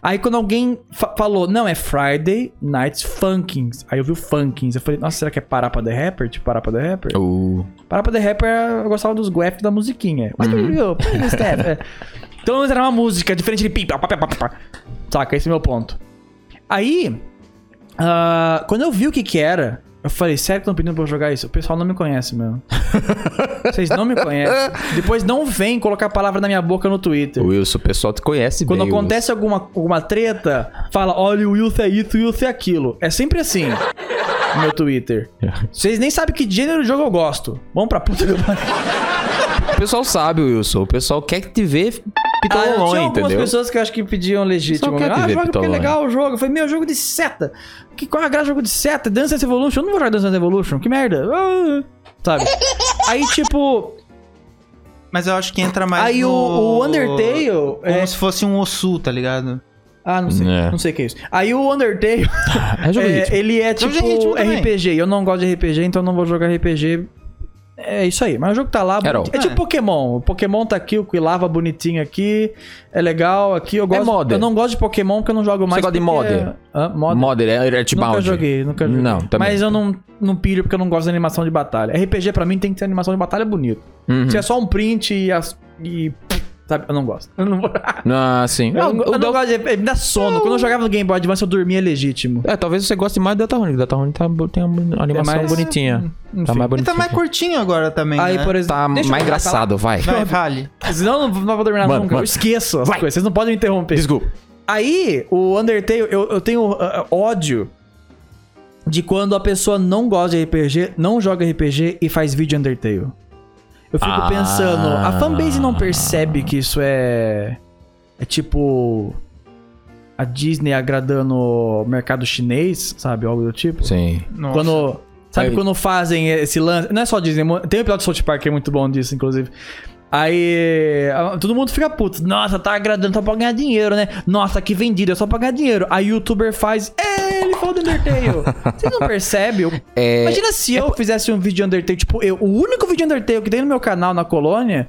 Aí quando alguém fa- falou, não, é Friday Nights Funkins. Aí eu vi o Funkins. Eu falei, nossa, será que é Parapa The Rapper? Tipo, Parapa The Rapper? O- Parapa The Rapper, eu gostava dos guef da musiquinha. Mas uhum. eu, Então mas era uma música diferente de pim, pá, pá, pá, pá, pá. Saca, esse é o meu ponto. Aí, ah, quando eu vi o que que era, eu falei, sério que estão pedindo pra eu jogar isso? O pessoal não me conhece, meu. Vocês não me conhecem. Depois não vem colocar a palavra na minha boca no Twitter. Wilson, o pessoal te conhece Quando bem. Wilson. acontece alguma, alguma treta, fala, olha, o Wilson é isso, o Wilson é aquilo. É sempre assim. no meu Twitter. Vocês nem sabem que gênero de jogo eu gosto. Vamos pra puta que eu O pessoal sabe, Wilson. O pessoal quer te ver Piton Ah, eu Lolon, tinha algumas Então, entendeu? pessoas que eu acho que pediam legítimo. Só quer Ah, dizer joga porque é Piton legal o jogo. Eu falei, meu, jogo de seta. Que, qual é a graça do jogo de seta? Dance Dance Evolution? Eu não vou jogar Dance Dance Evolution. Que merda. Ah, sabe? Aí, tipo, Mas eu acho que entra mais aí no... o, o Undertale... Como é- se fosse um Osu, tá ligado? Ah, não sei. É. Não sei o que é isso. Aí o Undertale... É jogo de É, ritmo. ele é tipo Jogo de ritmo também. RPG. Eu não gosto de RPG, então eu não vou jogar RPG. É isso aí. Mas o jogo tá lá. Carol. É tipo É. Pokémon. O Pokémon tá aqui, o Quilava bonitinho aqui. É legal aqui. Eu gosto. modder. Eu não gosto de Pokémon porque eu não jogo mais. gosta de porque- modder? Hã? Modder? Modder, é Earthbound. Nunca joguei, nunca joguei. Não, também. Mas eu não, não pilho porque eu não gosto de animação de batalha. RPG pra mim tem que ter animação de batalha bonito. Uhum. Se é só um print e. as- e sabe? Eu não gosto. Eu não, eu Ah, sim. não- O- o eu não Del- gosto de. Me dá sono. Quando eu jogava no Game Boy Advance eu dormia legítimo. É, talvez você goste mais do Datahone. O Datahone tá, bo- tem uma animação É mais- um, bonitinha. Tá Enfim. mais Ele bonitinha. tá mais curtinho agora também, Aí, né? por exemplo. Tá Então, deixa eu mais falar. engraçado, vai. Vai, fale. Senão eu não, não vou terminar Mano, nunca. Eu mano. esqueço as Vai. coisas. Vocês não podem me interromper. Desculpa. Aí, o Undertale, eu, eu tenho ah, ah, ódio de quando a pessoa não gosta de RPG, não joga RPG e faz vídeo Undertale. Eu fico Ah. pensando, a fanbase não percebe que isso é. É tipo. A Disney agradando o mercado chinês, sabe? Algo do tipo. Sim. Nossa. Quando. Sabe Aí- quando fazem esse lance. Não é só Disney, mo- tem um episódio de South Park que é muito bom disso, inclusive. Aí. ah, Todo mundo fica puto. Nossa, tá agradando só pra ganhar dinheiro, né? Nossa, que vendido, é só pra ganhar dinheiro. Aí o youtuber faz. "É, Ele falou do Undertale. Você não percebe? Eu- É. Imagina se eu fizesse um vídeo de Undertale, tipo, eu, o único vídeo de Undertale que tem no meu canal na colônia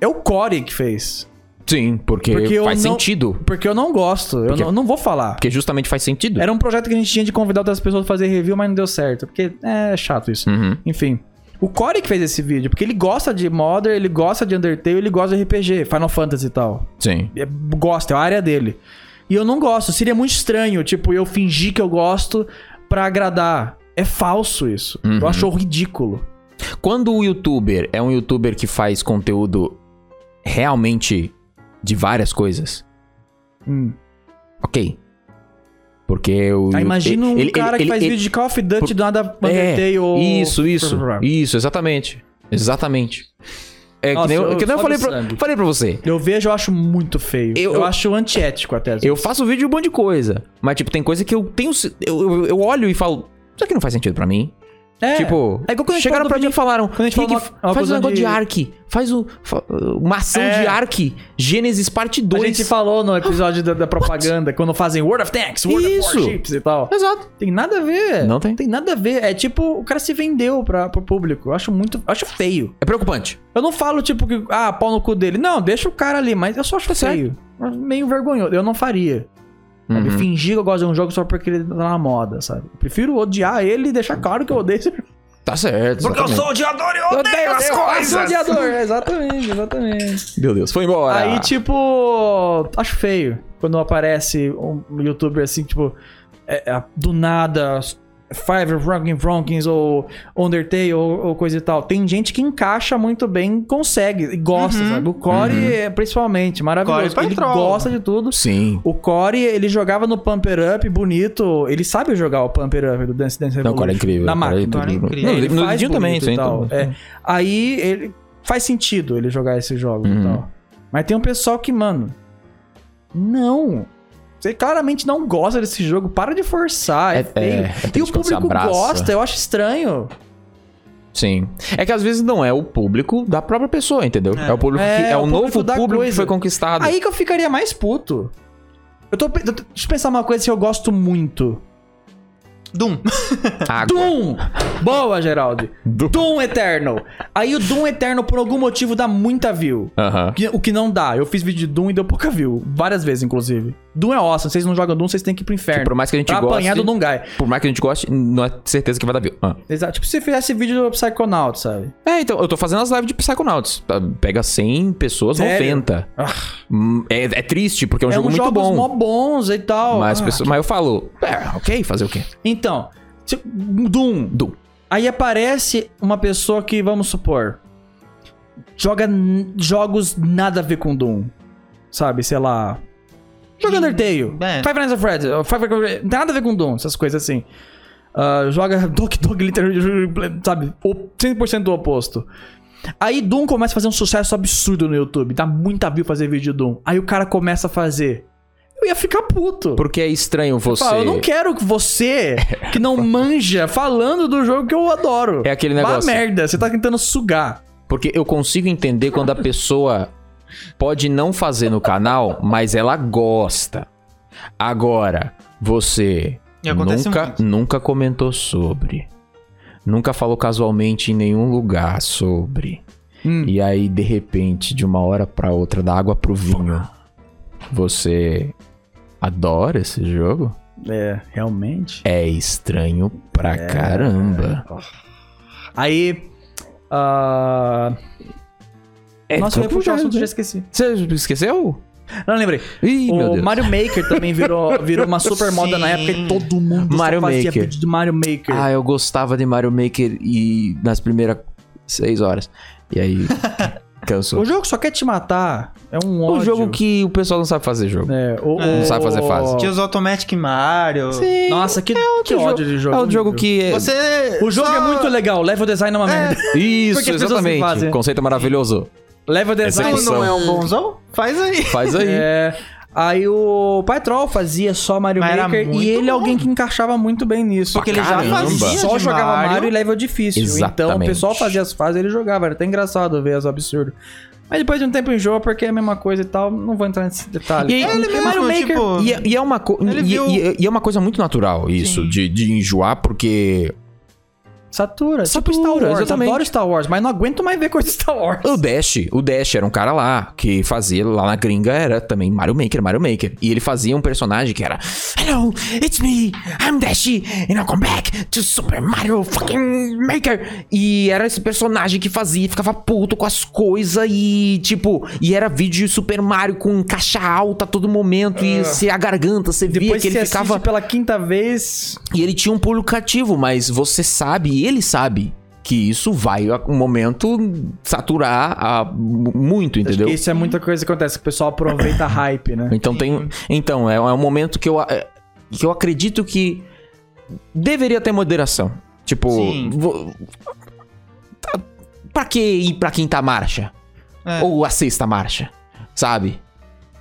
é o Core que fez. Sim, porque, Porque eu faz não- sentido. Porque eu não gosto, eu Porque- não, não vou falar. Porque justamente faz sentido. Era um projeto que a gente tinha de convidar outras pessoas a fazer review, mas não deu certo. Porque é chato isso. Uhum. Enfim. O Corey que fez esse vídeo, porque ele gosta de Modern, ele gosta de Undertale, ele gosta de RPG, Final Fantasy e tal. Sim. É- gosta, é a área dele. E eu não gosto, seria muito estranho, tipo, eu fingir que eu gosto pra agradar. É falso isso. Uhum. Eu acho ridículo. Quando o youtuber é um youtuber que faz conteúdo realmente de várias coisas, Hum. ok. Porque o. Aí imagina um ele- ele- cara ele- que faz ele- vídeo de Call of Duty do nada Undertale É, ou. Isso, isso. Isso, exatamente. Exatamente. É Nossa, que nem eu, eu- que nem eu sobe falei, o pra, sangue. falei pra você. Eu vejo, eu acho muito feio. Eu, Eu- eu- acho antiético até. Eu faço vídeo de um monte de coisa. Mas, tipo, tem coisa que eu tenho. ce- Eu, eu, eu olho e falo. Isso aqui não faz sentido pra mim. É. Tipo, É igual quando a gente chegaram fala do pra mim e falaram: quando a gente Rick, fala uma- uma faz um coisa negócio de, de- Ark, faz o, fa- uma ação É. de Ark, Gênesis parte 2. A gente falou no episódio da, da propaganda, quando fazem World of Tanks, World Isso. of Warships e tal. Exato. Tem nada a ver. Não tem. Tem nada a ver. É tipo, o cara se vendeu pra, pro público. Eu acho muito. eu acho feio. É preocupante. Eu não falo, tipo, que. Ah, pau no cu dele. Não, deixa o cara ali, mas eu só acho certo. feio. É Meio vergonhoso. Eu não faria. Sabe? Uhum. Fingir que eu gosto de um jogo só porque ele tá na moda, sabe? Eu prefiro odiar ele e deixar claro que eu odeio esse jogo. Tá certo. Porque eu sou Eu odeio as coisas! Eu sou odiador. Exatamente, exatamente. Meu Deus, foi embora. Aí, tipo, acho feio quando aparece um youtuber assim, tipo, é, é, do nada, Five Ranking Rankings ou Undertale ou, ou coisa e tal. Tem gente que encaixa muito bem, consegue e gosta, sabe? O Core, Uhum. é principalmente, maravilhoso. Core pra ele troll. gosta de tudo. Sim. O Core, ele jogava no Pumper Up, bonito. Ele sabe jogar o Pumper Up do Dance Dance Não, o Revolution. cara é incrível. Na o cara é máquina. Cara é incrível. Não, É, ele no faz Lidinho bonito também, e sim. tal. então- É. Aí ele faz sentido ele jogar esse jogo Uhum. e tal. Mas tem um pessoal que, mano, não. Você claramente não gosta desse jogo, para de forçar, é, É- feio. é, e é o triste quando se público abraça. gosta, eu acho estranho. Sim. É que às vezes não é o público da própria pessoa, entendeu? É, o público É, que, é o, o novo público público, da que coisa. foi conquistado. Aí que eu ficaria mais puto. Eu tô, pe- eu tô- deixa eu pensar uma coisa que eu gosto muito. Doom. Água. Doom! Boa, Geraldo. Doom. Doom Eternal. Aí o Doom Eternal, por algum motivo, dá muita view. Aham. Que- O que não dá. Eu fiz vídeo de Doom e deu pouca view. Várias vezes, inclusive. Doom é awesome. Vocês não jogam Doom, vocês têm que ir pro Que inferno. Por mais que a gente pra goste, apanhar do Dungai. por mais que a gente goste, não é certeza que vai dar view. Ah. Exato. Tipo, se fizesse vídeo do Psychonaut, sabe? É, então, eu tô fazendo as lives de Psychonauts. Tá, Pega 100 pessoas, Sério? 90. Hum, É, é triste, porque é um jogo uns muito jogos bom. mó bons e tal. Mas, Ah. pessoa- mas eu falo, é, ok, fazer o quê? Então, se- Doom. Doom. Aí aparece uma pessoa que, vamos supor, joga n- jogos nada a ver com Doom. Sabe, sei lá. Joga Undertale. É. Five Nights at Freddy's. uh, Five Nights at- Não tem nada a ver com Doom, essas coisas assim. Ah, joga Dog Dog Literally, sabe? o- 100% do oposto. Aí Doom começa a fazer um sucesso absurdo no YouTube. Dá muita view fazer vídeo de Doom. Aí o cara começa a fazer. Eu ia ficar puto. Porque é estranho você. Fala, Eu não quero que você, que não manja, falando do jogo que eu adoro. É aquele Vá negócio. merda, você tá tentando sugar. Porque eu consigo entender quando a pessoa pode não fazer no canal, mas ela gosta. Agora, você E acontece um nunca, muito. nunca comentou sobre. Nunca falou casualmente em nenhum lugar sobre. E aí, de repente, de uma hora pra outra, da água pro vinho, você adora esse jogo? É, realmente. É estranho pra caramba. É. Aí. ah, É, Nossa, eu ia então puxar o já- assunto, já esqueci. Você esqueceu? Não, lembrei. Ih, meu o Deus. Mario Maker também virou, virou uma super moda na Sim. época e todo mundo Mario só fazia Maker. vídeo do Mario Maker. Ah, eu gostava de Mario Maker e nas primeiras seis horas. E aí, cansou. o jogo só quer te matar. É um ódio. Um jogo que o pessoal não sabe fazer jogo. É, o, Não o- sabe fazer fase. Tinha os Automatic Mario. Sim, Nossa, que, que jogo- ódio de É jogo. é um jogo horrível. que... É... Você. O jogo só- é muito legal, level design é uma merda. Isso, Porque as pessoas não exatamente. fazem. Conceito é maravilhoso. Level design Tu não é um bonzão? Faz aí. Faz aí. É. Aí o Pai Troll fazia só Mario Mas era Maker muito e ele é bom. alguém que encaixava muito bem nisso. Porque ele já caramba. fazia. só de jogava Mario. e level difícil. Então o Exatamente. pessoal fazia as fases ele jogava. Era até engraçado ver as absurdo. Mas depois de um tempo enjoa porque é a mesma coisa e tal. Não vou entrar nesse detalhe. E, aí, É, ele mesmo, Mario Maker, tipo, e, é- e é uma co- ele e- viu- e- e é uma coisa muito natural isso, Sim. de, de enjoar, porque Satura. Tipo Satura, Star Wars. exatamente. Adoro Star Wars, mas não aguento mais ver coisa de Star Wars. o Dash, o Dash era um cara lá que fazia lá na gringa era também Mario Maker, Mario Maker. E ele fazia um personagem que era Hello, it's me, I'm Dash, and I'll come back to Super Mario fucking Maker. E era esse personagem que fazia, ficava puto com as coisas e tipo, e era vídeo de Super Mario com caixa alta a todo momento e se a garganta, você via Depois que que ele ficava pela quinta vez. E ele tinha um pulo cativo, mas você sabe, e ele sabe, que isso vai a um momento saturar a- mu- muito, entendeu? Isso é muita coisa que acontece, que o pessoal aproveita a hype, né? Então tem. Então, é, é um momento que eu, a- é, que eu acredito que deveria ter moderação. Tipo, Sim. vo- tá- pra que ir pra quinta marcha? É. Ou a sexta marcha? Sabe?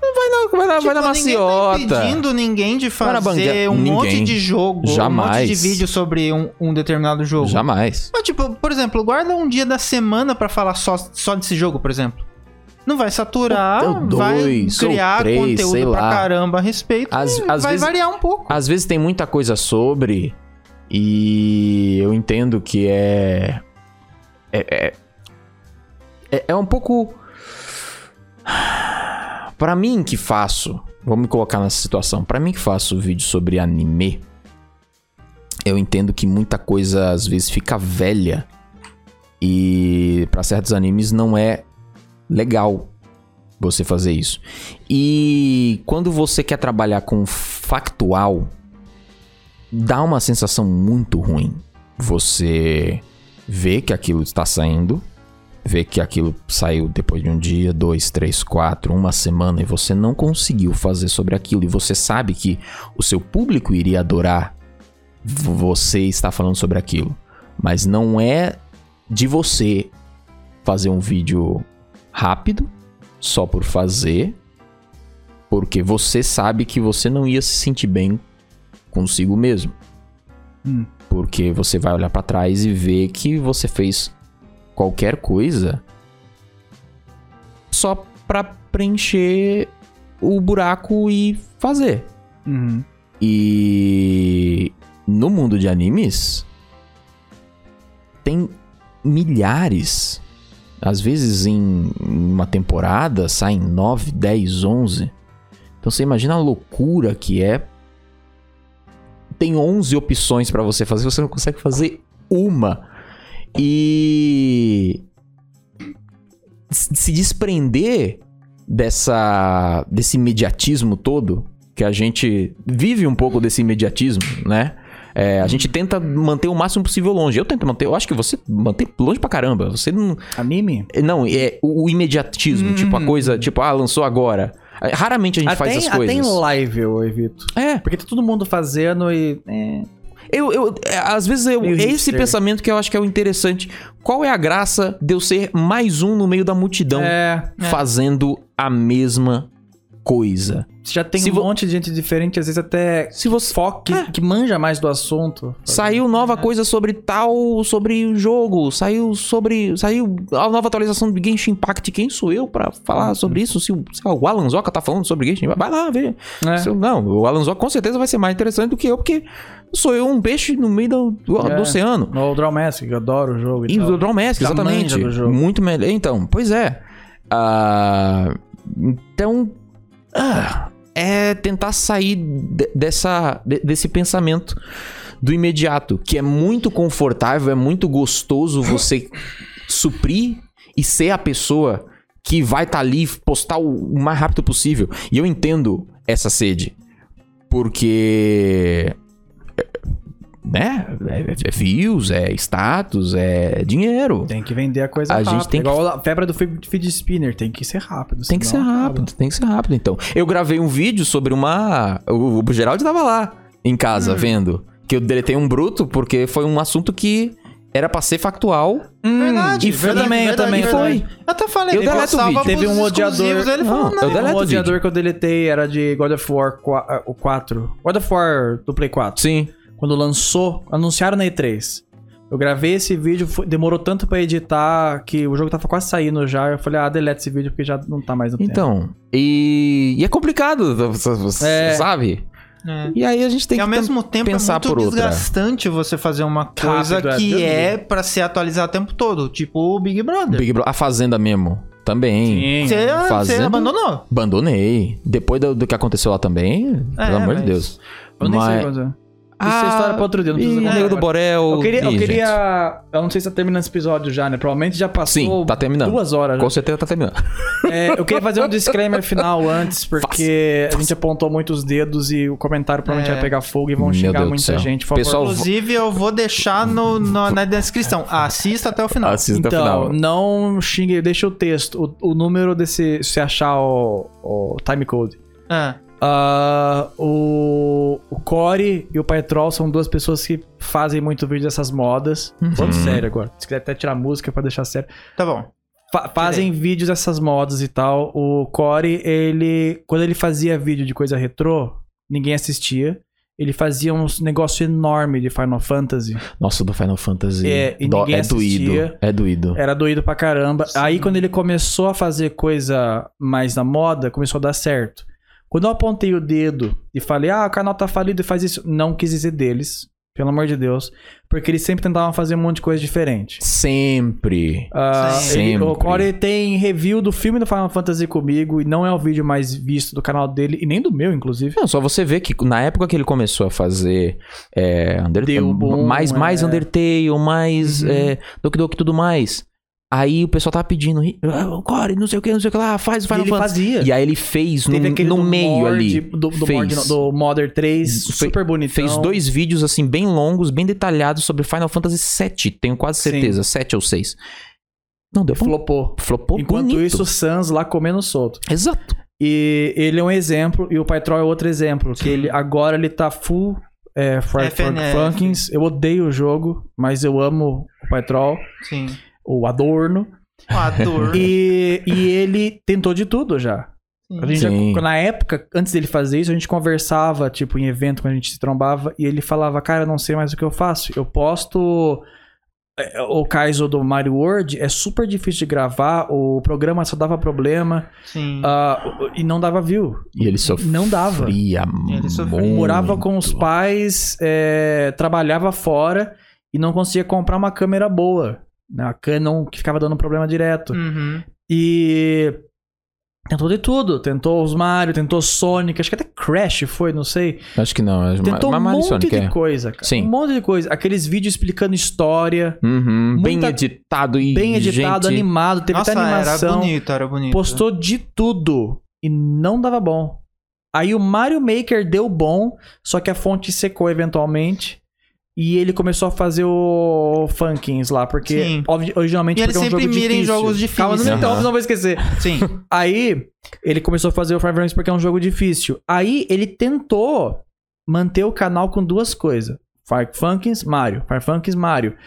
Vai na, vai na, vai na Tipo, Ninguém tá maciota. impedindo ninguém de Vai na fazer banguela. um monte Ninguém. de jogo, um monte Jamais. de vídeo sobre um, um determinado jogo. Jamais. Mas, tipo, por exemplo, guarda um dia da semana pra falar só, só desse jogo, por exemplo. Não vai saturar, Ou vai dois, ou criar três, sei conteúdo pra lá. caramba a respeito. Às- e às vai vezes- variar um pouco. Às vezes tem muita coisa sobre e eu entendo que é é é, é, é um pouco Pra mim que faço, vou me colocar nessa situação. Pra mim que faço vídeo sobre anime, eu entendo que muita coisa às vezes fica velha e pra certos animes não é legal você fazer isso. E quando você quer trabalhar com factual, dá uma sensação muito ruim. Você vê que aquilo está saindo, vê que aquilo saiu depois de um dia, dois, três, quatro, uma semana e você não conseguiu fazer sobre aquilo e você sabe que o seu público iria adorar v- você está falando sobre aquilo, mas não é de você fazer um vídeo rápido só por fazer, porque você sabe que você não ia se sentir bem consigo mesmo. Hum. Porque você vai olhar pra trás e ver que você fez qualquer coisa só pra preencher o buraco e fazer. Uhum. E no mundo de animes tem milhares. Às vezes em em uma temporada saem 9, 10, 11. Então você imagina a loucura que é. Tem 11 opções pra você fazer, você não consegue fazer uma. E se se desprender dessa desse imediatismo todo que a gente vive um pouco desse imediatismo, né? É, a gente tenta manter o máximo possível longe. Eu tento manter, eu acho que você manter longe pra caramba. Você não, Anime? não é o, o imediatismo, tipo a coisa, tipo ah, lançou agora. É, Raramente a gente Uhum. Até, faz essas até em coisas. live eu evito. É, Porque tá todo mundo fazendo e. é. Eu, eu, é, às vezes eu, E o esse hipster? pensamento que eu acho que é o interessante. Qual é a graça de eu ser mais um no meio da multidão É, fazendo a mesma coisa? você já tem Se um vo- monte de gente diferente, às vezes até Se você É. foco que, que manja mais do assunto. Saiu nova coisa sobre tal, sobre o jogo, saiu sobre, saiu a nova atualização do Genshin Impact. Quem sou eu pra falar sobre isso? Se o, sei lá, o Alan Zoca tá falando sobre Genshin, Impact, vai lá ver. É. Se eu- não, o Alan Zoca com certeza vai ser mais interessante do que eu, porque sou eu um peixe no meio do, do- do É. oceano. No Draw Mask, que eu adoro o jogo e, E tal. do Draw Mask, Já exatamente. manja do jogo. Muito melhor. Então, pois é. Ah, então, ah, é tentar sair de- dessa, de- desse pensamento do imediato, que é muito confortável, é muito gostoso você suprir e ser a pessoa que vai estar ali postar o, o mais rápido possível. E eu entendo essa sede, porque é, né? É, é- é views, é status, é dinheiro. Tem que vender a coisa A rápido. gente tem que- Igual a febre do feed feed spinner, tem que ser rápido. Tem que ser senão acaba. rápido, tem que ser rápido, então. Eu gravei um vídeo sobre uma. O, o Geraldo tava lá, em casa, Hum. vendo. Que eu deletei um bruto, porque foi um assunto que era pra ser factual. Verdade, Hum, e eu verdade, Hum, também, eu verdade, também. E verdade. foi. Eu até falei, Eu ele deleto o salva vídeo. pros Teve um odiador- exclusivos, Ele Não, falou, eu não. deleto O o vídeo. odiador um que eu deletei era de God of War 4, o 4. God of War do Play 4. Sim. Quando lançou, anunciaram na E3. Eu gravei esse vídeo, foi- demorou tanto pra editar que o jogo tava quase saindo já. Eu falei, ah, delete esse vídeo porque já não tá mais no tempo. Então. E, e é complicado, você- você É. sabe? É. E aí a gente tem E que ao mesmo tempo pensar é muito por outra. desgastante você fazer uma Rápido, coisa é, Deus que me é pra se atualizar o tempo todo, tipo o Big Brother. Big Brother. A Fazenda mesmo. Também. Você, você Fazendo- um abandonou. Abandonei. Depois do, do que aconteceu lá também, É, pelo amor de mas- Deus. Eu nem sei Mas- quanto é. Isso é história pra outro dia, não precisa Ih, contar Nego do agora. Borel. Eu queria, eu Ih, queria- gente. eu não sei se tá terminando esse episódio já, né? Provavelmente já passou Sim, tá terminando. duas horas. Com certeza tá terminando. É, eu queria fazer um disclaimer final antes, porque a gente apontou muitos dedos e o comentário provavelmente É. vai pegar fogo e vão Meu xingar Deus do muita céu. gente. Por Pessoal, favor. Inclusive, eu vou deixar no, no- na descrição. Assista até o final. Assista até o Então, final. não xingue, deixa o texto, o, o número desse, se você achar o, o timecode. É. Ah, o, o Core e o Petrol são duas pessoas que fazem muito vídeo dessas modas. Falando sério agora. Se quiser até tirar a música pra deixar sério. Tá bom. Fa- fazem vídeos dessas modas e tal. O Corey, ele. Quando ele fazia vídeo de coisa retrô, ninguém assistia. Ele fazia um negócio enorme de Final Fantasy. Nossa, o do Final Fantasy. É, e ninguém é doído. assistia. É doído. Era doído pra caramba. Sim. Aí, quando ele começou a fazer coisa mais na moda, começou a dar certo. Quando eu apontei o dedo e falei, ah, o canal tá falido e faz isso, não quis dizer deles, pelo amor de Deus. Porque eles sempre tentavam fazer um monte de coisa diferente. Sempre. Ah, Sempre. ele- o Corey tem review do filme do Final Fantasy comigo e não é o vídeo mais visto do canal dele e nem do meu, inclusive. Não, só você vê que na época que ele começou a fazer é, Undertale, Deu bom, mais, mais é. Undertale, mais Uhum. é, Doki Doki e tudo mais. Aí o pessoal tava pedindo, "Ah, Core, não sei o que, não sei o que lá, faz o Final ele Fantasy. fazia. E aí ele fez Teve aquele no, no do meio Mord- ali. Do, do, fez. Mord, não, do Então Modern 3, Fe- super bonitão. Fez dois vídeos, assim, bem longos, bem detalhados sobre Final Fantasy VII. Tenho quase Sim. certeza. sete ou seis Não, deu flop. Flopou. Flopou Enquanto bonito. isso, o Sans lá comendo solto. Exato. E ele é um exemplo e o Pytrol é outro exemplo. Que ele agora ele tá full é, for, FNF. for Funkins. Eu odeio o jogo, mas eu amo o Pytrol, Sim. o Adorno. O ator. E, e ele tentou de tudo já. Sim. A gente já- Sim. na época, antes dele fazer isso, a gente conversava, tipo, em evento, quando a gente se trombava, e ele falava, cara, não sei mais o que eu faço. Eu posto é, o Kaizo do Mario World, é super difícil de gravar, o programa só dava problema, Sim. ah, o- e não dava view. E ele sofria. Não dava. Ele Ele sofria. Morava com os pais, é, trabalhava fora, e não conseguia comprar uma câmera boa. né? A Canon que ficava dando problema direto. Hum. Uhum. E tentou de tudo. Tentou os Mario, tentou Sonic, acho que até Crash foi, não sei. Acho que não. acho- Tentou mas- um mas monte Sonic de é. coisa, cara. Sim. Um monte de coisa. Aqueles vídeos explicando história, Uhum, Bem Muita- editado e. bem editado, gente... animado, teve Nossa, até era animação. bonito, era bonito. Postou de tudo e não dava bom. Aí o Mario Maker deu bom, só que a fonte secou eventualmente. E ele começou a fazer o Funkins lá, porque Sim. obvi- originalmente E ele porque é um sempre jogo mira em difícil. jogos Calma, não, difíceis. então, Aham. não vou esquecer. Sim. Aí, ele começou a fazer o Five Nights porque é um jogo difícil. Aí, ele tentou manter o canal com duas coisas. Farfunkins, Mario. Farfunkins, Mario.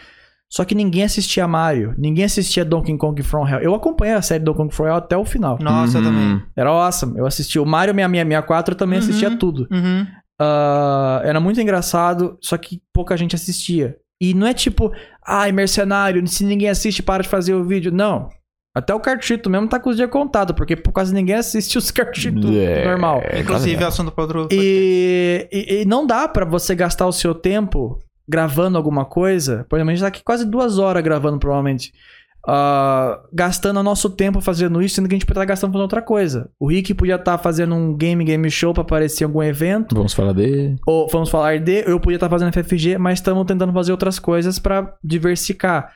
Só que ninguém assistia Mario. Ninguém assistia Donkey Kong From Hell. Eu acompanhei a série Donkey Kong From Hell até o final. Nossa, Uhum. eu também. Era awesome. Eu assistia o Mario 6664, eu também Uhum. assistia tudo. Uhum. Ah, era muito engraçado, só que pouca gente assistia. E não é tipo, ai, mercenário, se ninguém assiste, para de fazer o vídeo. Não. Até o cartito mesmo tá com os dias contados, porque por quase ninguém assiste os cartitos É. normal. Inclusive, é assunto pra outro. E, e- e não dá pra você gastar o seu tempo gravando alguma coisa. Por exemplo, a gente tá aqui quase duas horas gravando, provavelmente. Ah, gastando o nosso tempo fazendo isso, sendo que a gente podia estar gastando fazendo outra coisa. O Rick podia estar fazendo um game, game show pra aparecer em algum evento. Vamos falar dele. Ou vamos falar de, eu podia estar fazendo FFG, mas estamos tentando fazer outras coisas pra diversificar.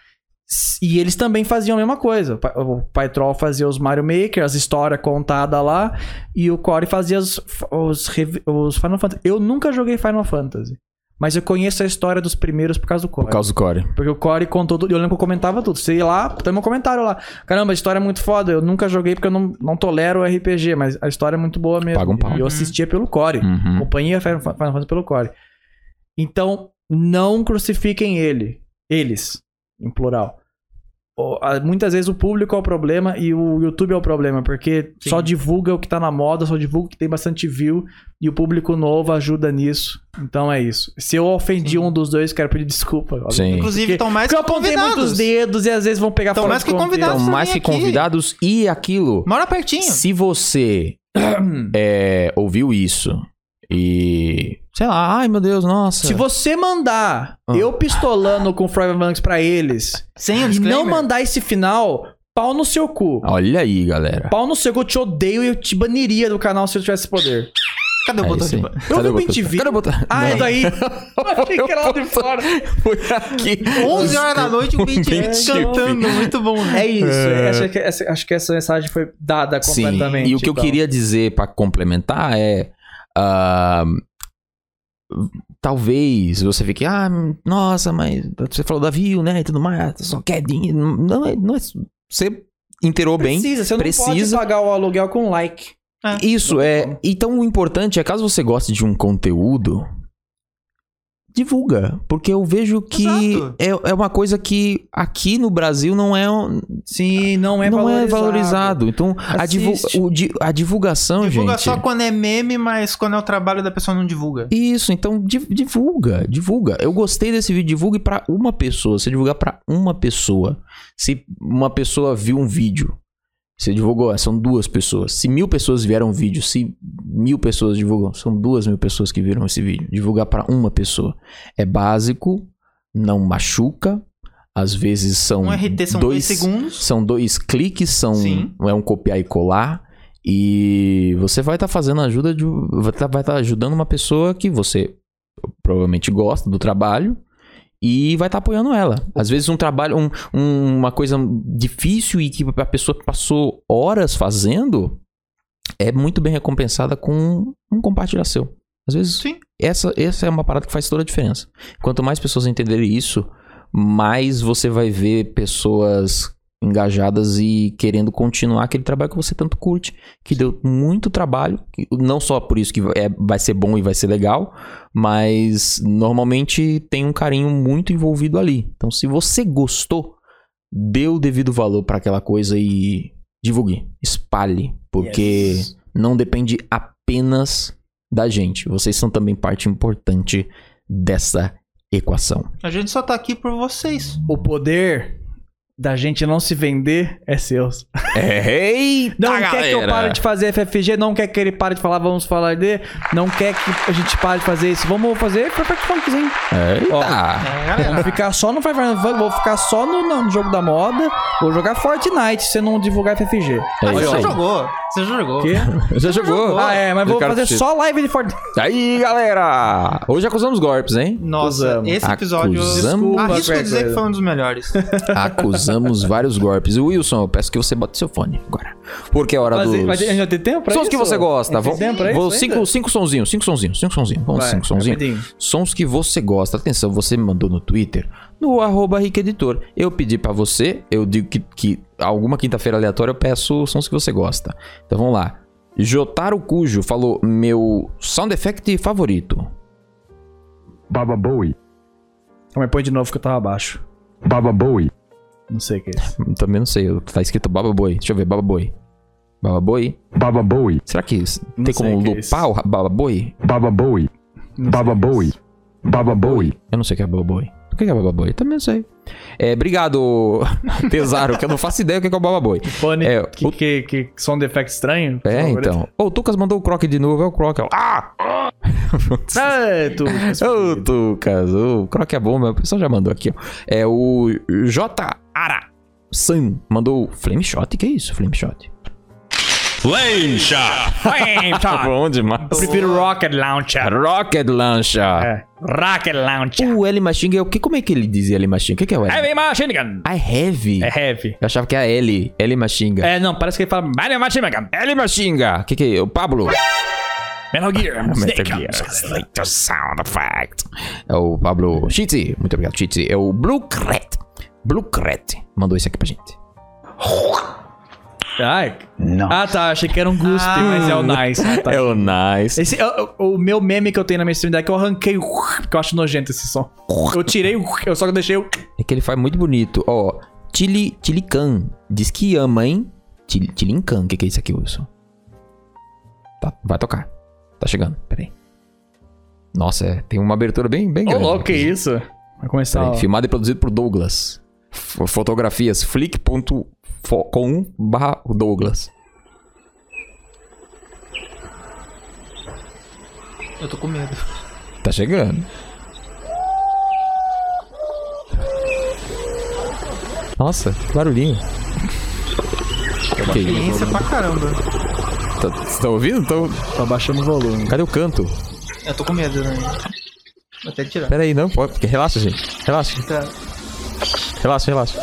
S- E eles também faziam a mesma coisa. O Pa- O Pai Troll fazia os Mario Maker, as histórias contadas lá, e o Core fazia os, f- os, rev- os Final Fantasy. Eu nunca joguei Final Fantasy, mas eu conheço a história dos primeiros por causa do Core. Por causa do Core. Porque o Core contou tudo. Eu lembro que eu comentava tudo. Você ia lá, tem meu comentário lá. Caramba, a história é muito foda. Eu nunca joguei porque eu não, não tolero RPG, mas a história é muito boa mesmo. Paga um pau. E eu assistia pelo Core. Uhum. Companhia Final Fa- Final Fantasy pelo Core. Então, não crucifiquem ele. Eles, em plural. O- a- Muitas vezes o público é o problema e o YouTube é o problema, porque só divulga o que tá na moda, só divulga o que tem bastante view e o público novo ajuda nisso. Então é isso. Se eu ofendi um dos dois, quero pedir desculpa. Sim. Então, Inclusive, estão mais Porque que eu apontei muitos convidados. dedos e às vezes vão pegar Então, fora mais de que contexto. convidados. Então, mais que Aqui. convidados e aquilo. Mora pertinho. Se você é, ouviu isso e. Sei lá, ai meu Deus, nossa. Se você mandar Ah. eu pistolando com o Fry Banks pra eles, Sem o E disclaimer. não mandar esse final, pau no seu cu. Olha aí, galera. Pau no seu cu, eu te odeio e eu te baniria do canal se eu tivesse poder. Cadê o É botão isso de aí. ban? Eu Cadê vi o o botão? MTV. Cadê o botão? Ah, é Não. daí. Achei que era lá de fora. Foi aqui. 11 horas da noite, o Bint Bint cantando. Muito bom, né? É isso. é, Acho, que, essa- acho que essa mensagem foi dada Sim, completamente. e o que eu então. queria dizer pra complementar é. ah, talvez você fique, ah, nossa, mas você falou da view, né? E tudo mais, só quer dinheiro. Não, é- não é, você inteirou bem. Precisa, você não precisa. pode pagar o aluguel com like. Isso é. Então o importante é, caso você goste de um conteúdo, divulga. Porque eu vejo que Exato. é, é uma coisa que aqui no Brasil não é, um- Sim, não é não valorizado. é valorizado. Então a, divu- Assiste. o di- a divulgação, Divulga gente. só quando é meme, mas quando é o trabalho da pessoa não divulga. Isso, então di- divulga, divulga. Eu gostei desse vídeo, divulgue pra uma pessoa. Se divulgar pra uma pessoa, se uma pessoa viu um vídeo, você divulgou, ah, são duas pessoas. Se mil pessoas vieram um vídeo, se mil pessoas divulgam, são duas mil pessoas que viram esse vídeo. Divulgar pra uma pessoa é básico, não machuca. Às vezes são Um RT são dois, segundos. são dois cliques, são Sim. é um copiar e colar. E você vai estar fazendo ajuda de. Vai estar ajudando uma pessoa que você provavelmente gosta do trabalho e vai estar apoiando ela. Às vezes um trabalho, um- um- uma coisa difícil e que a pessoa passou horas fazendo é muito bem recompensada com um compartilhar seu. Às vezes Sim. essa, essa é uma parada que faz toda a diferença. Quanto mais pessoas entenderem isso, mais você vai ver pessoas engajadas e querendo continuar aquele trabalho que você tanto curte, que deu muito trabalho, que não só por isso que é, vai ser bom e vai ser legal, mas normalmente tem um carinho muito envolvido ali. Então, se você gostou, dê o devido valor para aquela coisa e divulgue, espalhe, porque Yes. não depende apenas da gente. Vocês são também parte importante dessa equação. A gente só tá aqui por vocês. O poder da gente não se vender é seu. É, Eita, Não quer que eu pare de fazer FFG, não quer que ele pare de falar vamos falar de, não quer que a gente pare de fazer isso. Vamos fazer Perfect Funkzinho. Eita. É, Ah, Vou galera. ficar só no Five Nights at Freddy's, vou ficar só no, no jogo da moda, vou jogar Fortnite se você não divulgar FFG. É Mas isso Você aí. jogou. Você jogou. Quê? Já jogou? Ah, é, mas vou Ricardo fazer Tito. só live de Fortnite. Aí, galera! Hoje acusamos golpes, hein? Nossa, Acusamos. esse episódio. Acusamos. Arrisco Qualquer dizer que coisa. foi um dos melhores. Acusamos vários golpes. Wilson, eu peço que você bote seu fone agora. Porque é hora Mas, dos... mas a gente já tem tempo pra Sons isso? que você gosta. Tem Vamos, tempo pra vou isso cinco, ainda? cinco sonzinhos, cinco sonzinhos, cinco sonzinhos. Vamos, Vai, cinco sonzinhos. rapidinho. Sons que você gosta. Atenção, você me mandou no Twitter, no arroba Rick Editor. Eu pedi pra você, eu digo que, que alguma quinta-feira aleatória eu peço sons que você gosta. Então vamos lá. Jotaro Cujo falou meu sound effect favorito. Baba Bowie. Calma aí, põe de novo que eu tava abaixo. Baba Bowie. Não sei o que é isso. Também não sei, tá escrito Baba Boi. Deixa eu ver, Baba Boi. Baba Boi? Baba Bowie. Será que isso- Não tem sei como o que é lupar o Baba Boi? Baba Bowie. Baba Bowie. Baba Bowie. Eu não sei o que é Baba Boi. O que é Baba Boi? Eu também não sei. É, obrigado, Tesaro, que eu não faço ideia o que é o Baba Boi. Pone, É, que, o- que, que, que som de efeito estranho. É, então. Ô, o Tucas mandou o Croc de novo, é o Croc. ó. Ah! É, tu. Ô, Tucas, o Croc é bom, mas o pessoal já mandou aqui, ó. É o J. Ara San mandou Flame Shot, que é isso, Flame Shot? Lane Shot. Tá bom demais. Eu prefiro Rocket Launcher. Rocket Lancha. É. Rocket Launcher. O L Machine é o que? Como é que ele dizia L Machine? O que, que é o L? Heavy Machine Gun. I Heavy. É heavy. Eu achava que era L. L Machinga. É, não, parece que ele fala Mario Machine Gun. L Machinga. O que que é? O Pablo? Metal Gear. Snake Metal Gun. Gear. Slater Sound Effect. É o Pablo Chitzi. Muito obrigado, Chitzi. É o Blue Cret. Blue Cret. Mandou isso aqui pra gente. Ai. Ah, tá. Achei que era um guspe, mas é o nice. Ah, tá. o Nice. Esse, o, o- o meu meme que eu tenho na minha stream deck, eu arranquei o porque eu acho nojento esse som. Eu tirei o eu só deixei o É que ele faz muito bonito. Ó, Tili, Tilican. Diz que ama, hein? Til- Tilincan. O que que é isso aqui, Wilson? Tá, vai tocar. Tá chegando. Peraí. Nossa, é, tem uma abertura bem, bem Ô, grande. louco, que isso? Vai começar. Peraí, ó. Filmado e produzido por Douglas. F- Fotografias flick.com barra Douglas. Eu tô com medo. Tá chegando. Nossa, que barulhinho. Ok, Pensa pra caramba. tá, você tá ouvindo? Tô... Tá baixando o volume. Cadê o canto? Eu tô com medo, né? Vou até tirar. Pera aí, não, pode. porque- Relaxa, gente. Relaxa, Tá. relaxa, relaxa.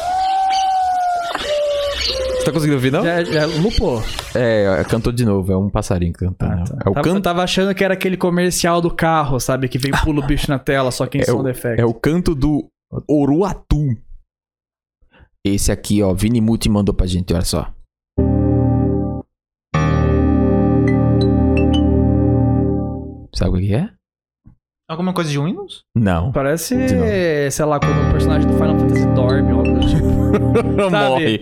Você tá conseguindo ouvir, não? Já, já lupou. É, cantou de novo. É um passarinho Tá, cantando. É o tava, canto. tava achando que era aquele comercial do carro, sabe? Que vem pula o bicho na tela, só que em É som o, defect. é o canto do Oruatu. Esse aqui, ó, Vini Muti mandou pra gente, olha só. Sabe o que é? Alguma coisa de Windows? Não. Parece, De novo. sei lá, quando o personagem do Final Fantasy dorme. Ou algo do tipo. Morre.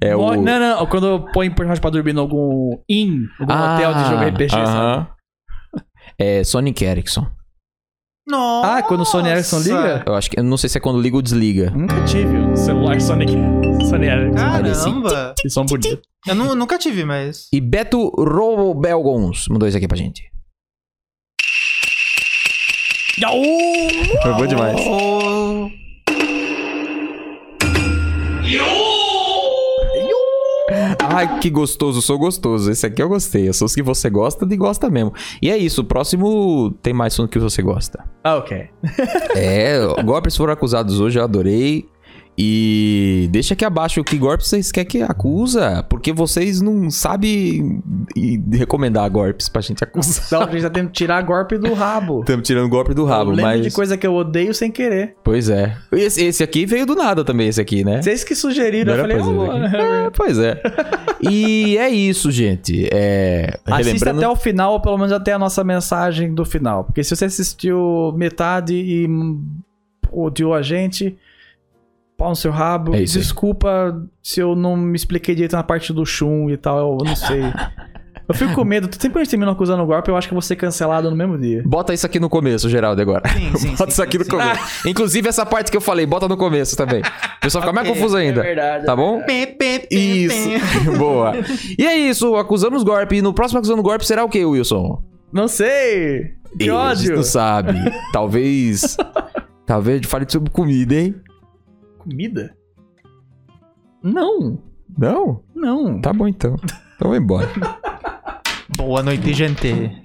É Mo- o. Não, não, quando põe o personagem pra dormir em algum inn, algum Ah, hotel de jogo RPG, sabe? aham. É Sonic Ericsson. Nossa! Ah, quando o Sony Ericsson liga? Eu acho que. Eu não sei se é quando liga ou desliga. Nunca tive um celular Sonic. Sony Ericsson. Ah. Caramba! Eles são bonitos. Eu nu- nunca tive, mas. E Beto Robelgons mandou isso aqui pra gente. Foi bom demais. Oh, Ai, que gostoso, sou gostoso. Esse aqui eu gostei. Eu sou os que você gosta de gosta mesmo. E é isso, o próximo tem mais som que você gosta. Ah, ok. É, golpes foram acusados hoje, eu adorei. E deixa aqui abaixo que golpes vocês querem que acusa, porque vocês não sabem e- recomendar golpes pra gente acusar. Não, a gente tá tendo que tirar golpe do rabo. Estamos tirando golpe do eu rabo, lembro mas... de coisa que eu odeio sem querer. Pois é. Esse, esse aqui veio do nada também, esse aqui, né? Vocês que sugeriram, eu Não era falei, pra oh, dizer É, pois é. E é isso, gente. É, Assista relembrando... até o final, ou pelo menos até a nossa mensagem do final. Porque se você assistiu metade e hum, odiou a gente, pau no seu rabo. É isso aí. Desculpa se eu não me expliquei direito na parte do chum e tal, eu não sei. eu fico com medo. Sempre que eles terminam acusando o golpe, eu acho que eu vou ser cancelado no mesmo dia. Bota isso aqui no começo, Geraldo, agora. sim, sim, Bota sim, isso aqui sim, no sim. começo. Inclusive essa parte que eu falei, bota no começo também. O pessoal fica mais Ok, confuso ainda. É verdade. Tá bom? Ah, Pê, pê, pê, Isso. pê. Boa. E é isso, acusamos golpe. E no próximo acusando golpe será o que, Wilson? Não sei! Que A gente ódio! não sabe. Talvez. Talvez a gente fale sobre comida, hein? Comida? Não, Não? não. Tá bom então. Então vamos embora. Boa noite, gente.